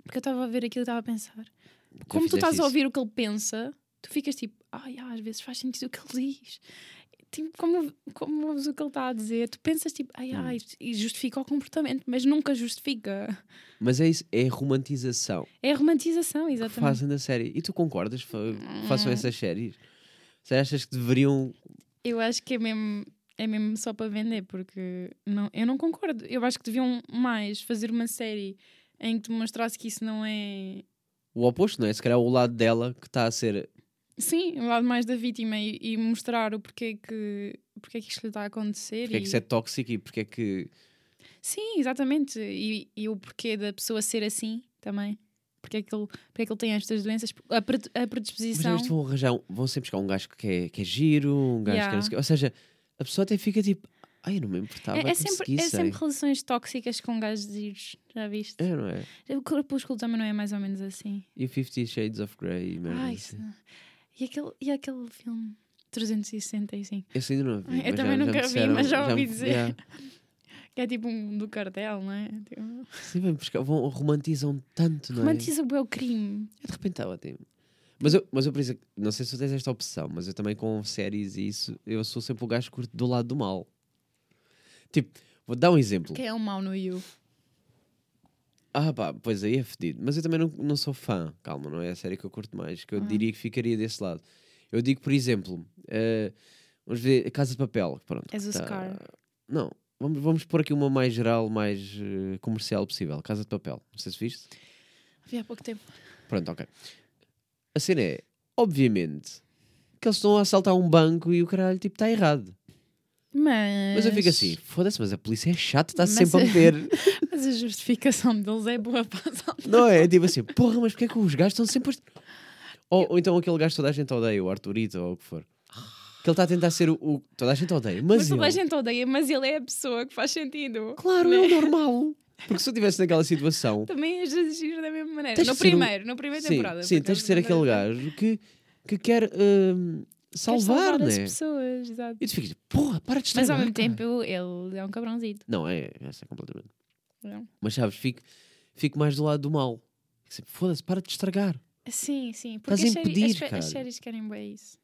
S2: Porque eu estava a ver aquilo e estava a pensar.
S1: Já
S2: como
S1: fizeste
S2: tu estás a
S1: isso.
S2: ouvir o que ele pensa, tu ficas tipo, ai, ah, às vezes faz sentido o que ele diz. tipo, como, como ouves o que ele está a dizer, tu pensas tipo, ai, ai,
S1: Hum.
S2: e justifica o comportamento, mas nunca justifica.
S1: Mas é isso, é a romantização
S2: É a romantização,
S1: que
S2: exatamente. Hum.
S1: fazem da série. E tu concordas fa- que façam essas séries? Você achas que deveriam.
S2: Eu acho que é mesmo, é mesmo só para vender, porque não, eu não concordo. Eu acho que deviam mais fazer uma série em que demonstrasse que isso não é.
S1: O oposto, não é? Se calhar o lado dela que está a ser.
S2: Sim, o lado mais da vítima e, e mostrar o porquê que, porquê que isto lhe está a acontecer.
S1: Porque é que
S2: e-
S1: isso é tóxico e porque é que.
S2: Sim, exatamente. E, e o porquê da pessoa ser assim também. Porque é que ele, porque é que ele tem estas doenças? A, pre- a
S1: Mas
S2: predisposição.
S1: eles vão arranjar. um- Vão sempre buscar um gajo que é, que é giro, um gajo que é
S2: Yeah.
S1: não sei o quê. Ou seja, a pessoa até fica tipo. Ai, eu não me importava.
S2: É,
S1: que
S2: é
S1: me
S2: sempre, é
S1: seguissem."
S2: sempre relações tóxicas com gajos giros, já viste?
S1: É, não é?
S2: O Crepúsculo também não é mais ou menos assim.
S1: E o Fifty Shades of Grey e merda assim.
S2: Ai, Ah, isso não. E aquele, e aquele filme 365,
S1: Esse ainda não vi.
S2: Ai, eu
S1: mas já- já
S2: também
S1: me
S2: nunca vi,
S1: disseram-
S2: mas já ouvi
S1: me-
S2: dizer.
S1: Yeah.
S2: que é tipo um do cartel, não é? Tipo,
S1: Sim, bem, porque vão, romantizam tanto, não é?
S2: romantiza bué o crime.
S1: Eu de repente estava tipo. Mas eu, mas eu, por exemplo, não sei se tu tens esta opção, mas eu também com séries e isso, eu sou sempre o gajo curto do lado do mal. Tipo, vou dar um exemplo.
S2: Quem é o mau no You?
S1: Ah pá, pois aí é fedido. Mas eu também não, não sou fã, calma, não é a série que eu curto mais, que eu diria que ficaria desse lado. Eu digo, por exemplo, eh, vamos ver a Casa de Papel, pronto.
S2: És
S1: que
S2: o
S1: tá-
S2: É Scar.
S1: Não, vamos, vamos pôr aqui uma mais geral, mais eh, comercial possível. Casa de Papel, não sei se viste.
S2: Vi há pouco tempo.
S1: Pronto, ok. A cena é, obviamente, que eles estão a assaltar um banco e o caralho, tipo, está errado.
S2: Mas.
S1: Mas eu fico assim, foda-se, mas a polícia é chata, está
S2: Mas-
S1: sempre a meter.
S2: Mas a justificação deles é boa para as almas.
S1: não é? Tipo assim, porra, mas porquê é que os gajos estão sempre... a- Ou, ou então aquele gajo que toda a gente odeia, o Arturito ou o que for. Que ele está a tentar ser o... o- Toda a gente odeia, mas,
S2: Mas toda a
S1: ele-
S2: gente odeia, mas ele é a pessoa que faz sentido.
S1: Claro, é o normal. Porque se eu estivesse naquela situação...
S2: Também às vezes agir da mesma maneira.
S1: Tens
S2: no
S1: de ser um-
S2: primeiro, no primeiro
S1: Sim,
S2: temporada.
S1: sim tens
S2: por
S1: de
S2: acaso,
S1: ser
S2: na
S1: aquele
S2: primeira
S1: gajo que, que quer hum,
S2: temporada. Queres
S1: salvar,
S2: as
S1: né?
S2: pessoas, exato.
S1: E tu ficas, porra, para de
S2: Mas ao
S1: estragar,
S2: mesmo
S1: caralho."
S2: tempo ele é um cabrãozito.
S1: Não, é, essa é completamente.
S2: Não.
S1: Mas sabes, fico, fico mais do lado do mal. Sempre, Foda-se, para de estragar.
S2: Sim,
S1: Estás
S2: sim. Porque
S1: a
S2: as, séries-
S1: impedir,
S2: as fe- as,
S1: cara.
S2: séries querem bem isso.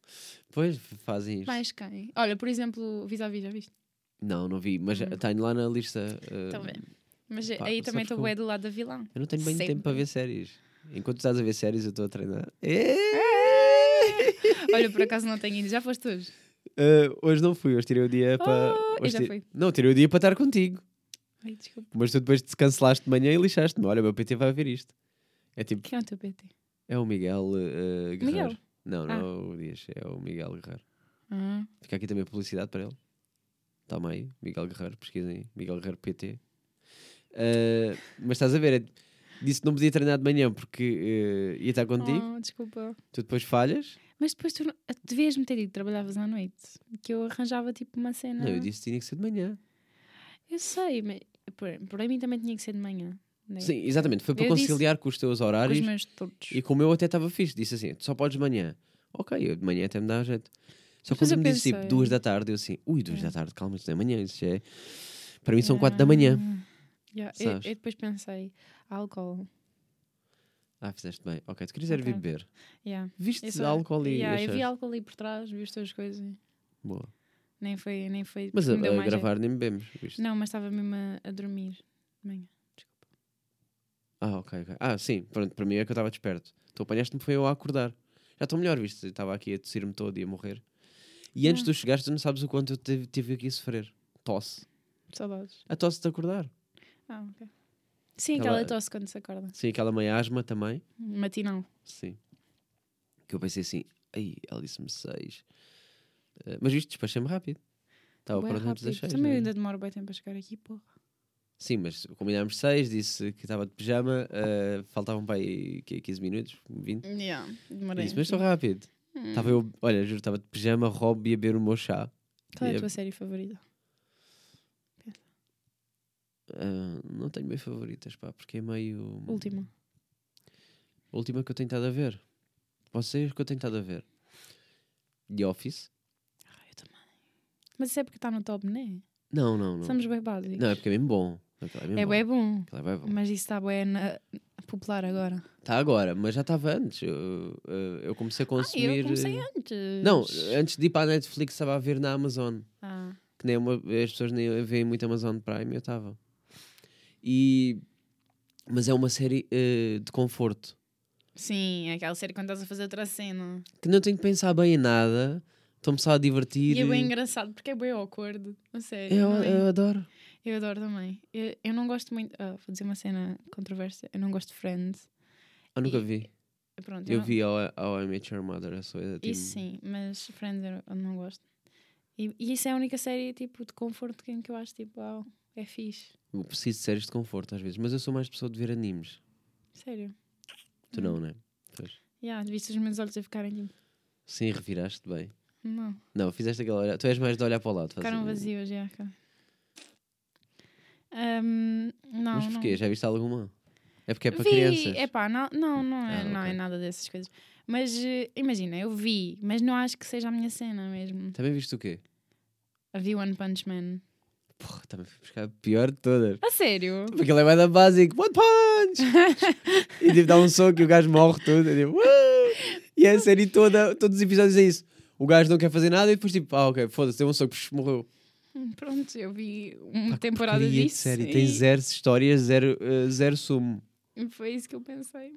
S1: Pois, f- fazem isto.
S2: Mais quem? Olha, por exemplo, vis-à-vis, já viste?
S1: Não, não vi, mas
S2: Hum.
S1: tenho lá na lista. eh,
S2: Também. Mas
S1: pá,
S2: aí também
S1: sabes
S2: estou
S1: como?
S2: bué do lado da vilã.
S1: Eu não tenho bem
S2: Sempre.
S1: tempo para ver séries. Enquanto tu estás a ver séries, eu estou a treinar. É!
S2: Olha, por acaso não tenho ido. Já foste hoje?
S1: Eh, hoje não fui, hoje tirei o dia para.
S2: Oh, eu
S1: hoje
S2: já
S1: ti-
S2: fui.
S1: Não, tirei o dia para estar contigo.
S2: Ai, desculpa.
S1: Mas tu depois te cancelaste de manhã e lixaste-me. Olha, o meu PT vai ver isto. É tipo,
S2: Quem é o teu PT?
S1: é o Miguel eh, Guerreiro.
S2: Miguel?
S1: Não, não
S2: Ah.
S1: é o Dias, é o Miguel Guerreiro.
S2: Ah,
S1: Fica aqui também a publicidade para ele. Toma aí, Miguel Guerreiro, pesquisem aí, Miguel Guerreiro PT. Ah, mas estás a ver, é- disse que não podia treinar de manhã porque eh, ia estar contigo,
S2: oh, desculpa.
S1: tu depois falhas.
S2: Mas depois tu não- eh, devias-me ter dito que trabalhavas à noite. Que eu arranjava tipo uma cena.
S1: Não, eu disse que tinha que ser de manhã.
S2: Eu sei, mas por, por mim também tinha que ser de manhã. né?
S1: Sim, exatamente, foi para
S2: Eu disse-
S1: conciliar com os teus
S2: Com
S1: horários
S2: os meus todos.
S1: e como eu até estava fixe, disse assim: tu só podes de manhã. Ok, eu de manhã até me dá jeito. Só que
S2: Depois
S1: quando
S2: eu
S1: me disse tipo
S2: pensei-
S1: duas da tarde, eu assim: ui, duas
S2: É.
S1: da tarde, calma, isto não é manhã, isto já é. Para mim são quatro da manhã.
S2: Ah, yeah, eu,
S1: Sabes?
S2: eu depois pensei, álcool.
S1: Ah, fizeste bem. Ok, tu querias era
S2: Ok.
S1: vir beber.
S2: Yeah.
S1: Viste
S2: Eu só-
S1: álcool e.
S2: yeah, eu vi
S1: achaste-
S2: álcool ali por trás, vi as tuas coisas.
S1: Boa.
S2: Nem foi, nem foi.
S1: Mas
S2: porque
S1: a,
S2: me deu
S1: a
S2: mais jeito.
S1: gravar nem bebemos. Viste?
S2: Não, mas estava mesmo a, a dormir. de manhã.
S1: Ah, ok, ok. Ah, sim, pronto, para mim é que eu estava desperto. Tu apanhaste-me, foi eu a acordar. Já estou melhor, viste? Eu Estava aqui a tossir-me todo e a morrer. E antes
S2: Ah.
S1: de tu chegares, tu não sabes o quanto eu tive, tive aqui a sofrer. Tosse.
S2: Saudades.
S1: A tosse de acordar.
S2: Ah, ok. Sim,
S1: Ela-
S2: aquela tosse quando se acorda.
S1: Sim, aquela meia asma também.
S2: Matinal.
S1: Sim. Que eu pensei assim, aí, ela disse-me seis. Eh, mas viste, despachei-me rápido. Estava
S2: Bué
S1: pronto antes das
S2: rápido.
S1: seis.
S2: Também
S1: não é?
S2: ainda demoro bem tempo a chegar aqui, porra.
S1: Sim, mas combinámos seis, disse que estava de pijama, eh, faltavam para aí quê, 15 minutos, 20.
S2: Yeah, demorei.
S1: Disse, mas estou rápido.
S2: Hum.
S1: Estava eu, olha, juro, estava de pijama, hobby a beber o meu chá.
S2: Qual é
S1: e
S2: a
S1: a-
S2: tua série favorita?
S1: Ah, não tenho bem favoritas, pá, porque é meio.
S2: Última.
S1: A última que eu tenho estado a ver. Vocês que eu tenho estado a ver. The Office?
S2: Ah, eu também. Mas isso é porque está no top, não é?
S1: Não, não, não.
S2: Somos bem básicos.
S1: Não, é porque é mesmo bom. Aquela É, mesmo
S2: é
S1: bom.
S2: bem bom.
S1: Aquela é bem bom.
S2: Mas isso está bem na. popular agora.
S1: Está agora, mas já estava antes. Eu, eu- eu comecei a consumir.
S2: Ah, eu comecei
S1: eh,
S2: antes.
S1: Não, é- antes de ir para a Netflix estava a ver na Amazon.
S2: Ah,
S1: Que nem é uma- as pessoas nem veem muito Amazon Prime, eu estava. E. Mas é uma série eh, de conforto.
S2: sim, é aquela série quando estás a fazer outra cena.
S1: Que não tenho que pensar bem em nada. Estou-me só a divertir.
S2: E é bem engraçado porque é bem awkward. A sério.
S1: eu,
S2: não é?
S1: eu adoro.
S2: Eu adoro também. Eu, eu não gosto muito. ah, vou dizer uma cena controversa. Eu não gosto de Friends.
S1: Eu nunca
S2: E-
S1: vi.
S2: Pronto,
S1: Eu
S2: não-
S1: vi ao, ao I Met Your Mother. Eu sou, eu, tipo,
S2: Isso sim, mas Friends eu- eu não gosto. E, e isso é a única série tipo, de conforto que, que eu acho tipo, uau, é fixe.
S1: eu preciso de séries de conforto às vezes. Mas eu sou mais pessoa de ver animes.
S2: Sério.
S1: Tu
S2: Hum.
S1: não, né? Pois.
S2: Yeah, viste os meus olhos a ficarem tipo.
S1: Sim, reviraste bem.
S2: Não,
S1: Não, fizeste aquela olhar. Tu és mais de olhar para o lado. fazer-
S2: ficaram vazios, já. cara. Ahm, não,
S1: Mas porquê?
S2: não.
S1: Já viste alguma? É porque é para
S2: vi,
S1: crianças.
S2: Epá, não, não, não, é,
S1: Ah,
S2: não é
S1: ok.
S2: nada dessas coisas. Mas eh, imagina, eu vi, mas não acho que seja a minha cena mesmo.
S1: Também viste o quê?
S2: Vi One Punch Man.
S1: Porra, também fui buscar a pior de todas.
S2: A sério?
S1: Porque ele é mais da básico. One punch! e tipo, dá um soco e o gajo morre tudo. E, tipo, "Uau!" e a série toda, todos os episódios é isso. O gajo não quer fazer nada e depois tipo, ah ok, foda-se, deu um soco, psh, morreu.
S2: Pronto, eu vi uma temporada
S1: Porcaria de
S2: disso.
S1: série,
S2: e
S1: tem zero histórias, zero, eh, zero sumo.
S2: Foi isso que eu pensei.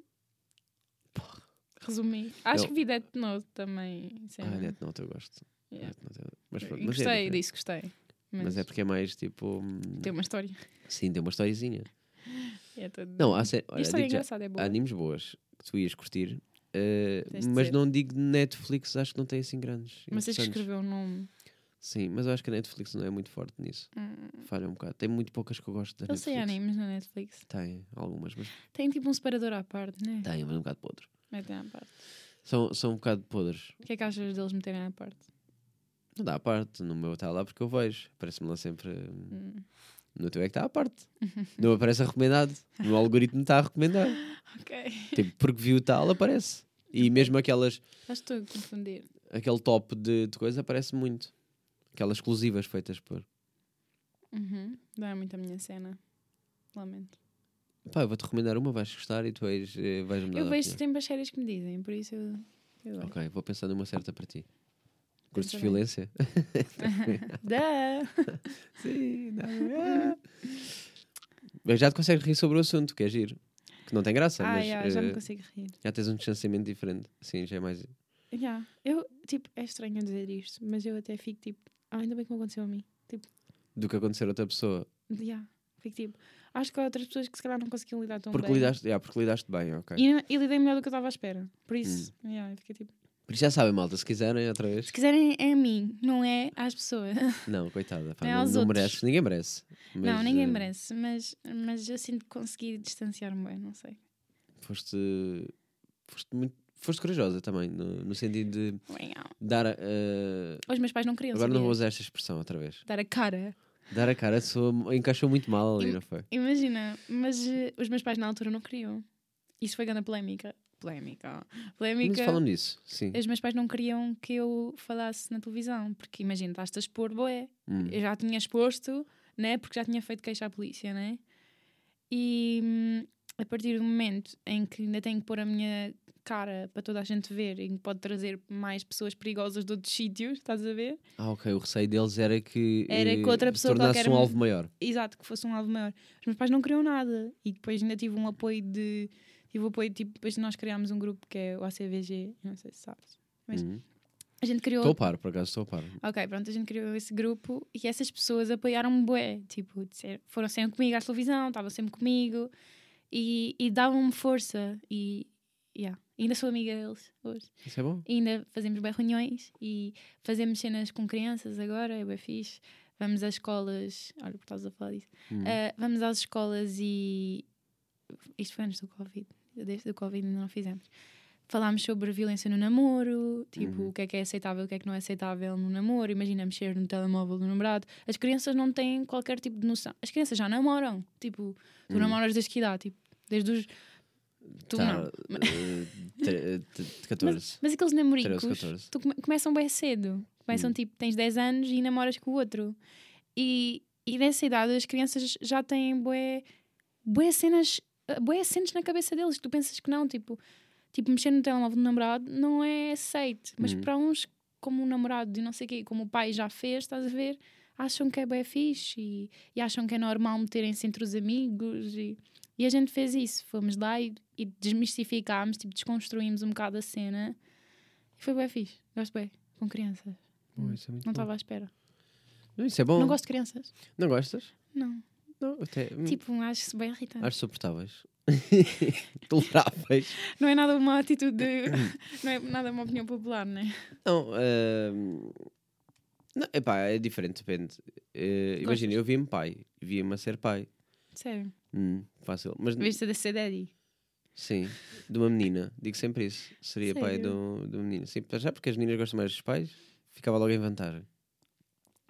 S2: Resumi. Acho
S1: Eu-
S2: que vi Death Note também. sei
S1: Ah,
S2: lá.
S1: Death Note eu gosto.
S2: Yeah.
S1: Death Note eu- Mas,
S2: É. Eu
S1: pronto, mas, é
S2: gostei
S1: diferente.
S2: disso, gostei. Mas,
S1: mas é porque é mais tipo. hum,
S2: tem uma história.
S1: Sim, tem uma historiezinha.
S2: É todo-
S1: Não, há série.
S2: a
S1: Olha,
S2: história é
S1: digo já,
S2: engraçada, é
S1: Há
S2: boa.
S1: animes boas que tu ias curtir, eh,
S2: Tens de
S1: mas
S2: dizer.
S1: não digo Netflix, acho que não tem assim grandes.
S2: Mas tens que
S1: interessantes.
S2: escrever o nome.
S1: Sim, mas eu acho que a Netflix não é muito forte nisso.
S2: Hum,
S1: Falha um bocado. Tem muito poucas que eu gosto da
S2: Eu
S1: Netflix.
S2: sei animes na Netflix.
S1: Tem algumas, mas
S2: Tem tipo um separador à parte, né?
S1: tem, mas um bocado podre.
S2: Metem à parte.
S1: São, são um bocado podres.
S2: O que é que achas deles meterem à parte?
S1: Não dá à parte, no meu está lá porque eu vejo. Parece-me lá sempre. hum,
S2: Hum,
S1: No teu é que está à parte. não aparece a recomendado. O meu algoritmo está a recomendar.
S2: Ok.
S1: tipo, porque viu tal, aparece. E mesmo aquelas,
S2: Acho que estou a confundir.
S1: aquele top de, de coisa aparece muito. Aquelas exclusivas feitas por.
S2: Uhum. Não é muito a minha cena. Lamento.
S1: Pá, eu vou-te recomendar uma, vais gostar e tu vais, eh, vais mudar
S2: eu
S1: de
S2: vejo
S1: opinião.
S2: sempre as séries que me dizem, por isso eu. eu gosto.
S1: Ok, vou pensar numa certa para ti. Gostas de
S2: bem.
S1: violência?
S2: Duh.
S1: Sim, Mas É. já te consegues rir sobre o assunto, que é giro. Que não tem graça,
S2: Ah,
S1: mas
S2: yeah, já
S1: eh,
S2: me consigo rir.
S1: já tens um distanciamento diferente. Sim, já é mais.
S2: Yeah. Eu, tipo, é estranho eu dizer isto, mas eu até fico tipo, ah, ainda bem que me aconteceu a mim. Tipo,
S1: Do que acontecer a outra pessoa.
S2: yeah. Fico tipo, acho que há outras pessoas que se calhar não conseguiam lidar tão
S1: Porque
S2: bem.
S1: lidaste, yeah, porque lidaste bem, Hum. ok.
S2: E, e lidei melhor do que eu estava à espera. Por isso, yeah, eu fiquei tipo,
S1: Por isso já sabem, malta, se quiserem, outra vez.
S2: se quiserem é a mim, não é às pessoas.
S1: Não, coitada, pá,
S2: Não é
S1: não,
S2: aos
S1: não
S2: outros.
S1: mereces, ninguém merece.
S2: não,
S1: Mas,
S2: ninguém
S1: eh,
S2: merece, mas, mas eu sinto que consegui distanciar-me bem, não sei.
S1: Foste, foste muito. Foste corajosa também, no, no sentido de
S2: Uau.
S1: dar. eh,
S2: Os meus pais não queriam
S1: agora não
S2: sabia?
S1: vou usar esta expressão outra vez.
S2: dar a cara.
S1: Dar a cara soa- encaixou muito mal ali, não foi?
S2: Imagina, mas eh, os meus pais na altura não queriam. Isso foi grande polémica. Polémica. Polémica.
S1: Mas falam nisso, sim.
S2: Os meus pais não queriam que eu falasse na televisão, porque imagina, estás-te a expor, boé.
S1: Hum.
S2: Eu já tinha exposto, né? Porque já tinha feito queixa à polícia, né? E hum, a partir do momento em que ainda tenho que pôr a minha cara para toda a gente ver e que pode trazer mais pessoas perigosas de outros sítios, estás a ver?
S1: Ah, ok, o receio deles era que.
S2: Era que outra
S1: eh,
S2: pessoa
S1: tornasse
S2: qualquer
S1: um
S2: me-
S1: alvo maior.
S2: Exato, que fosse um alvo maior. Os meus pais não queriam nada. E depois ainda tive um apoio de. Tive o apoio, tipo, depois nós criámos um grupo que é o ACVG, eu não sei se sabes. Mas-
S1: Uhum.
S2: A gente criou.
S1: Estou a par, por acaso estou a par.
S2: Ok, pronto, a gente criou esse grupo e essas pessoas apoiaram-me bué. Tipo, disseram- foram sempre comigo à televisão, estavam sempre comigo e, e davam-me força. E yeah, ainda sou amiga deles hoje.
S1: Isso é bom?
S2: E ainda fazemos bem reuniões e fazemos cenas com crianças agora, é bem fixe. Vamos às escolas, olha, por causa a falar disso.
S1: Hum.
S2: Ah, vamos às escolas e. Isto foi antes do Covid. Desde o Covid ainda não fizemos. Falámos sobre violência no namoro, tipo,
S1: Uhum.
S2: o que é que é aceitável e o que é que não é aceitável no namoro. Imagina mexer no telemóvel do namorado. As crianças não têm qualquer tipo de noção. As crianças já namoram. Tipo, tu
S1: Uhum.
S2: namoras desde que idade? Tipo, desde os. Tu
S1: Tá,
S2: não.
S1: eh, tre- eh, de 14.
S2: Mas aqueles
S1: 13,
S2: namoricos
S1: 14.
S2: tu come- começam bem cedo. Começam
S1: Hum.
S2: tipo, tens 10 anos e namoras com o outro. E, e nessa idade as crianças já têm bué, bué cenas ah, bué cenas na cabeça deles que tu pensas que não, tipo, tipo mexer no telemóvel do namorado não é aceite, mas
S1: Uhum.
S2: para uns, como o namorado de não sei o quê, como o pai já fez, estás a ver, acham que é bué fixe e, e acham que é normal meterem-se entre os amigos e, e a gente fez isso, fomos lá e, e desmistificámos, tipo, desconstruímos um bocado a cena e foi bué fixe, gosto bem, com crianças,
S1: Bom, isso é muito
S2: não
S1: bom.
S2: estava à espera.
S1: Não, Isso é bom.
S2: Não gosto de crianças,
S1: Não gostas?
S2: não,
S1: Não, até. hum,
S2: tipo, acho-se bem irritante.
S1: Acho suportáveis. Toleráveis.
S2: Não é nada uma atitude, de- não é nada uma opinião popular, né?
S1: Não, ehm, não, epá, é diferente, depende. Eh, Imagina, eu vi-me pai, vi-me a ser pai.
S2: Sério.
S1: Hum, fácil. Mas n-
S2: Viste da ser daddy.
S1: sim, de uma menina, digo sempre isso. Seria pai de
S2: Sério?
S1: um, de um menino. Sim, para já porque as meninas gostam mais dos pais, ficava logo em vantagem.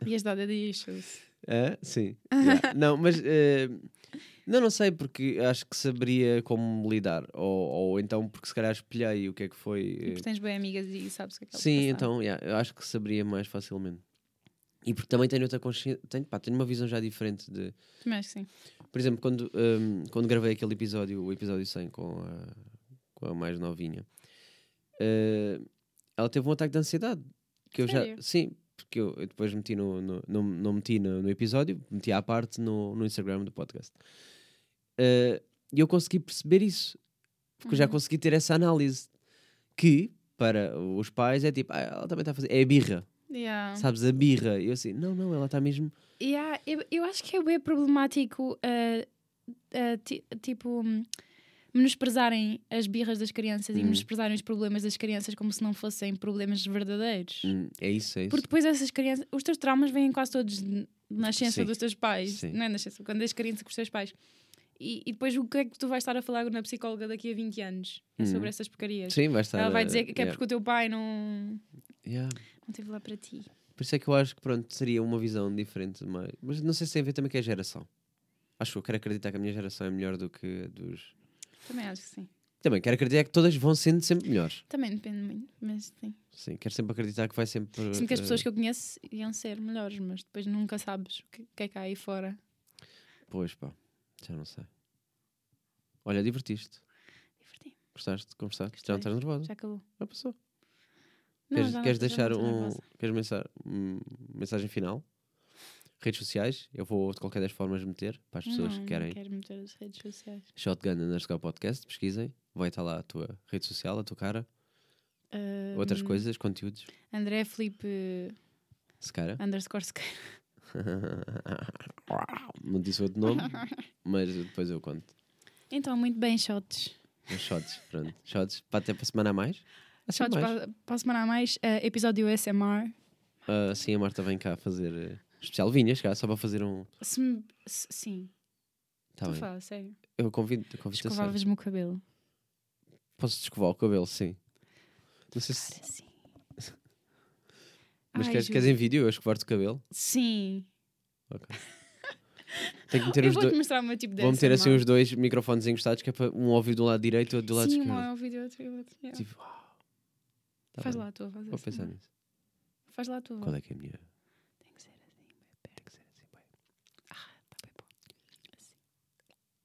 S2: Ias dar daddy issues.
S1: Ah, sim. Yeah. Não, mas eh, não, não sei, porque acho que saberia como lidar. Ou, ou então porque se calhar espelhei o que é que foi. eh,
S2: Porque Tipo, tens bem amigas e sabes o que é que elas
S1: Sim,
S2: passaram.
S1: então, yeah, eu acho que saberia mais facilmente. E porque também tenho outra consciência, tenho, pá, tenho uma visão já diferente de.
S2: Também acho que sim.
S1: Por exemplo, quando, hum, quando gravei aquele episódio, o episódio 100 com a, com a mais novinha, eh, ela teve um ataque de ansiedade. Que eu já,
S2: Sério?
S1: sim, porque eu, eu depois meti no, no, no- não meti no, no episódio, meti à parte no, no Instagram do podcast. Eh, E eu consegui perceber isso. Porque eu já
S2: Uhum.
S1: consegui ter essa análise. Que, para os pais, é tipo, "Ah, ela também está a fazer. É a birra.
S2: Yeah.
S1: Sabes, a birra. E eu assim, não, não, ela está mesmo.
S2: Yeah, eu, eu acho que é bem problemático ah, ah, ti- tipo hum, menosprezarem as birras das crianças e
S1: Hum.
S2: menosprezarem os problemas das crianças como se não fossem problemas verdadeiros.
S1: "Hum, É isso, é isso.
S2: Porque depois essas crianças, os teus traumas vêm quase todos de nascença
S1: Sim.
S2: dos teus pais,
S1: Sim.
S2: não é nascença, quando és criança com os teus pais. E, e depois o que é que tu vais estar a falar na psicóloga daqui a 20 anos É
S1: Uhum.
S2: sobre essas porcarias?
S1: Sim, vai estar.
S2: Ela vai
S1: eh,
S2: dizer que é
S1: yeah,
S2: porque o teu pai não,
S1: yeah.
S2: não esteve lá para ti.
S1: Por isso é que eu acho que pronto, seria uma visão diferente. Mas, mas não sei se tem a ver também com a geração. Acho eu, quero acreditar que a minha geração é melhor do que a dos.
S2: Também acho que sim.
S1: Também quero acreditar que todas vão sendo sempre melhores.
S2: Também depende muito, mas sim.
S1: Sim, quero sempre acreditar que vai sempre.
S2: Sinto que as
S1: eh,
S2: pessoas que eu conheço iam ser melhores, mas depois nunca sabes o que, o que é que há aí fora.
S1: Pois pá, já não sei. Olha, divertiste.
S2: Diverti.
S1: Gostaste de conversar? Já não
S2: Gostei.
S1: estás nervosa?
S2: Já acabou.
S1: Já passou.
S2: Não,
S1: queres
S2: já não-
S1: queres
S2: já não
S1: deixar
S2: estou
S1: um.
S2: nervosa.
S1: Queres mensar, hum, mensagem final? Redes sociais? Eu vou de qualquer das formas meter para as pessoas
S2: Não,
S1: que querem
S2: Não quero meter as redes sociais.
S1: Shotgun underscore podcast, pesquisem. Vai estar lá a tua rede social, a tua cara, outras
S2: Ahm,
S1: coisas, conteúdos.
S2: Ah, André Felipe eh,
S1: Se cara.
S2: underscore Sequeira.
S1: Não disse outro nome, mas depois eu conto.
S2: Então, muito bem, shots.
S1: Mas shots, pronto. Shots, para até para a semana a mais. Assim,
S2: Shots
S1: mais.
S2: para, para a semana a mais, eh, episódio SMR.
S1: Ah, sim, a Marta vem cá fazer eh, especial vinhas, cá, só para fazer um.
S2: Se me- se- sim,
S1: Tá
S2: tu
S1: bem.
S2: fala, sério.
S1: Eu convido, convido a sério.
S2: Escovavas-me o cabelo.
S1: Posso escovar o cabelo, sim. Não sei se.
S2: Cara, sim.
S1: Mas
S2: Ai,
S1: queres,
S2: juro.
S1: queres em vídeo eu escovar-te o cabelo?
S2: Sim.
S1: Ok. Tenho que meter
S2: eu
S1: os
S2: vou-te
S1: dois.
S2: mostrar o meu tipo de
S1: Vou meter assim
S2: ASMR.
S1: os dois microfones encostados, que é para um ouvir do lado direito e outro do lado
S2: Sim, um
S1: esquerdo.
S2: é um vídeo, outro é outro. yeah.
S1: Tipo, uau. Tá
S2: Faz
S1: bem,
S2: lá a tua voz.
S1: Vou
S2: assim,
S1: pensar
S2: não é?
S1: nisso.
S2: Faz lá a tua
S1: Qual
S2: voz.
S1: é que é a minha.
S2: Tem que ser assim, bem
S1: Tem que ser assim, bem.
S2: perto, tá bem bom. Assim.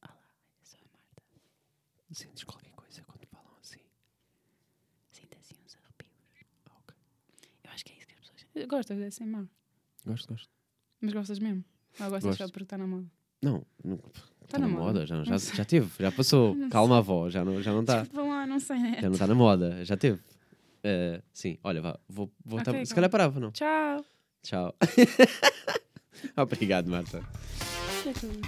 S2: Olá, eu sou a Marta.
S1: Sentes qualquer coisa quando falam assim?
S2: Sinto assim uns arrepios.
S1: Ah, ok.
S2: Eu acho que é isso que as pessoas... Eu Gosto de ASMR,
S1: Gosto, gosto.
S2: mas gostas mesmo? Ou gostas só
S1: Gosto.
S2: porque está na moda?
S1: Não, não está
S2: Está
S1: na, moda, já, já, já teve, já passou.
S2: Não
S1: Calma, avó, já não, já não está.
S2: Desculpa lá, não sei, né?
S1: Já Tá. não está na moda, já teve. Eh, sim, olha, vá, vou, vou tá-
S2: Ok,
S1: se
S2: calma.
S1: calhar parava, não?
S2: Tchau.
S1: Tchau. Obrigado, Marta.
S2: Tchau.